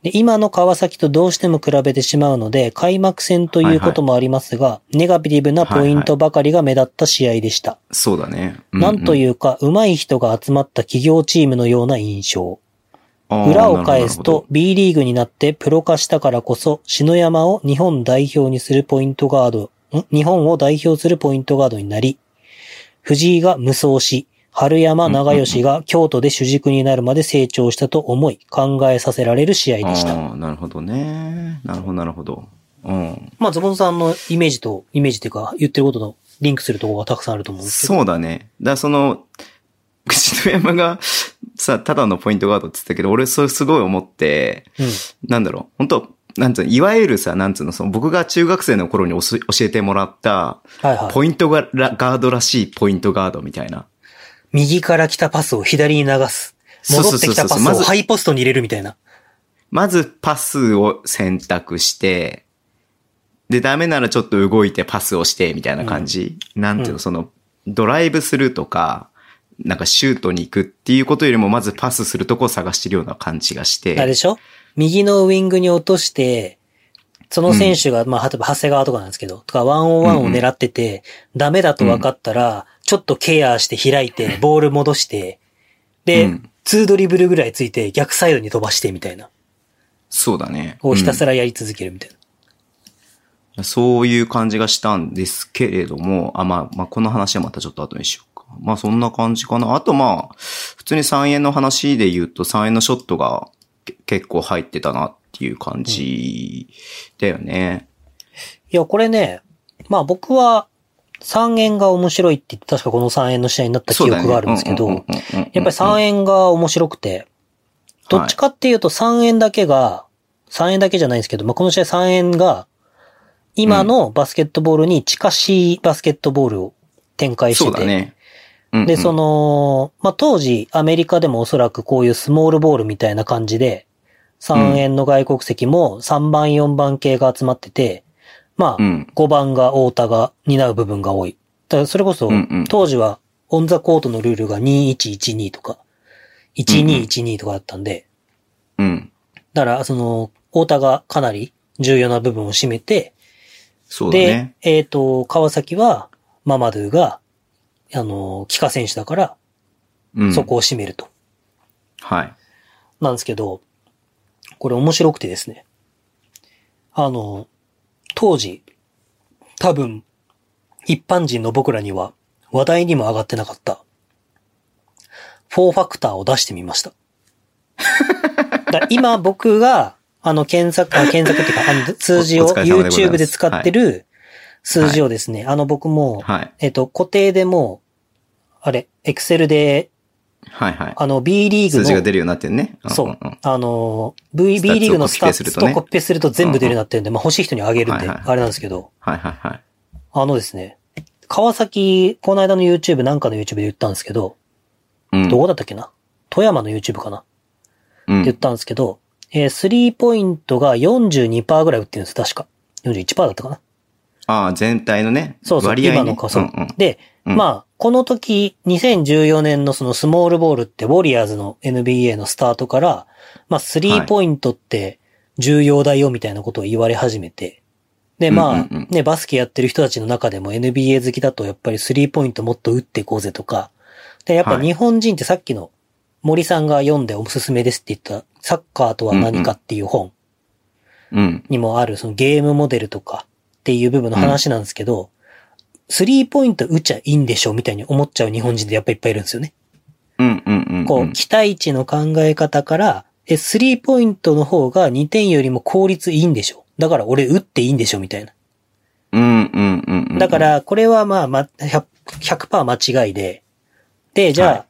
で今の川崎とどうしても比べてしまうので、開幕戦ということもありますが、ネガティブなポイントばかりが目立った試合でした。そうだね。なんとういうか、上手い人が集まった企業チームのような印象。んうん、裏を返すとあ B リーグになってプロ化したからこそ、篠山を日本代表にするポイントガード、ん日本を代表するポイントガードになり、藤井が無双し、春山長吉が京都で主軸になるまで成長したと思い、考えさせられる試ー合でした。あーなるほどね。なるほどなるほど。うん。まあ、ズボンさんのイメージと、イメージっていうか、言ってることのリンクするところがたくさんあると思うんですけど。そうだね。だからその、 (laughs) 口の山がさ、ただのポイントガードって言ってたけど、俺それすごい思って、うん。なんだろう、本当なんつうの、いわゆるさ、なんつうの、その僕が中学生の頃におす教えてもらった、はいはい。ポイントがらガードらしいポイントガードみたいな。右から来たパスを左に流す。そうそ戻うってそうそきたうパスまをずハイポストに入れるみたいな。まずパスを選択して、で、ダメならちょっと動いてパスをして、みたいな感じ。なんていううの、んその、ドライブするとか、なんかシュートに行くっていうことよりも、まずパスするとこを探してるような感じがしあれでて。しょ右のウィングに落として、その選手が、まあ、例えば、長谷川とかなんですけど、とか、ワンオンワンを狙ってて、ダメだと分かったら、ちょっとケアして開いて、ボール戻して、で、うんツードリブルぐらいついて、逆サイドに飛ばしてみたいな。そうだね。をひたすら、らやり続けるみたいな。そういう感じがしたんですけれども、あ、まあ、まあ、この話はまたちょっと後にしようか。まあ、そんな感じかな。あと、まあ、普通に3円の話で言うと、3円のショットがけ結構入ってたなっていう感じだよね。いや、これね、まあ僕は、3円が面白いって言って、確かこの3円の試合になった記そうだよ憶ねがあるんですけど、うやうっんうんうんうんぱり3円が面白くて、どっちかっていうと3円だけが、3円だけじゃないですけど、まあこの試合3円が、今のバスケットボールに近しいバスケットボールを展開してそうて、だね。うんうんで、そ、の、まあ、当時、アメリカでもおそらくこういうスモールボールみたいな感じで、3円の外国籍も3番、4番系が集まってて、まあ、うん。 5番が太田が担う部分が多い。だからそれこそうんうん、当時はオンザコートのルールが2112とか、1212とかだったんで、うん。だから、その、太田がかなり重要な部分を占めて、そうだでね。、えっ、と、川崎は、ママドゥが、あの、帰化選手だから、うん。そこ。を占めると。はい。なんですけど、これ面白くてですね。あの、当時、多分、一般人の僕らには話題にも上がってなかった、4ファクターを出してみ (laughs) ました。だ今僕が、あの、検索、あ検索っていうか、あの、数字をお疲れ様でございます YouTube で使ってる数字をですね、あの僕も、はい。えっと、固定でもう、あれ、Excel で、はいはい。あの、B リーグ数の字が出るようになってんね。んそんううん。あの、V、スタッツを B リーグのスタッツとココピペすると全部出るようになってるんで、まあ欲しい人にあげるんで、はいはいあれなんですけど、はいはいはい。あのですね、川崎、この間の YouTube、なんかの YouTube で言ったんですけど、うん。どこだったっけな富山の YouTube かなってうん言ったんですけど、えー、スリーポイントが42%ぐらい打ってるんです、確か。41%だったかなああ、全体のね。そうそう、割合ね今のか、そう。んんで、うんまあ、この時、2014年のそのスモールボールって、ウォリアーズの NBA のスタートから、まあ、スリーポイントって重要だよみたいなことを言われ始めて、で、まあ、うんうんうんね、バスケやってる人たちの中でも NBA 好きだと、やっぱりスリーポイントもっと打っていこうぜとか、で、やっぱはい日本人ってさっきの森さんが読んでおすすめですって言った、サッカーとは何かっていう本、うん。にもあるそのゲームモデルとかっていう部分の話なんですけど、スリーポイント打っちゃいいんでしょみたいに思っちゃう日本人ってやっぱいっぱいいるんですよね。うんうんうんうん。こう、期待値の考え方から、え、スリーポイントの方が2点よりも効率いいんでしょだから俺打っていいんでしょみたいな。うんうんうんうん。だか、ら、これはまあ、ま、100%, 100%間違いで、で、じゃあ、はい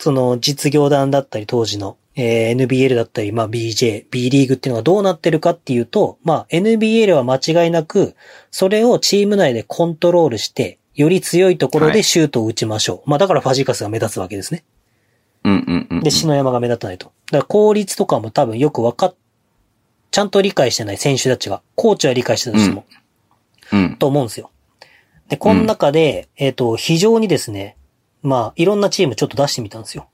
その実業団だったり当時の、えー NBL だったり、まあ BJ、B リーグっていうのがどうなってるかっていうと、まあ NBL は間違いなく、それをチーム内でコントロールして、より強いところはでいシュートを打ちましょう。まあだからファジーカスが目立つわけですね。うんうんうん。で、篠山が目立たないと。だから効率とかも多分よくわかっ、ちゃんと理解してない選手たちが、コーチは理解してたとしても、うん。と思うんですよ。で、この中で、えっ、と、非常にですね、まあ、いろんなチームちょっと出してみたんですよ。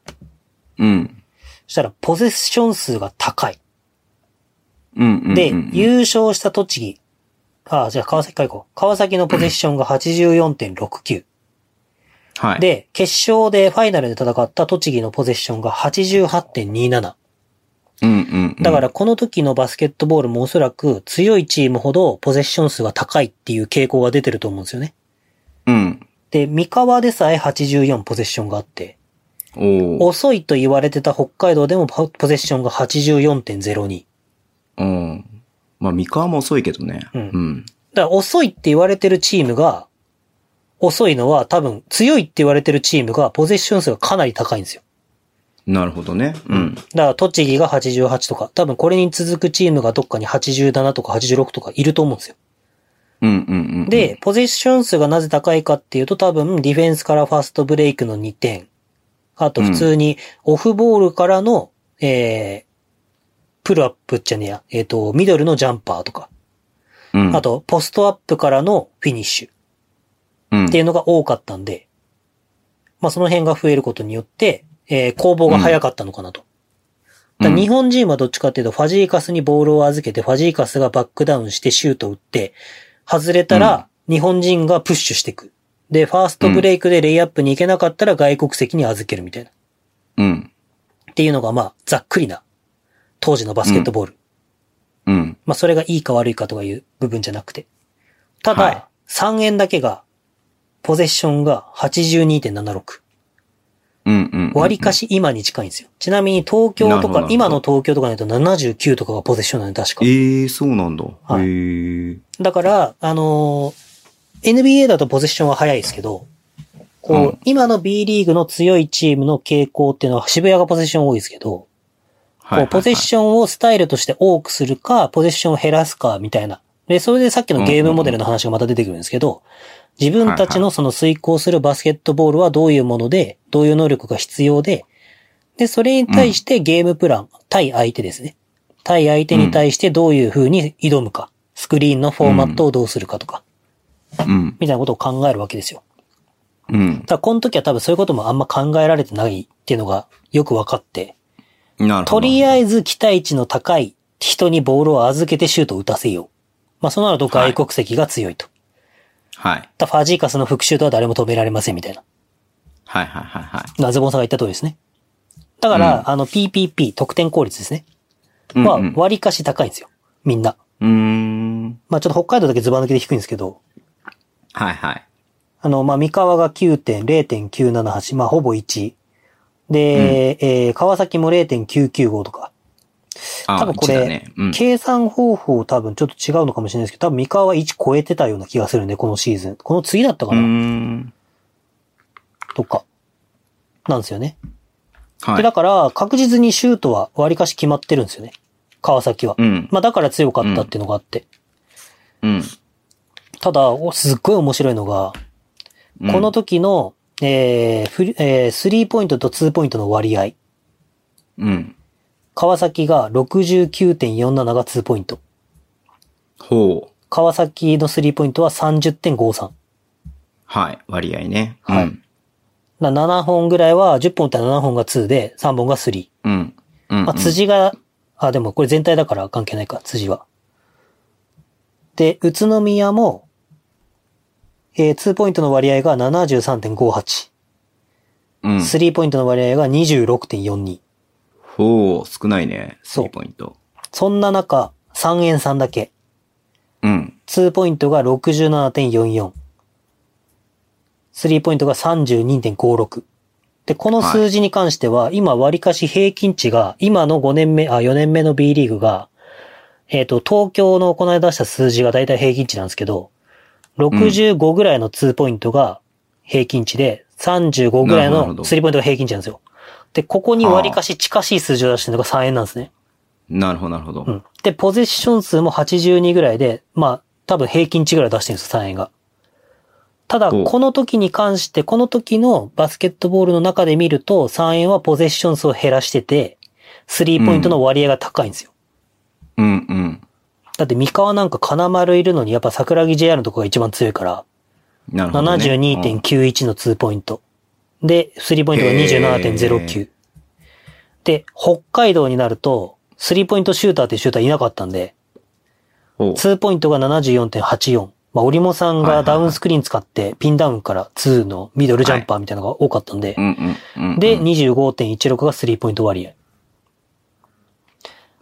うん。そしたら、ポゼッション数が高い。うんうん。で、うん優勝した栃木。ああ、じゃあ川崎から行こう。川崎のポゼッションが84.69。はい。、で、決勝でファイナルで戦った栃木のポゼッションが88.27。うんうんうん。だから、この時のバスケットボールもおそらく強いチームほどポゼッション数が高いっていう傾向が出てると思うんですよね。うん。で、三河でさえ84ポゼッションがあって、おお。遅いと言われてた北海道でもポポゼッションが84.02。うん。まあ、三河も遅いけどね。うんうん。だから遅いって言われてるチームが、遅いのは多分強いって言われてるチームがポゼッション数がかなり高いんですよ。なるほどね。うん。だから栃木が88とか、多分これに続くチームがどっかに87とか86とかいると思うんですよ。うんうんうん。で、、ポゼッション数がなぜ高いかっていうと多分ディフェンスからファーストブレイクの2点。あと普通にオフボールからの、えー、プルアップじゃねえや、えっ、と、ミドルのジャンパーとか。うん、あ、と、ポストアップからのフィニッシュっうん、ていうのが多かったんで、まあその辺が増えることによって、えー攻防が早かったのかなと。だから日本人はどっちかっていうと、ファジーカスにボールを預けて、ファジーカスがバックダウンしてシュートを打って、外れたら日本人がプッシュしていく。で、ファーストブレイクでレイアップに行けなかったら外国籍に預けるみたいな。うん。っていうのがまあ、ざっくりな、当時のバスケットボール。うん。まあ、それがいいか悪いかとかいう部分じゃなくて。ただ、はい3円だけが、ポゼッションが82.76。うん。うん。割かし今に近いんですよ。ちなみに東京なるとほどなるかほ、ど今の東京とかだと79とかがポゼッションなんで確か。ええそうなんだ。はいへえ。だから、あのー NBA だとポゼッションは早いですけど、こう、うん今の B リーグの強いチームの傾向っていうのは渋谷がポゼッション多いですけど、はい。こうポゼッションをスタイルとして多くするか、ポゼッションを減らすか、みたいな。で、それでさっきのゲームモデルの話がまた出てくるんですけど、自分たちのその遂行するバスケットボールはどういうもので、どういう能力が必要で、で、それに対してゲームプラン、対相手ですね。対相手に対してどういう風に挑むか、スクリーンのフォーマットをどうするかとか、うん。みたいなことを考えるわけですよ。うん。ただ、この時は多分そういうこともあんま考えられてないっていうのがよくわかって、なるほど。とりえあえず期待値の高い人にボールを預けてシュートを打たせよう。まあ、そのならど外国籍が強いと。ず、はい。たファジーカスの復讐とは誰も止められませんみたいな。はいはいはいはい。なズボンさんが言った通りですね。だから、うあの PPP、得点効率ですね。うんまあうん、割かし高いんですよ。みんな。うーん。まあ、ちょっと北海道だけズバ抜けで低いんですけど、はいはい。あの、まあ、三河が9.0.978、まあ、ほぼ1。で、えー川崎も0.995とか。あ多分これ、一だねうん、計算方法多分ちょっと違うのかもしれないですけど、多分三河は1超えてたような気がするね、このシーズン。この次だったかうーな、ん。とか。なんですよね。はで、だい。から、確実にシュートは割かし決まってるんですよね。川崎は。うん。まあ、だから強かったっていうのがあって。うん。ただ、おすっごい面白いのが、うんこの、時の、えーフリえー、スリーポイントとツーポイントの割合。うん。川崎が69.47がツーポイント。ほう。川崎のスリーポイントは30.53。はい。割合ね。はいうん。だ7本ぐらいは、10本打ったら7本が2で、3本が3。うん。うん。まあ、辻が、あ、でもこれ全体だから関係ないか、辻は。で、宇都宮も、えー、2ポイントの割合が73.58。うん。スリーポイントの割合が26.42。ほう。少ないね。そうスリーポイント。そんな中、3円3だけ。うん。 2ポイントが67.44。スリーポイントが32.56。で、この数字に関しては、今割かし平均値が、今の5年目、あ、4年目の B リーグが、えっ、と、東京のこの間出した数字が大体平均値なんですけど、65ぐらいの2ポイントが平均値で、35ぐらいなるほのど3ポイントが平均値なんですよ。で、ここに割かし近しい数字を出してるのが3円なんですね。なるほど、なるほど。うん。で、ポゼッション数も82ぐらいで、まあ、多分平均値ぐらい出してるんですよ、3円が。ただ、おこの時に関して、この時のバスケットボールの中で見ると、3円はポゼッション数を減らしてて、スリーポイントの割合が高いんですよ。うん、うん。だって、三河なんか金丸いるのに、やっぱ桜木 JR のとこが一番強いから、なるほど、ね。うん72.91の2ポイント。で、スリーポイントがへ27.09。で、北海道になると、スリーポイントシューターっていうシューターいなかったんで、ほう。 2ポイントが74.84。まあ、オリモさんがダウンスクリーン使って、ピンダウンから2のミドルジャンパーみたいなのが多かったんでう、ん、うん、うん。で、うん、 25.16が3ポイント割合。っ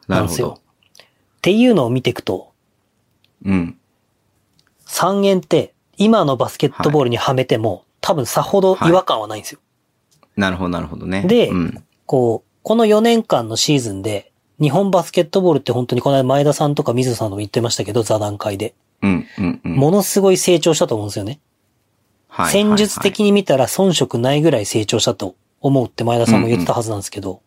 ななんるでほすよど。ていうのを見ていくと、うん。 3円って、今のバスケットボールにはめても、多分さほど違和感はないんですよ。なるほど、なるほどね。でうん。こう、この4年間のシーズンで、日本バスケットボールって本当にこの間前田さんとか水野さんとも言ってましたけど、座談会で。うん、うん、うん。ものすごい成長したと思うんですよね。はい戦術的に見たら遜色ないぐらい成長したと思うって前田さんも言ってたはずなんですけど、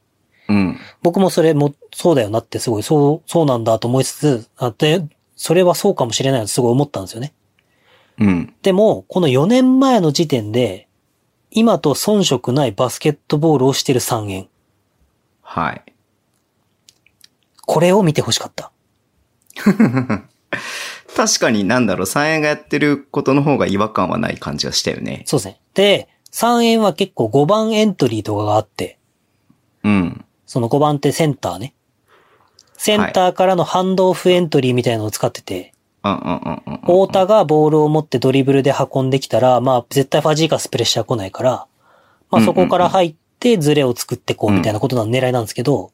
はいはいうん。僕もそれもそうだよなってすごい、そう、そうなんだと思いつつ、あで、それはそうかもしれないなってすごい思ったんですよね。うん。でも、この4年前の時点で、今と遜色ないバスケットボールをしてる3円。はい。これを見てほしかった。確かになんだろう、三円がやってることの方が違和感はない感じがしたよね。そうですね。で、3円は結構5番エントリーとかがあって、うん。その5番ってセンターね。センターからのハンドオフエントリーみたいなのを使ってて、うんうんうんうんうん。太田がボールを持ってドリブルで運んできたら、まあ絶対ファジーカスプレッシャー来ないから、まあそこから入ってズレを作ってこうみたいなことの狙いなんですけど、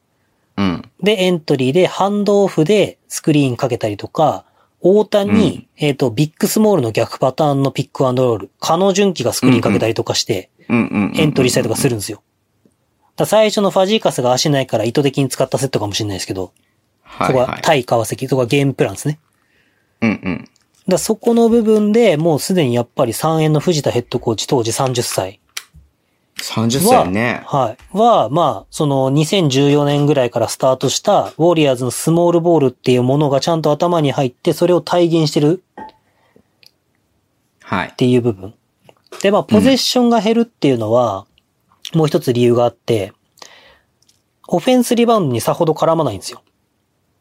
うん。で、エントリーでハンドオフでスクリーンかけたりとか、太田に、えっ、と、ビッグスモールの逆パターンのピックアンドロール、加納純喜がスクリーンかけたりとかして、うんうんうん。エントリーしたりとかするんですよ。だから最初のファジーカスが足ないから意図的に使ったセットかもしれないですけど、はいそこはい、は対川崎、そこはゲームプランですね。うんうん。だからそこの部分でもうすでにやっぱり3円の藤田ヘッドコーチ当時30歳。 30歳ね。はい。は、まあ、その2014年ぐらいからスタートしたウォリアーズのスモールボールっていうものがちゃんと頭に入ってそれを体現してるはいっ。ていう部分。で、まあ、ポゼッションが減るっていうのは、もう一つ理由があって、オフェンスリバウンドにさほど絡まないんですよ。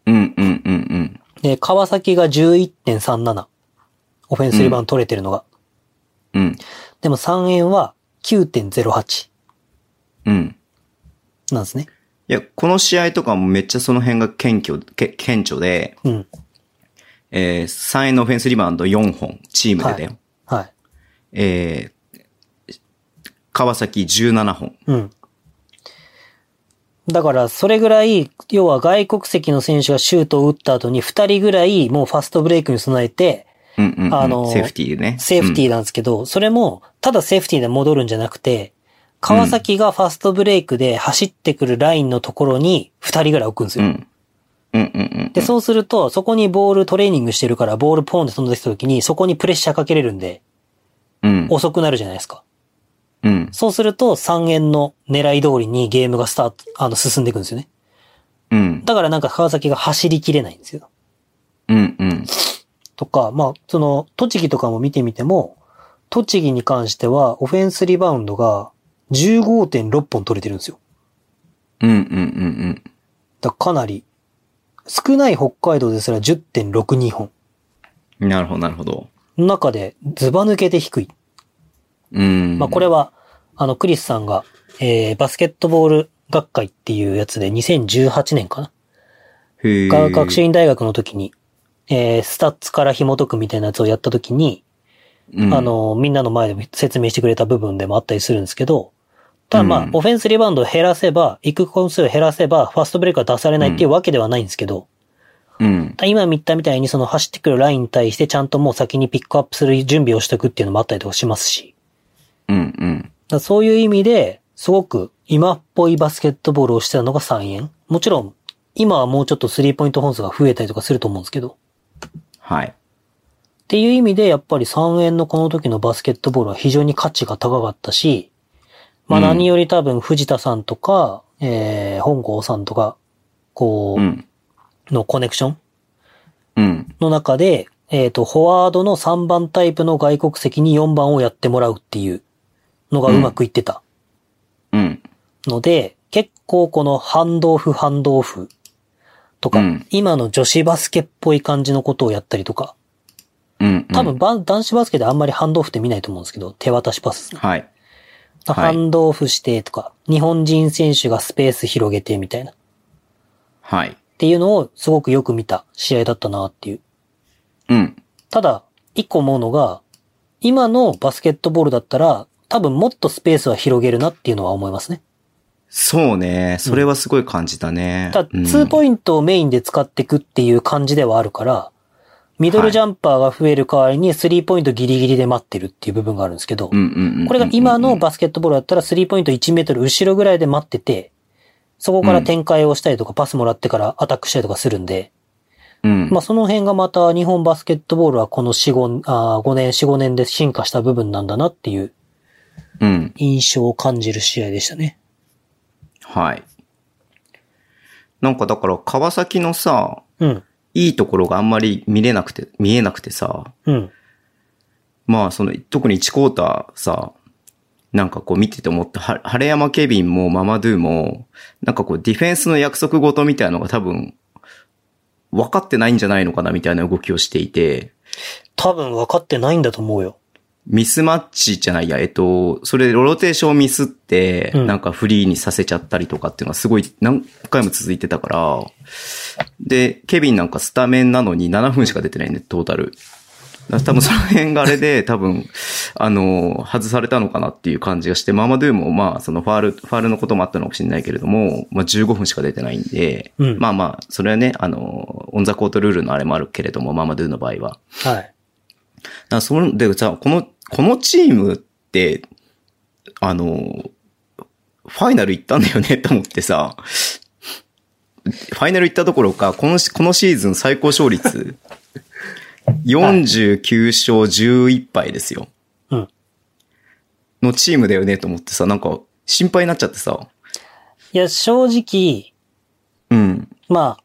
うんうんうんうん。で、川崎が11.37。オフェンスリバウンド取れてるのが。うん。でも3円は9.08うん。なんですね。いや、この試合とかもめっちゃその辺が謙虚、け顕著で、うん。えー、3円のオフェンスリバウンド4本、チームでだよ。はい。えー川崎17本。うん。だから、それぐらい、要は外国籍の選手がシュートを打った後に、二人ぐらい、もうファストブレイクに備えて、うんうん、うん。あのーセーフティーね。セーフティー。ーなんですけど、それも、ただセーフティーで戻るんじゃなくて、川崎がファストブレイクで走ってくるラインのところに、二人ぐらい置くんですうよ。ん。うんうんうん。で、そうすると、そこにボールトレーニングしてるから、ボールポーンって飛んできた時に、そこにプレッシャーかけれるんで、うん。遅くなるじゃないですか。うん。そうすると、3円の狙い通りにゲームがスタート、あの、進んでいくんですよね。うん。だからなんか川崎が走りきれないんですよ。うんうん。とか、まあ、その、栃木とかも見てみても、栃木に関しては、オフェンスリバウンドが15.6本取れてるんですよ。うんうんうんだからかなり、少ない北海道ですら10.62本。うん。なるほど、なるほど。中で、ズバ抜けて低い。うん。まあ、これは、あの、クリスさんが、えー、バスケットボール学会っていうやつで2018年かなれが学習院大学の時に、えー、スタッツから紐解くみたいなやつをやった時に、あ、の、みんなの前でも説明してくれた部分でもあったりするんですけど、ただまあ、うんオフェンスリバウンドを減らせば、行く本数を減らへば、ファストブレイクは出されないっていうわけではないんですけど、うん。今見たみたいにその走ってくるラインに対してちゃんともう先にピックアップする準備をしておくっていうのもあったりとかしますし、うんうん。だからそういう意味で、すごく今っぽいバスケットボールをしてたのが3円。もちろん、今はもうちょっとスリーポイント本数が増えたりとかすると思うんですけど。はい。っていう意味で、やっぱり3円のこの時のバスケットボールは非常に価値が高かったし、まあうん何より多分藤田さんとか、えー、本郷さんとか、こうん。う、のコネクションうん。の中で、えっ、と、フォワードの3番タイプの外国籍に4番をやってもらうっていうのがうまくいってた。うん。ので、結構このハンドオフハンドオフとか、うん今の女子バスケっぽい感じのことをやったりとか、うん。多分、ばん男子バスケであんまりハンドオフって見ないと思うんですけど、手渡しパス。はい。はいハンドオフしてとか、日本人選手がスペース広げてみたいな、っはい。ていうのをすごくよく見た試合だったなっていう。うん。ただ、一個思うのが、今のバスケットボールだったら、多分もっとスペースは広げるなっていうのは思いますね。そうね。それはすごい感じたね。ただ、2インポイントをメインで使っていくっていう感じではあるから、ミドルジャンパーが増える代わりに3ポイントギリギリで待ってるっていう部分があるんですけど、トこれが今のバスケットボールだったら3ポイント1メートル後ろぐらいで待ってて、そこから展開をしたりとかパスもらってからアタックしたりとかするんで、うん。まあその辺がまた日本バスケットボールはこの4、5、あー5年、4、5年で進化した部分なんだなっていううん。印象を感じる試合でしたね。はい。なんかだから、川崎のさ、うん、いいところがあんまり見れなくて、見えなくてさ、うん、まあ、その、特に1クォーターさ、なんかこう見てて思った、は晴山ケビンもママドゥも、なんかこうディフェンスの約束事みたいのが多分、分かってないんじゃないのかなみたいな動きをしていて、多分分かってないんだと思うよ。ミスマッチじゃないや、えっと、それでローテーションをミスって、うんなんかフリーにさせちゃったりとかっていうのがすごい何回も続いてたから、で、ケビンなんかスタメンなのに7分しか出てないね、トータル。だから多分その辺があれ (laughs) で、多分、あの、外されたのかなっていう感じがして、ママドゥもまあ、そのファール、ファールのこともあったのかもしれないけれども、まあ15分しか出てないんで、うんまあまあ、それはね、あの、オンザコートルールのあれもあるけれども、ママドゥの場合は。はい。だからそれでさ、この、このチームって、あの、ファイナル行ったんだよねと思ってさ、ファイナル行ったどころか、このし、このシーズン最高勝 (laughs) 率、49勝11敗ですよ。うん。のチームだよねと思ってさ、なんか、心配になっちゃってさ、いや、正直、うん。まあ、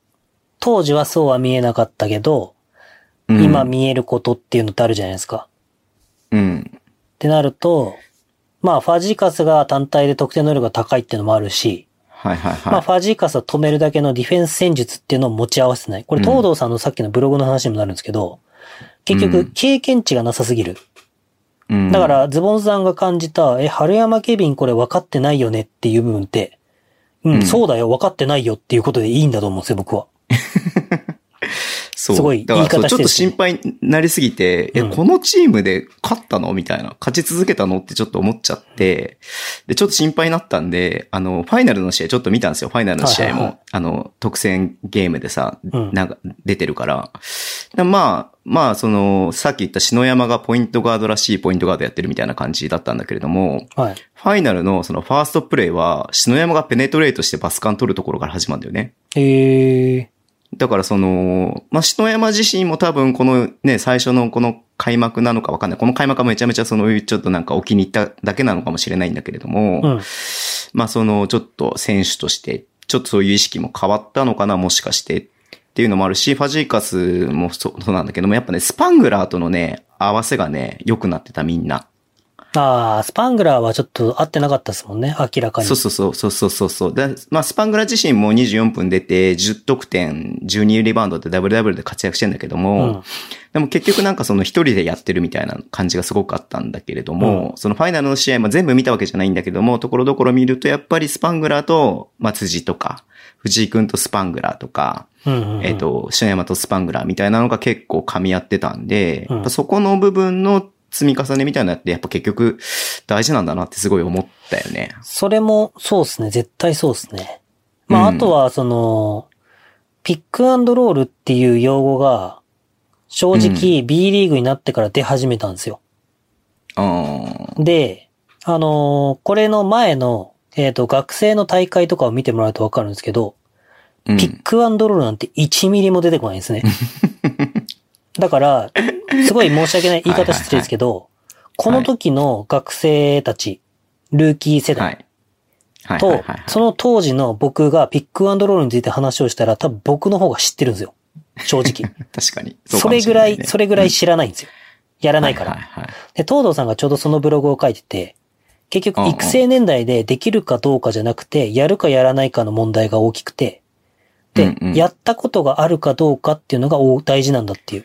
当時はそうは見えなかったけど、うん今、見えることっていうのってあるじゃないですか。うん。ってなると、まあ、ファジーカスが単体で得点能力が高いっていうのもあるし、はいはいまあ、はファジーカスを止めるだけのディフェンス戦術っていうのを持ち合わせてない。これ、うん東堂さんのさっきのブログの話にもなるんですけど、結う局ん、経験値がなさすぎる。い。うんだか、ら、ズボンさんが感じた、え、春山ケビンこれ分かってないよねっていう部分って、うん、うんそうだよ、分かってないよっていうことでいいんだと思うんですよ、僕は。そう。すごいだから言い方そうちょっとしてる心し配になりすぎて、うんえ、このチームで勝ったのみたいな。勝ち続けたのってちょっと思っちゃって、で、ちょっと心配になったんで、あの、ファイナルの試合ちょっと見たんですよ。ファイナルの試合も。はいはいはあの、特選ゲームでさ、うんなんか出てるから。だまあ、まあ、その、さっき言った篠山がポイントガードらしいポイントガードやってるみたいな感じだったんだけれども、はい。ファイナルのそのファーストプレイは、篠山がペネトレートしてバスカン取るところから始まるんだよね。えー、だからその、まあ、篠山自身も多分このね、最初のこの開幕なのかわかんない。この開幕はめちゃめちゃその、ちょっとなんかお気に入っただけなのかもしれないんだけれども、うん。まあその、ちょっと選手として、ちょっとそういう意識も変わったのかな、もしかして。っていうのもあるし、ファジーカスもそうそうなんだけども、やっぱね、スパングラーとのね、合わせがね、良くなってたみんな。ああ、スパングラーはちょっと合ってなかったですもんね、明らかに。そうそうそうそうそうそうそう。で、まあ、スパングラ自身も24分出て、10得点、12リバウンドってダブルダブルで活躍してんだけどうも、ん。でも結局なんかその一人でやってるみたいな感じがすごくあったんだけれども、そのファイナルの試合、まあ、全部見たわけじゃないんだけども、ところどころ見るとやっぱりスパングラーと、まあ、辻とか、藤井くんとスパングラーとか、うんうんうんえっ、、と、篠山とスパングラーみたいなのが結構噛み合ってたんで、うんやっぱそこの部分の積み重ねみたいなのってやっぱ結局大事なんだなってすごい思ったよね。それも、そうですね。絶対そうですね。まあ、うんあとは、その、ピックアンドロールっていう用語が、正直 B リーグになってから出始めたんですよ。あで、あのーこれの前の、えっ、と、学生の大会とかを見てもらうとわかるんですけど、ーうんピックアンドロールなんて1ミリも出てこないん (laughs) ですね。だから、すごい申し訳ない言い方失礼ですけど、この時の学生たち、ルーキー世代、はい。はいはいはいとはい、その当時の僕がピックアンドロールについて話をしたら、多分僕の方が知ってるんですよ。正 (laughs) 直。確かに。そうかもれしぐならい、それぐらい知らないんですよ。やらないから。はいはいはいで、東堂さんがちょうどそのブログを書いてて、結うんう局ん育成年代でできるかどうかじゃなくて、やるかやらないかの問題が大きくて、うでん、うんやったことがあるかどうかっていうのが大大事なんだっていう。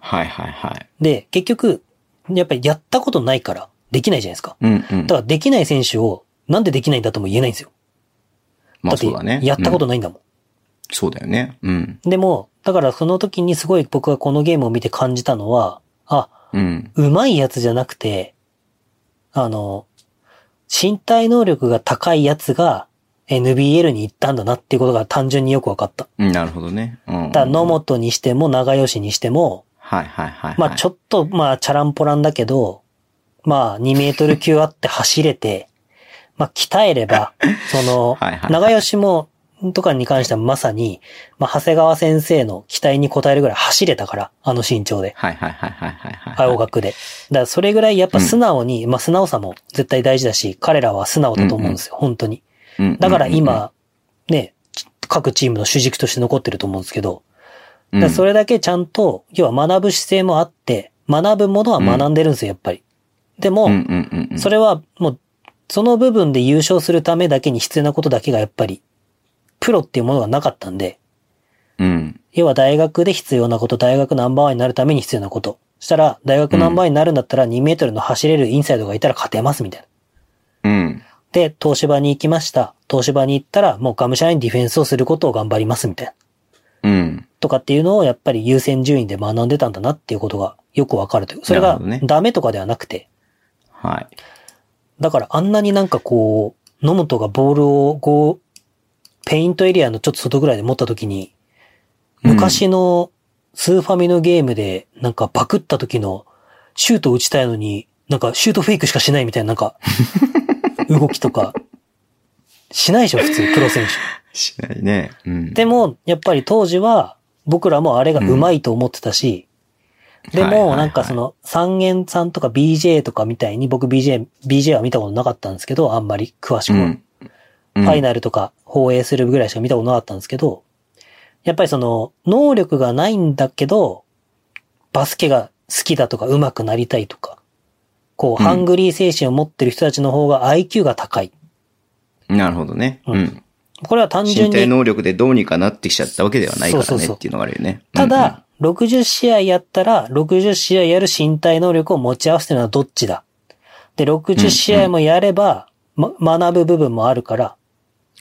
はいはいはい。で、結局、やっぱりやったことないから、できないじゃないですか。うんうん。だからできない選手を、なんでできないんだとも言えないんですよ。まだあってそうだね。、やったことうんないんだもん。そうだよね。うん。でも、だからその時にすごい僕がこのゲームを見て感じたのは、あ、うん。うまいやつじゃなくて、あの、身体能力が高いやつが NBL に行ったんだなっていうことが単純によく分かった。うんなるほどね。うん。だから野本にしても長吉にしても、はいはいはい。まあちょっょっと、まあチャランポランだけど、まあ2メートル級あって走れて、まあ鍛えれば、そのはいは、い長吉も、とかに関してはまさに、まあ長谷川先生の期待に応えるぐらい走れたから、あの身長で。はいはいはいはいはいはい。青学で。だからそれぐらいやっぱ素直に、まあ素直さも絶対大事だし、彼らは素直だと思うんですよ、本当に。うんうんうん。だから今、ね、各チームの主軸として残ってると思うんですけど、うん、だからそれだけちゃんと、要は学ぶ姿勢もあって、学ぶものは学んでるんですよ、やっぱり。でも、うんうんうんうん。それはもう、その部分で優勝するためだけに必要なことだけがやっぱり、プロっていうものがなかったんで、うん。要は大学で必要なこと、大学ナンバーワンになるために必要なこと。そしたら、大学ナンバーワンになるんだったら2メートルの走れるインサイドがいたら勝てますみたいな。うん。で、東芝に行きました。東芝に行ったら、もうがむしゃらにディフェンスをすることを頑張りますみたいうな。ん。とかっていうのをやっぱり優先順位で学んでたんだなっていうことがよくわかるという。それなるがほどねダメとかではなくて。はい。だからあんなになんかこう、野本がボールをこう、ペイントエリアのちょっと外ぐらいで持った時に、うん昔のスーファミのゲームで、なんかバクった時の、シュート打ちたいのに、なんかシュートフェイクしかしないみたいな、なんか、動きとか、しないでしょ、普通、プロ選手。しないね。うん。でも、やっぱり当時は、僕らもあれが上手いと思ってたし、ではいはいはも、いなんかその、三元さんとか BJ とかみたいに、僕 BJ、BJ は見たことなかったんですけど、あんまり詳しうくは。ん。フファイナルとか放映するぐらいしか見たことなかったんですけど、やっぱりその、能力がないんだけど、バスケが好きだとか上手くなりたいとか、こう、うんハングリー精神を持ってる人たちの方が IQ が高い。なるほどね。うんうん。これは単純身体に、能力でどうにかなってきちゃったわけではないからそうそうねそうっていうのがあるよね。ただ、60試合やったら、60試合やる身体能力を持ち合わせるのはどっちだ。で、60試合もやれば、ま学ぶ部分もあるから、うん、うん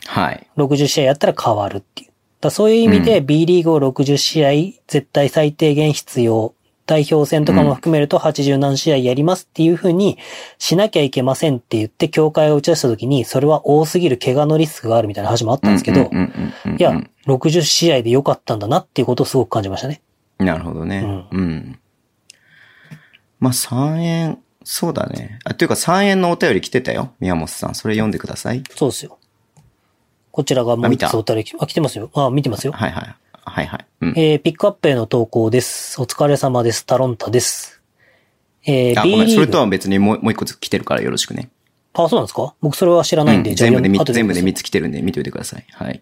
はい。 60試合やったら変わるっていう。だそういう意味でう B リーグを60試合絶対最低限必要。代表戦とかも含めると80何試合やりますっていう風にしなきゃいけませんって言って協会を打ち出した時にそれは多すぎる怪我のリスクがあるみたいな話もあったんですけうど、んうんうんうんうんいや、60試合で良かったんだなっていうことをすごく感じましたね。なるほどね。うん。まあ、3円、そうだね。あ、というか3円のお便り来てたよ。宮本さん。それ読んでください。そうですよ。こちらがもあう見一たつお便りき、あ、来てますよ。あ、見てますよ。はいはい。はいはい。うん。えー、ピックアップへの投稿です。お疲れ様です。タロンタです。えー、あ、 B ごめん。リそーれとグ。は別にもうもう一個来てるからよろしくね。あ、そうなんですか僕それは知らないんで、うんじゃあ全部で読みん後全部で見3つ来てるんで見ておいてください。はい。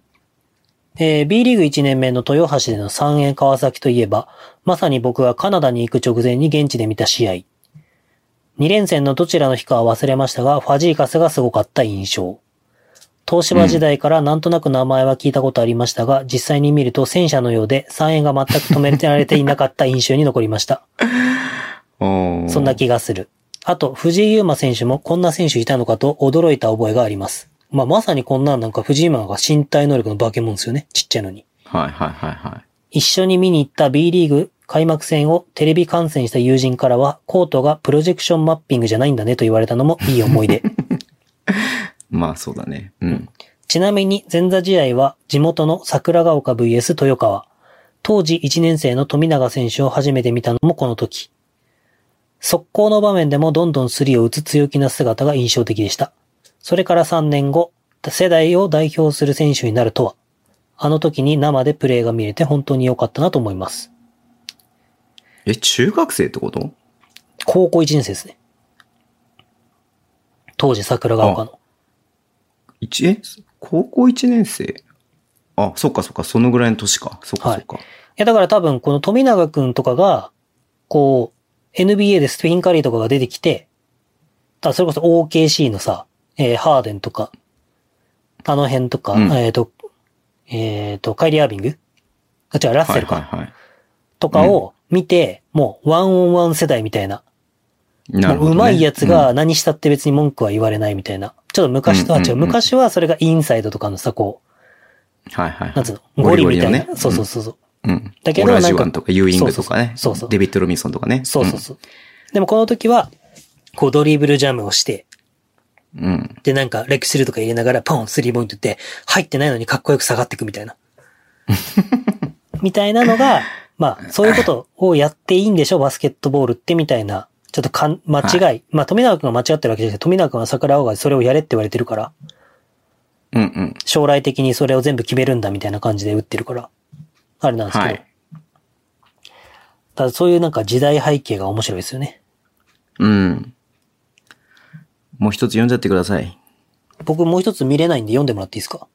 えー B リーグ1年目の豊橋での3円川崎といえば、まさに僕がカナダに行く直前に現地で見た試合。2連戦のどちらの日かは忘れましたが、ファジーカスがすごかった印象。東芝時代からなんとなく名前は聞いたことありましたが、実際に見ると戦車のようで3円が全く止められていなかった印象に残りました。おーそんな気がする。あと、藤井優馬選手もこんな選手いたのかと驚いた覚えがあります。まあ、まさにこんなんなんか藤井優馬が身体能力の化け物ですよね。ちっちゃいのに。はいはいはいは一緒に見に行った B リーグ開幕戦をテレビ観戦した友人からは、コートがプロジェクションマッピングじゃないんだねと言われたのもいい思い出。い。(laughs) まあそうだね。うん。ちなみに前座試合は地元の桜ヶ丘 VS 豊川。当時1年生の富永選手を初めて見たのもこの時。速攻の場面でもどんどんスリーを打つ強気な姿が印象的でした。それから3年後、世代を代表する選手になるとは。あの時に生でプレーが見れて本当に良かったなと思います。え、中学生ってこと高校1年生ですね。当時桜ヶ丘の。一え高校1年生あ、そっかそっか。そのぐらいの年か。そっかそっか。いや、だから多分この富永くんとかが、こう、NBA でステフィン・カリーとかが出てきて、だからそれこそ OKC のさ、えーハーデンとか、あの辺とか、うんえっ、と、えっ、と、カイリー・アービングあ、違う、ラッはセいルか。はいはい。とかを見て、もう、ワンオンワン世代みたいな。なるほど、うね。まいやつが何したって別に文句は言われないみたいな。ちょっと昔とは違う。うんうんうん昔はそれがインサイドとかのさ、こうん、はいはいはう、い。なんつうの、ゴリみたいな。ゴリゴリのねそうそうそうそう。うん。だけどオラなジんかワンとかユーイングとかね。そうそうそうそうそうデビッド・ロビンソンとかね。そうそうそう。でもこの時は、こうドリブルジャムをして、うん。うん。でなんかレクシルとか入れながらポン、スリーポイントって入ってないのにかっこよく下がっていくみ (laughs) たいな。みたいなのが、まあそういうことをやっていいんでしょ、バスケットボールってみたいな。ちょっとかん、間違い。はまあ富永くんが間違ってるわけじゃなくて、富永くんは桜青がそれをやれって言われてるから、うんうん。将来的にそれを全部決めるんだみたいな感じで打ってるから、あれなんですけど。はい。ただそういうなんか時代背景が面白いですよね。うん。もう一つ読んじゃってください。僕もう一つ見れないんで読んでもらっていいですか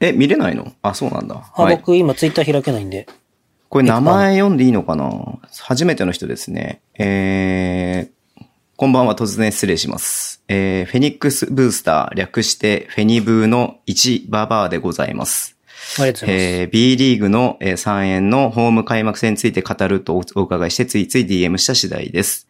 え、見れないのあ、そうなんだ。あ、はい。僕今ツイッター開けないんで。これ名前読んでいいのかな初めての人ですね。えー、こんばんは突然失礼します。えー、フェニックスブースター略してフェニブーの1ババアでございます。ありがとうございます。えー B リーグのえー3円のホーム開幕戦について語るとおお伺いして、ついつい DM した次第です。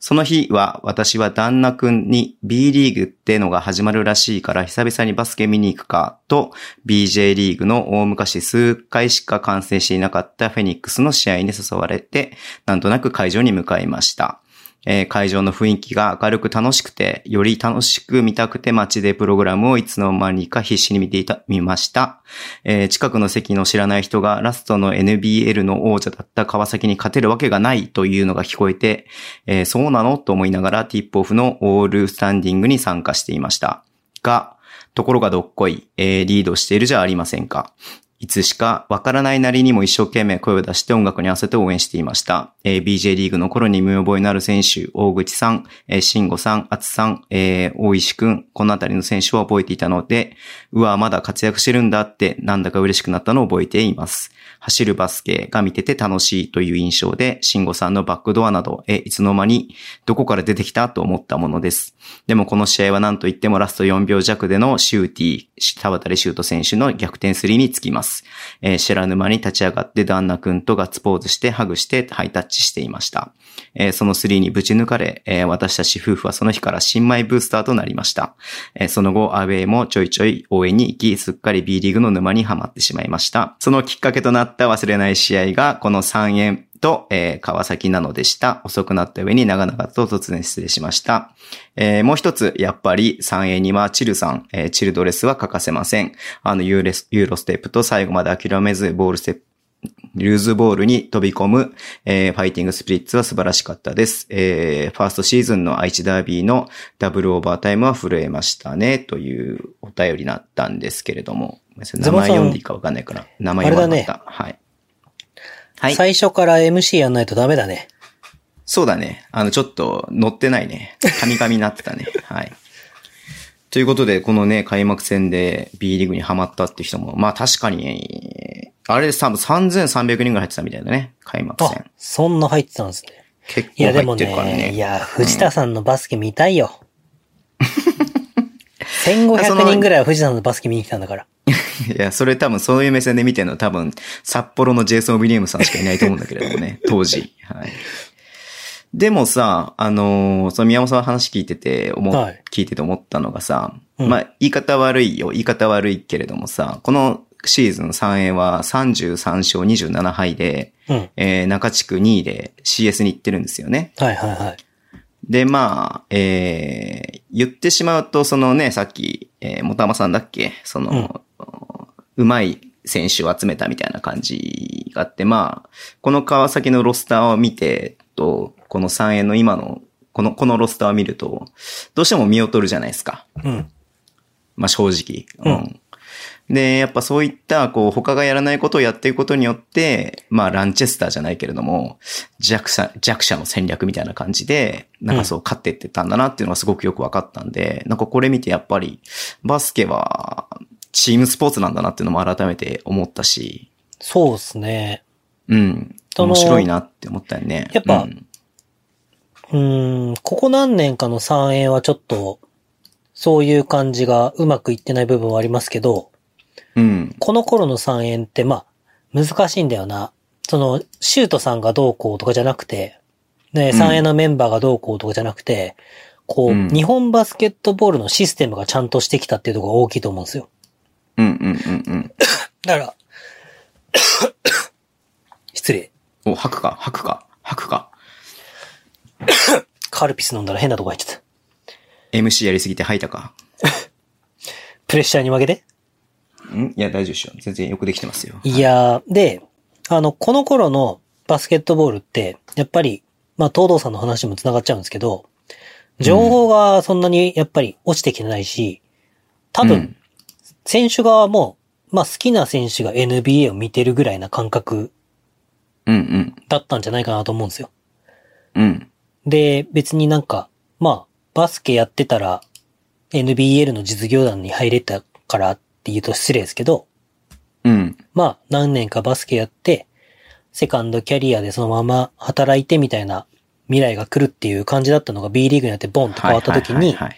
その日は私は旦那くんに B リーグってのが始まるらしいから久々にバスケ見に行くかと BJ リーグの大昔数回しか完成していなかったフェニックスの試合に誘われてなんとなく会場に向かいました。えー会場の雰囲気が明るく楽しくて、より楽しく見たくて街でプログラムをいつの間にか必死に見ていた、見ました。えー近くの席の知らない人がラストの NBL の王者だった川崎に勝てるわけがないというのが聞こえて、えーそうなのと思いながらティップオフのオールスタンディングに参加していました。が、ところがどっこい、えーリードしているじゃありませんか。いつしかわからないなりにも一生懸命声を出して音楽に合わせて応援していました。えー BJ リーグの頃に見覚えのある選手、大口さん、えー、慎吾さん、厚さん、えー大石くん、このあたりの選手は覚えていたので、うわ、まだ活躍してるんだって、なんだか嬉しくなったのを覚えています。走るバスケが見てて楽しいという印象で、慎吾さんのバックドアなど、え、いつの間に、どこから出てきたと思ったものです。でもこの試合は何と言ってもラスト4秒弱でのシューティー、田渡シュート選手の逆転スリーにつきます。ます。えー知らぬ間に立ち上がって旦那くんとガッツポーズして、ハグして、ハイタッチしていました。えーその3にぶち抜かれ、えー私たち夫婦はその日から新米ブースターとなりました。えーその後、アウェイもちょいちょい応援に行き、すっかり B リーグの沼にはまってしまいました。そのきっかけとなった忘れない試合が、この3円と、えー川崎なのでした。遅くなった上に長々と突然失礼しました。えーもう一つ、やっぱり3円にはチルさん、えーチルドレスは欠かせません。あのユーレス、ユーロステップと最後まで諦めず、ボールステップ、ルーズボールに飛び込む、えーファイティングスピリッツは素晴らしかったです。えーファーストシーズンの愛知ダービーのダブルオーバータイムは震えましたね、というお便りだったんですけれども。名ズボン前さん読んでいいかわかんないから。名前読まなかった。はい。はい。最初から MC やんないとダメだね。そうだね。あの、ちょっと乗ってないね。カミカミになって (laughs) たね。はい。ということで、このね、開幕戦で B リーグにハマったって人も、まあ確かに、あれで多分3300人ぐらい入ってたみたいだね。開幕あ戦。、そんな入ってたんですね。結構いや、で入もってるからね。ね、いや、藤田さんのバスケ見た (laughs) いよ。1500人ぐらいは藤田さんのバスケ見に来たんだから。いや、それ多分そういう目線で見てるの多分札幌のジェイソン・ウィリアムさんしかいないと思うんだけれども (laughs) ね、当時。はい。でもさ、あのーその宮本さんの話聞いてて、思っはい聞いてて思ったのがさ、うんまあ、言い方悪いよ、言い方悪いけれどもさ、このシーズン3円は33勝27敗で、うん。はいえー中地区2位で CS に行ってるんですよね。はいはい。で、まあ、えー、言ってしまうと、そのね、さっき、えー、もたまさんだっけその、うまい選手を集めたみたいな感じがあって、まあ、この川崎のロスターを見て、と、この3円の今の、この、このロスターを見ると、どうしても見劣るじゃないですか。うん。まあ正直。うんで、やっぱそういった、こう、他がやらないことをやっていくことによって、まあ、ランチェスターじゃないけれども、弱者、弱者の戦略みたいな感じで、なんかそう、勝っていってたんだなっていうのがすごくよく分かったんで、なんかこれ見てやっぱり、バスケは、チームスポーツなんだなっていうのも改めて思ったし、そうですね。うん。その面白いなって思ったよね。やっぱうんうーん、ここ何年かの3円はちょっと、そういう感じがうまくいってない部分はありますけど、うん。この頃の3円って、まあ、難しいんだよな。その、シュートさんがどうこうとかじゃなくて、ね、うん3円のメンバーがどうこうとかじゃなくて、こう、うん日本バスケットボールのシステムがちゃんとしてきたっていうところが大きいと思うんですよ。うんうんうん (coughs) だから、失礼。うん。お、吐くか吐くか吐くかカルピス飲んだら変なとこ入っちゃった。 ?MC やりすぎて吐いたかプレッシャーに負けて。んいや、大丈夫でしょ。全然よくできてますよ。いやー、で、あの、この頃のバスケットボールって、やっぱり、まあ、東堂さんの話にも繋がっちゃうんですけど、情報がそんなにやっぱり落ちてきてないし、多う分ん、選手側も、まあ、好きな選手が NBA を見てるぐらいな感覚うんだったんじゃないかなと思うんですよ。うん。うん。で、別になんか、まあ、バスケやってたら、NBL の実業団に入れたからって言うと失礼ですけど、うん。まあ、何年かバスケやって、セカンドキャリアでそのまま働いてみたいな未来が来るっていう感じだったのが B リーグになってボンと変わった時はいにはい、はいはい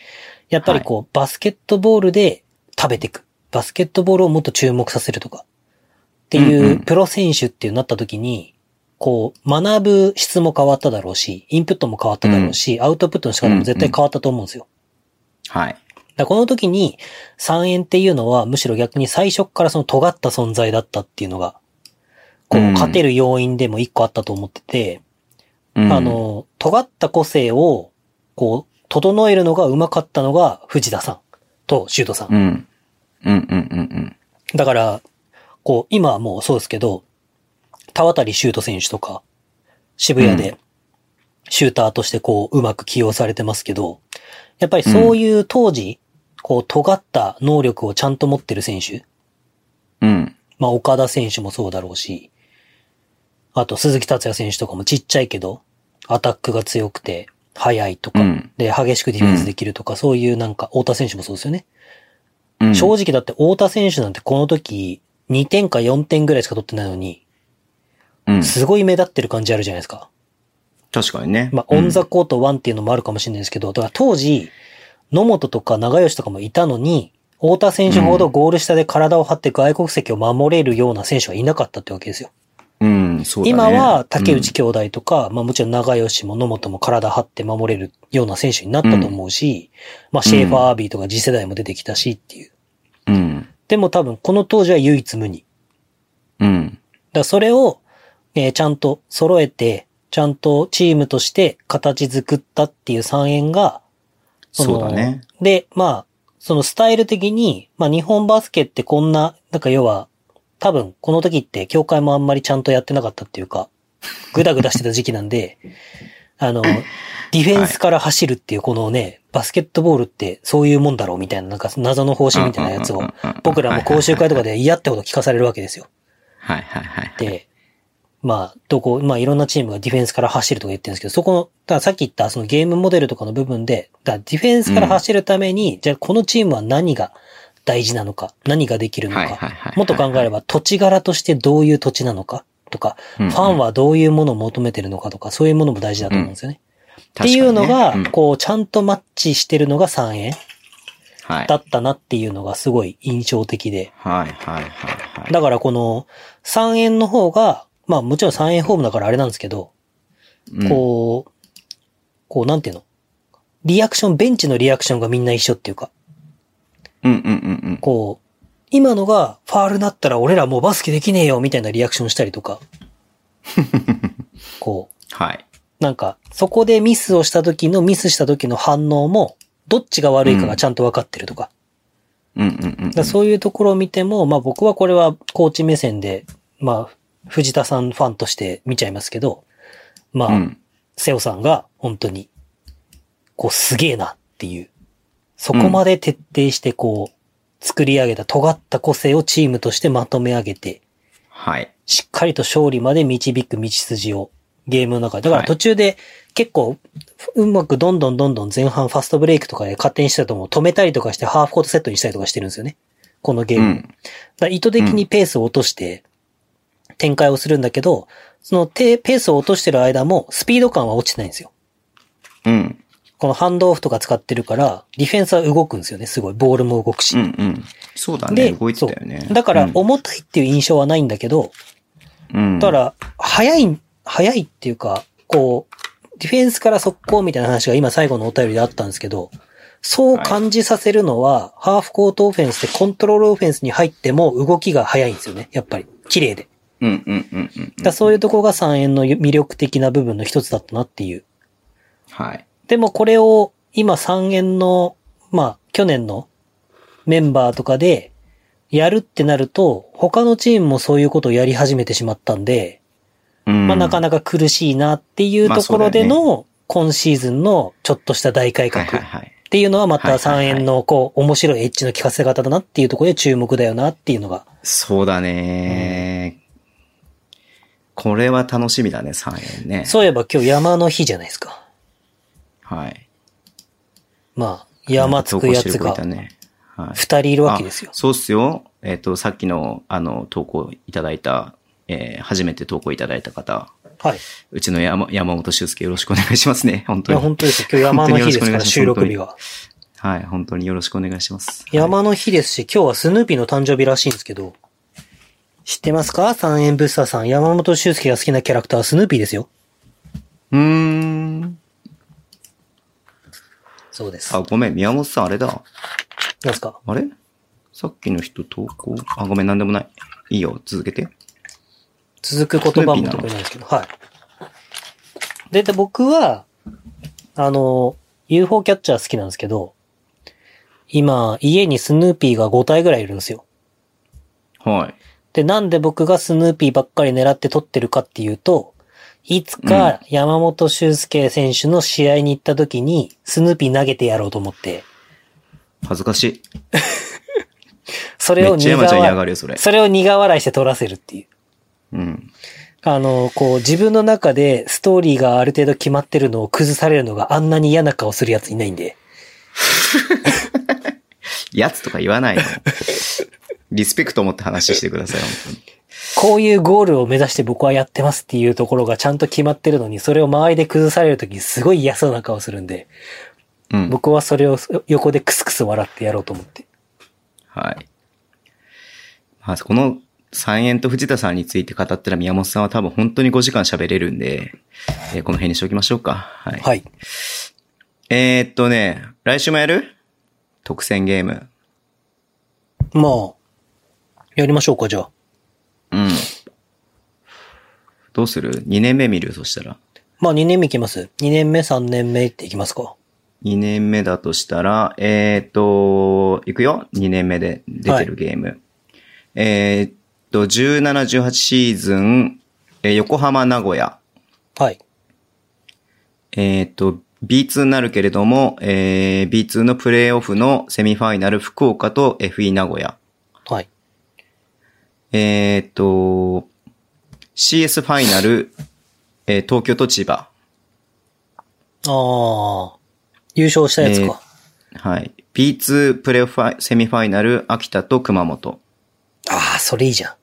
やっぱりこう、バスケットボールで食べていく。バスケットボールをもっと注目させるとか。ってうんいううんプロ選手っていうなった時に、こう、学ぶ質も変わっただろうし、インプットも変わっただろうし、アウトプットの仕方も絶対変わったと思うんですよ。はい。だからこの時に3円っていうのはむしろ逆に最初っからその尖った存在だったっていうのが、こううん勝てる要因でも一個あったと思ってて、うんあ、の、尖った個性をこう整えるのが上手かったのが藤田さんと修斗さん。うん。うんうんうんだから、こう今はもうそうですけど、田渡り修斗選手とか渋谷うでシューターとしてこううまく起用されてますけど、やっぱりそういう当時、こう尖った能力をちゃんと持ってる選手、うん。うん。まあ、岡田選手もそうだろうし、あと、鈴木達也選手とかもちっちゃいけど、アタックが強くて、速いとか、うんで、激しくディフェンスできるとか、そういうなんか、太田選手もそうですよね。うん。正直だって、太田選手なんてこの時、2点か4点ぐらいしか取ってないのに、うんすごい目立ってる感じあるじゃないですか。確かにね。まあ、オンザうんコート1っていうのもあるかもしれないですけど、だから当時、野本とか長吉とかもいたのに、太田選手ほうどんゴール下で体を張って外国籍を守れるような選手はいなかったってわけですよ。うん、そうだね。今は竹内兄弟とか、まあもちろん長吉も野本も体張って守れるような選手になったと思うし、まあシェーファー・アービーとか次世代も出てきたしっていう。うん、うん。でも多分この当時は唯一無二。うん。だからそれを、えーちゃんと揃えて、ちゃんとチームとして形作ったっていう3円が、そのそうだね。で、まあ、そのスタイル的に、まあ日本バスケってこんな、なんか要は、多分この時って協会もあんまりちゃんとやってなかったっていうか、ぐだぐだしてた時期なんで、 (laughs) あの、ディフェンスから走るっていうこのね、バスケットボールってそういうもんだろうみたいな、なんか謎の方針みたいなやつうんうをんうんうん、僕らも講習会とかで嫌ってこと聞かされるわけですよ。はいはいはい。で、まあ、どこ、まあいろんなチームがディフェンスから走るとか言ってるんですけど、そこの、だからさっき言ったそのゲームモデルとかの部分で、だからディフェンスから走るために、じゃあこのチームは何が大事なのか、何ができるのはいはいはいはいはかい、もっと考えれば土地柄としてどういう土地なのかとか、うんうんファンはどういうものを求めてるのかとか、そういうものも大事だと思うんですよね。っていうのが、確かにねこう、ちゃんとマッチしてるのが3円うんはいだったなっていうのがすごい印象的で、はいはいはいはい。だからこの3円の方が、まあもちろん3円ホームだからあれなんですけど、うんこう、こうなんていうのリアクション、ベンチのリアクションがみんな一緒っていうか、うんうんうんうん。こう、今のがファールなったら俺らもうバスケできねえよみたいなリアクションした (laughs) りとか、こう、はい。なんかそこでミスをした時のミスした時の反応も、どっちが悪いかがちゃんと分かってるとか、うんうんうんうん。だからそういうところを見ても、まあ僕はこれはコーチ目線で、まあ藤田さんファンとして見ちゃいますけど、まあ、うん。瀬尾さんが本当に、こうすげえなっていう、そこまで徹底してこう、作り上げた尖った個性をチームとしてまとめ上げて、はい。しっかりと勝利まで導く道筋をゲームの中で。だからはい途中で結構うまくどんどんどんどん前半ファストブレイクとかで加点してたと思う止めたりとかしてハーフコートセットにしたりとかしてるんですよね。このゲーうム。だかん。ら意図的にペースを落として展開をするんだけど、そのてペースを落としてる間もスピード感は落ちてないんですよ。うん。このハンドオフとか使ってるから、ディフェンスは動くんですよね、すごい。ボールも動くし。うんうん。そうだね。動いてたよねそ。うだから、うん重たいっていう印象はないんだけど、うん。だから、早い、早いっていうか、こう、ディフェンスから速攻みたいな話が今最後のお便りであったんですけど、そう感じさせるのは、ハーフコートオフェンスでコントロールオフェンスに入っても動きが早いんですよね、やっぱり。綺麗で。うんうんうんうんだか。らそういうところが3円の魅力的な部分の一つだったなっていう。はい。でもこれを今3円の、まあ、去年のメンバーとかでやるってなると、他のチームもそういうことをやり始めてしまったんで、ままあなかなか苦しいなっていうところでまあの、今シーズンのちょっとした大改はい革はいっはい。ていうのはまたはいはいは3い円のこう、面白いエッジの効かせ方だなっていうところで注目だよなっていうのが。そうだね。これは楽しみだね、3円ね。そういえば今日山の日じゃないですか。はい。まあ、山つくや投稿してつがる子いたね。はい。 2人いるわけですよあ。そうっすよ。えっ、と、さっきの、あの、投稿いただいた、えー初めて投稿いただいた方、はい。うちの山山本修介よろしくお願いしますね。本い当や、に。本当ですよ。今日山の日ですから、収録日は。はい、本当によろしくお願いします。はい山の日ですし、今日はスヌーピーの誕生日らしいんですけど、知ってますか三円ブッサーさん。山本修介が好きなキャラクターはスヌーピーですよ。うーん。そうです。あ、ごめん、宮本さんあれだ。なんすかあれさっきの人投稿あ、ごめん、なんでもない。いいよ、続けて。続く言葉も得意なんですけど、はい。で、で僕は、あの、UFO キャッチャー好きなんですけど、今、家にスヌーピーが5体ぐらいいるんですよ。はい。で、なんで僕がスヌーピーばっかり狙って撮ってるかっていうと、いつか山本修介選手の試合に行った時に、スヌーピー投げてやろうと思って、恥ずかしい。それめをっちゃ苦山ちゃん嫌が笑るい、よ、それ。それを苦笑いして撮らせるっていう。うん。あの、こう、自分の中でストーリーがある程度決まってるのを崩されるのがあんなに嫌な顔するやついないんで。やつとか言わない (laughs) の。リスペクトを持って話してください、本当に。こういうゴールを目指して僕はやってますっていうところがちゃんと決まってるのに、それを周りで崩されるときすごい嫌そうな顔するんで、うん。僕はそれを横でクスクス笑ってやろうと思って。はい。まあ、この三円と藤田さんについて語ったら宮本さんは多分本当に5時間喋れるんで、えーこの辺にしておきましょうか。はい。はい。えー、っとね、来週もやる特選ゲーム。まあ、やりましょうか、じゃあ。うん。どうする ?2 年目見るそしたら。まあ、2年目いきます。2年目、3年目っていきますか。 2年目だとしたら、えーっと、いくよ ?2 年目で出てるゲーム。えーっと、17、18シーズン、えー横浜、名古屋。はい。えっ、と、B2 になるけれども、えー、B2 のプレイオフのセミファイナル福岡と FE 名古屋。はい。えっ、と、CS ファイナル、えー東京と千葉。ああ、優勝したやつか。はい。B2 プレイオフファイセミファイナル秋田と熊本。ああ、それいいじゃん。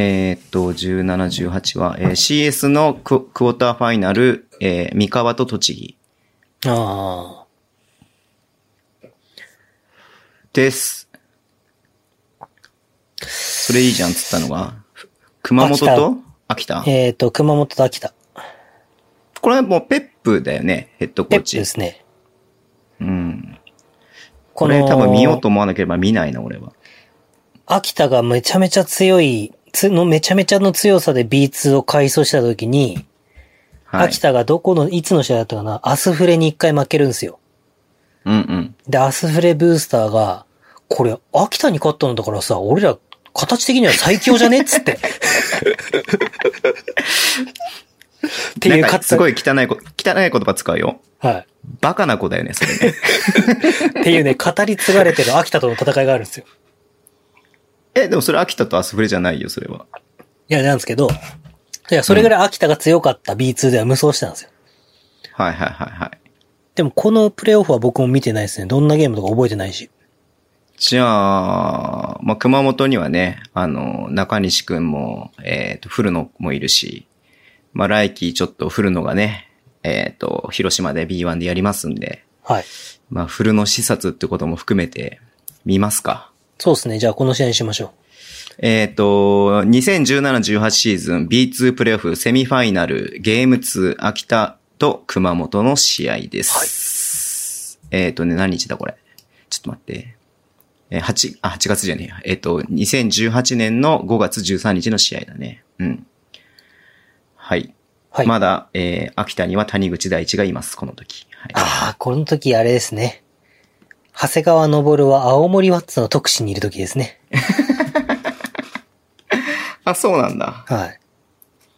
えっ、と、17、18は、えー CS のククォーターファイナル、えー三河と栃木ああ、です。それいいじゃんっつったのが、ふ熊本と秋田えっ、と、熊本と秋田。これはもうペップだよね、ヘッドコペーップチで。すね。うん。ここのれ多分見ようと思わなければ見ないな、俺は。秋田がめちゃめちゃ強い、つのめちゃめちゃの強さで B2 を改装したときに、はい秋。田がどこの、いつの試合だったかな、アスフレに一回負けるんですよ。うんうん。で、アスフレブースターが、これ、秋田に勝ったんだからさ、俺ら、形的には最強じゃねっつって。っていなんう勝かすごい汚いこ、汚い言葉使うよ。はい。バカな子だよね、それね。 (laughs) っていうね、語り継がれてる秋田との戦いがあるんですよ。え、でもそれ秋田とアスフレじゃないよ、それは。いや、なんですけど、いや、それぐらい秋田が強かった B2 では無双してたんですよ。はいはいはいはい。でも、このプレイオフは僕も見てないですね。どんなゲームとか覚えてないし。じゃあ、まあ、熊本にはね、あの、中西くんも、えっ、と、古野もいるし、まあ、来季ちょっと古野がね、えっ、と、広島で B1 でやりますんで、はい。まあ、古野視察ってことも含めて、見ますか。そうですね。じゃあ、この試合にしましょえっ、と、2017-18シーズン B2 プレイオフセミファイナルゲーム2秋田と熊本の試合です。えっ、とね、何日だこれ。ちょっと待って。えー、8、あ、8月じゃねえや。えっ、と、2018年の5月13日の試合だね。うん。はい。う。はい。まだ、えー秋田には谷口大地がいます、この時。はい、ああ、この時あれですね。長谷川昇は青森ワッツの特使にいる時ですね。あ、そうなんだ。はい。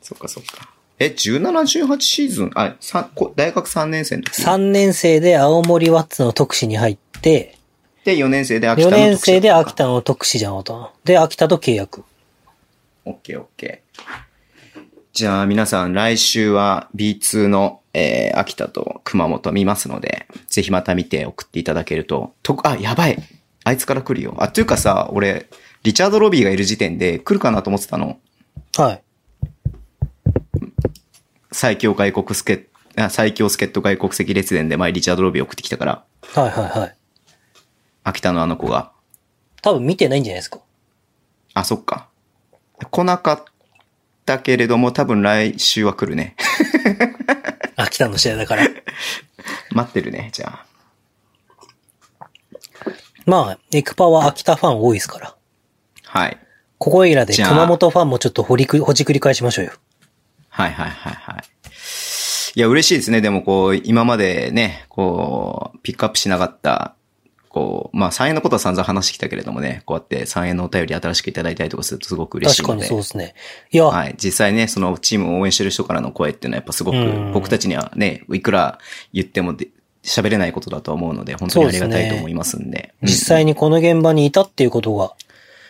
そっかそっか。え、17、18シーズン、あ、さこ大学3年生の時3年生で青森ワッツの特使に入って、で、4年生で秋田4の特集年生で秋田の特使じゃん、と。で、秋田と契約。オッケーオッケー。じゃあ皆さん来週は B2 の、えー、秋田と熊本見ますので、ぜひまた見て送っていただけると、と、あ、やばい。あいつから来るよ。あ、というかさ、俺、リチャード・ロビーがいる時点で来るかなと思ってたの。はい。最強外国スケあ最強助っ人外国籍列伝で前リチャード・ロビー送ってきたから、はいはいはい。秋田のあの子が。多分見てないんじゃないですか。あ、そっか。来なかったけれども、多分来週は来るね。 (laughs) 秋田の試合だから。待ってるね、じゃあ。まあ、エクパは秋田ファン多いですから。はい。ここいらでじゃあ熊本ファンもちょっとほりく、ほじくり返しましょうよ。はいはいはいはい。いや、嬉しいですね。でもこう、今までね、こう、ピックアップしなかった、こう、まあ、3円のことは散々話してきたけれどもね、こうやって3円のお便り新しくいただいたりとかするとすごく嬉しい確かのにで。そうですね。いや、はい。実際ね、そのチームを応援してる人からの声っていうのはやっぱすごくうん、僕たちにはね、いくら言ってもで喋れないことだと思うので、本当にありがたいと思いますんで。うん実際にこの現場にいたっていうことが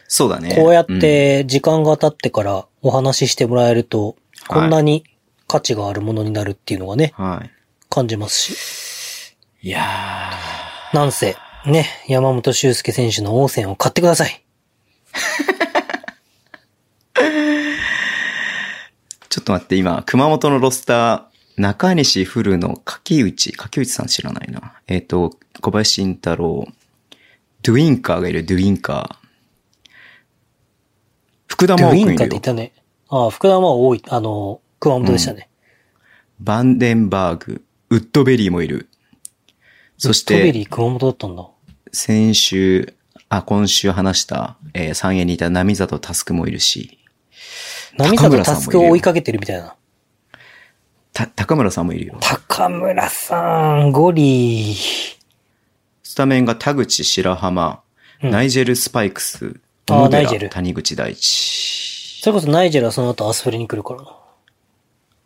そうだね。こうやって時間が経ってからお話ししてもらえると、はいこんなに価値があるものになるっていうのがね、うん、はい。感じますし。いやー。なんせ、ね、山本修介選手の応戦を買ってください。ちょっと待って、今、熊本のロスター、中西古の柿内、柿内さん知らないな。えっ、と、小林慎太郎、ドゥインカーがいる、ドゥインカー。福田ド真央ゥイ君ンいカっるよ。て言ったね。ああ、福田は多い、あの、熊本でしたね。バンデンバーグ、ウッドベリーもいる。そしトベて、リー熊本だったんだ。先週、あ、今週話した、えー、三円にいた波里タスクもいるし、波高里村さんタもいるよスクを追いかけてるみたいな。た、高村さんもいるよ。高村さん、ゴリー。スタメンが田口、白浜、うんナイジェル・スパイクス、あー小野ナイジェ寺、ル谷口大地。それこそナイジェルはその後アスフレに来るからな。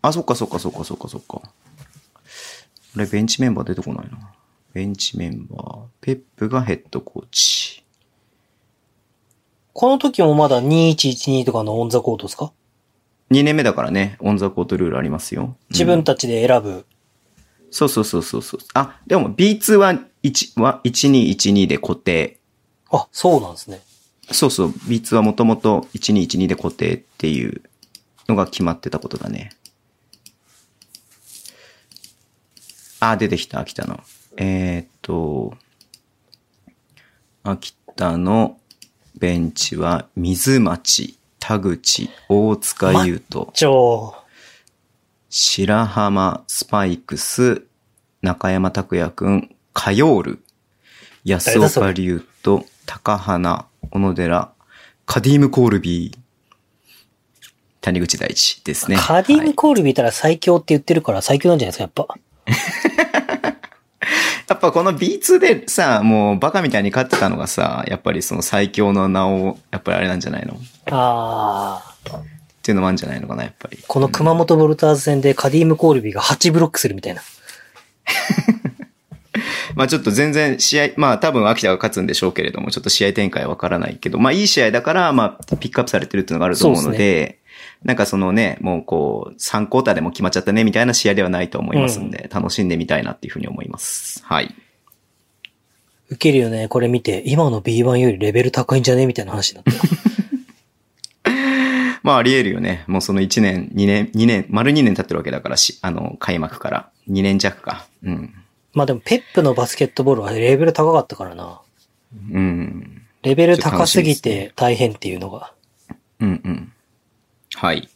あ、そっかそっかそっかそっかそっか。あれ、ベンチメンバー出てこないな。ベンチメンバー。ペップがヘッドコーチ。この時もまだ2112とかのオンザコートですか2年目だからね、オンザコートルールありますよ。自う分んたちで選ぶ。そうそうそうそうそう。あ、でも B2 は1、は1212で固定。あ、そうなんですね。そうそう、B2 はもともと1212で固定っていうのが決まってたことだね。あ、出てきた、秋田の。えーっと、秋田のベンチは水町、田口、大塚優斗、超。白浜、スパイクス、中山拓也くん、カヨール、安誰だそ岡れ龍と高花、小野寺、カディーム・コールビー、谷口大地ですね。カディはいム・コールビーいたら最強って言ってるから最強なんじゃないですか、やっぱ。やっぱこの B2 でさ、もうバカみたいに勝ってたのがさ、やっぱりその最強の名を、やっぱりあれなんじゃないのっあー。ていうのもあるんじゃないのかな、やっぱり。この熊本ボルターズ戦でカディム・コールビーが8ブロックするみたいな。まあちょっと全然試合、まあ多分秋田が勝つんでしょうけれども、ちょっと試合展開はわからないけど、まあいい試合だから、まあピックアップされてるっていうのがあると思うのそうで、でなんかそのね、もうこう、3クォーターでも決まっちゃったね、みたいな試合ではないと思いますんで、楽しんでみたいなっていうふうに思います。はい。ウケるよね、これ見て。今の B1 よりレベル高いんじゃねみたいな話になって。まああり得るよね。もうその1年、2年、2年、丸2年経ってるわけだからし、あの、開幕から。2年弱か。うん。まあでも、ペップのバスケットボールはレベル高かったからな。うん。レベル高すぎて大変っていうのが。うんうん。はい。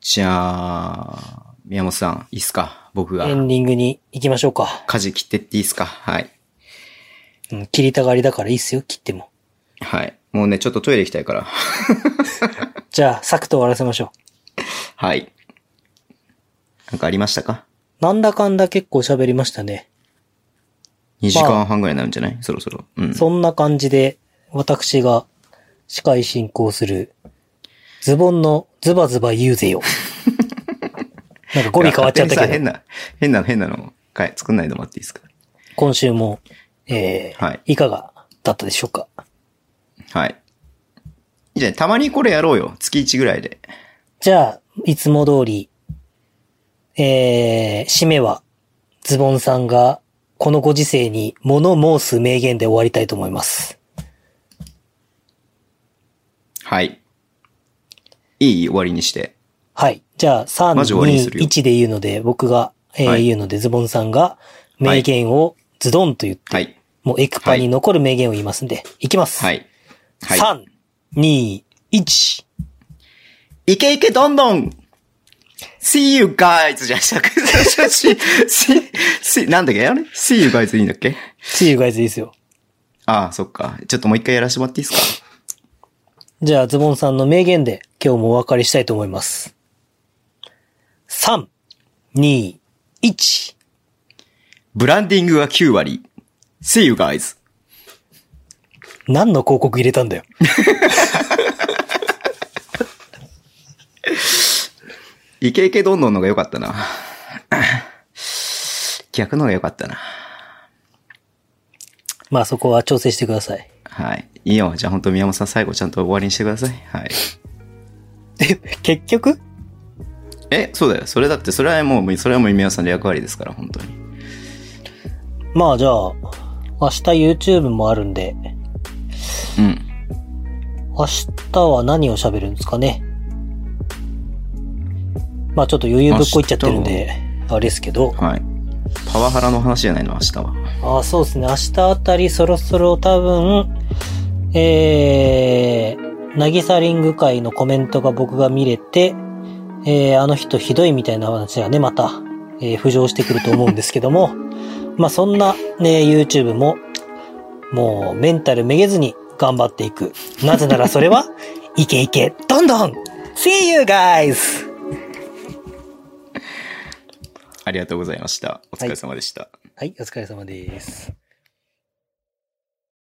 じゃあ、宮本さん、いいっすか僕がエ。ンディングに行きましょうか。舵切ってっていいですかはい。うん、切りたがりだからいいっすよ、切っても。はい。もうね、ちょっとトイレ行きたいから。じゃあ、サクッと終わらせましょはい。なんかありましたかう。なんだかんだ結構喋りましたね。 ?2 時間半ぐらいになるんじゃないそろそろ。うん。そんな感じで、私が司会進行する、ズボンのズバズバ言うぜよ。なんか語尾変わっちゃった勝け手にど、さ変な、変な、変なの、かい作んないでもらっていいですか今週も、えーはいい、かがだったでしょうか。はい。いいじゃんたまにこれやろうよ。月1ぐらいで。じゃあ、いつも通り、えー、締めは、ズボンさんが、このご時世に物申す名言で終わりたいと思います。はい。いい終わりにして。はい。じゃあ、3、マジ終わりにす2、るよ1で言うので、僕が、えーはい言うので、ズボンさんが、名言をズドンと言って、はい。もうエクパに残る名言を言いますんで、いきます。はい。はい。 3、2、1。いけいけどんどん !See you guys! じゃあ、しゃく、し、し、し、なんだっけあれ ?See you guys いいんだっけ See you guys いいですよ。ああ、そっか。ちょっともう一回やらせてもらっていいですかじゃあ、ズボンさんの名言で今日もお別れしたいと思います。3、2、1。ブランディングが9割。See you guys! 何の広告入れたんだよ。イケイケどんどんのが良かったな。 (laughs) 逆のが良かったな。まあそこは調整してください。はい。いいよ。じゃあ本当宮本さん最後ちゃんと終わりにしてください。はい。え、結局え、そうだよ。それだって、それはもう、それはもう宮本さんの役割ですから、本当に。まあじゃあ、明日 YouTube もあるんで、うん。明日は何を喋るんですかね。まあちょっと余裕ぶっこいっちゃってるんで、あれですけど、はい。パワハラの話じゃないの、明日は。あ、そうですね。明日あたりそろそろ多分、えー、なぎさリング会のコメントが僕が見れて、えー、あの人ひどいみたいな話がね、また、えー浮上してくると思うんですけども、 (laughs) まあそんな、ね、YouTube も、もうメンタルめげずに頑張っていく。なぜならそれ (laughs) は、イケイケ、どんどん !See you guys! ありがとうございました。お疲れ様でした。はい、お疲れ様です。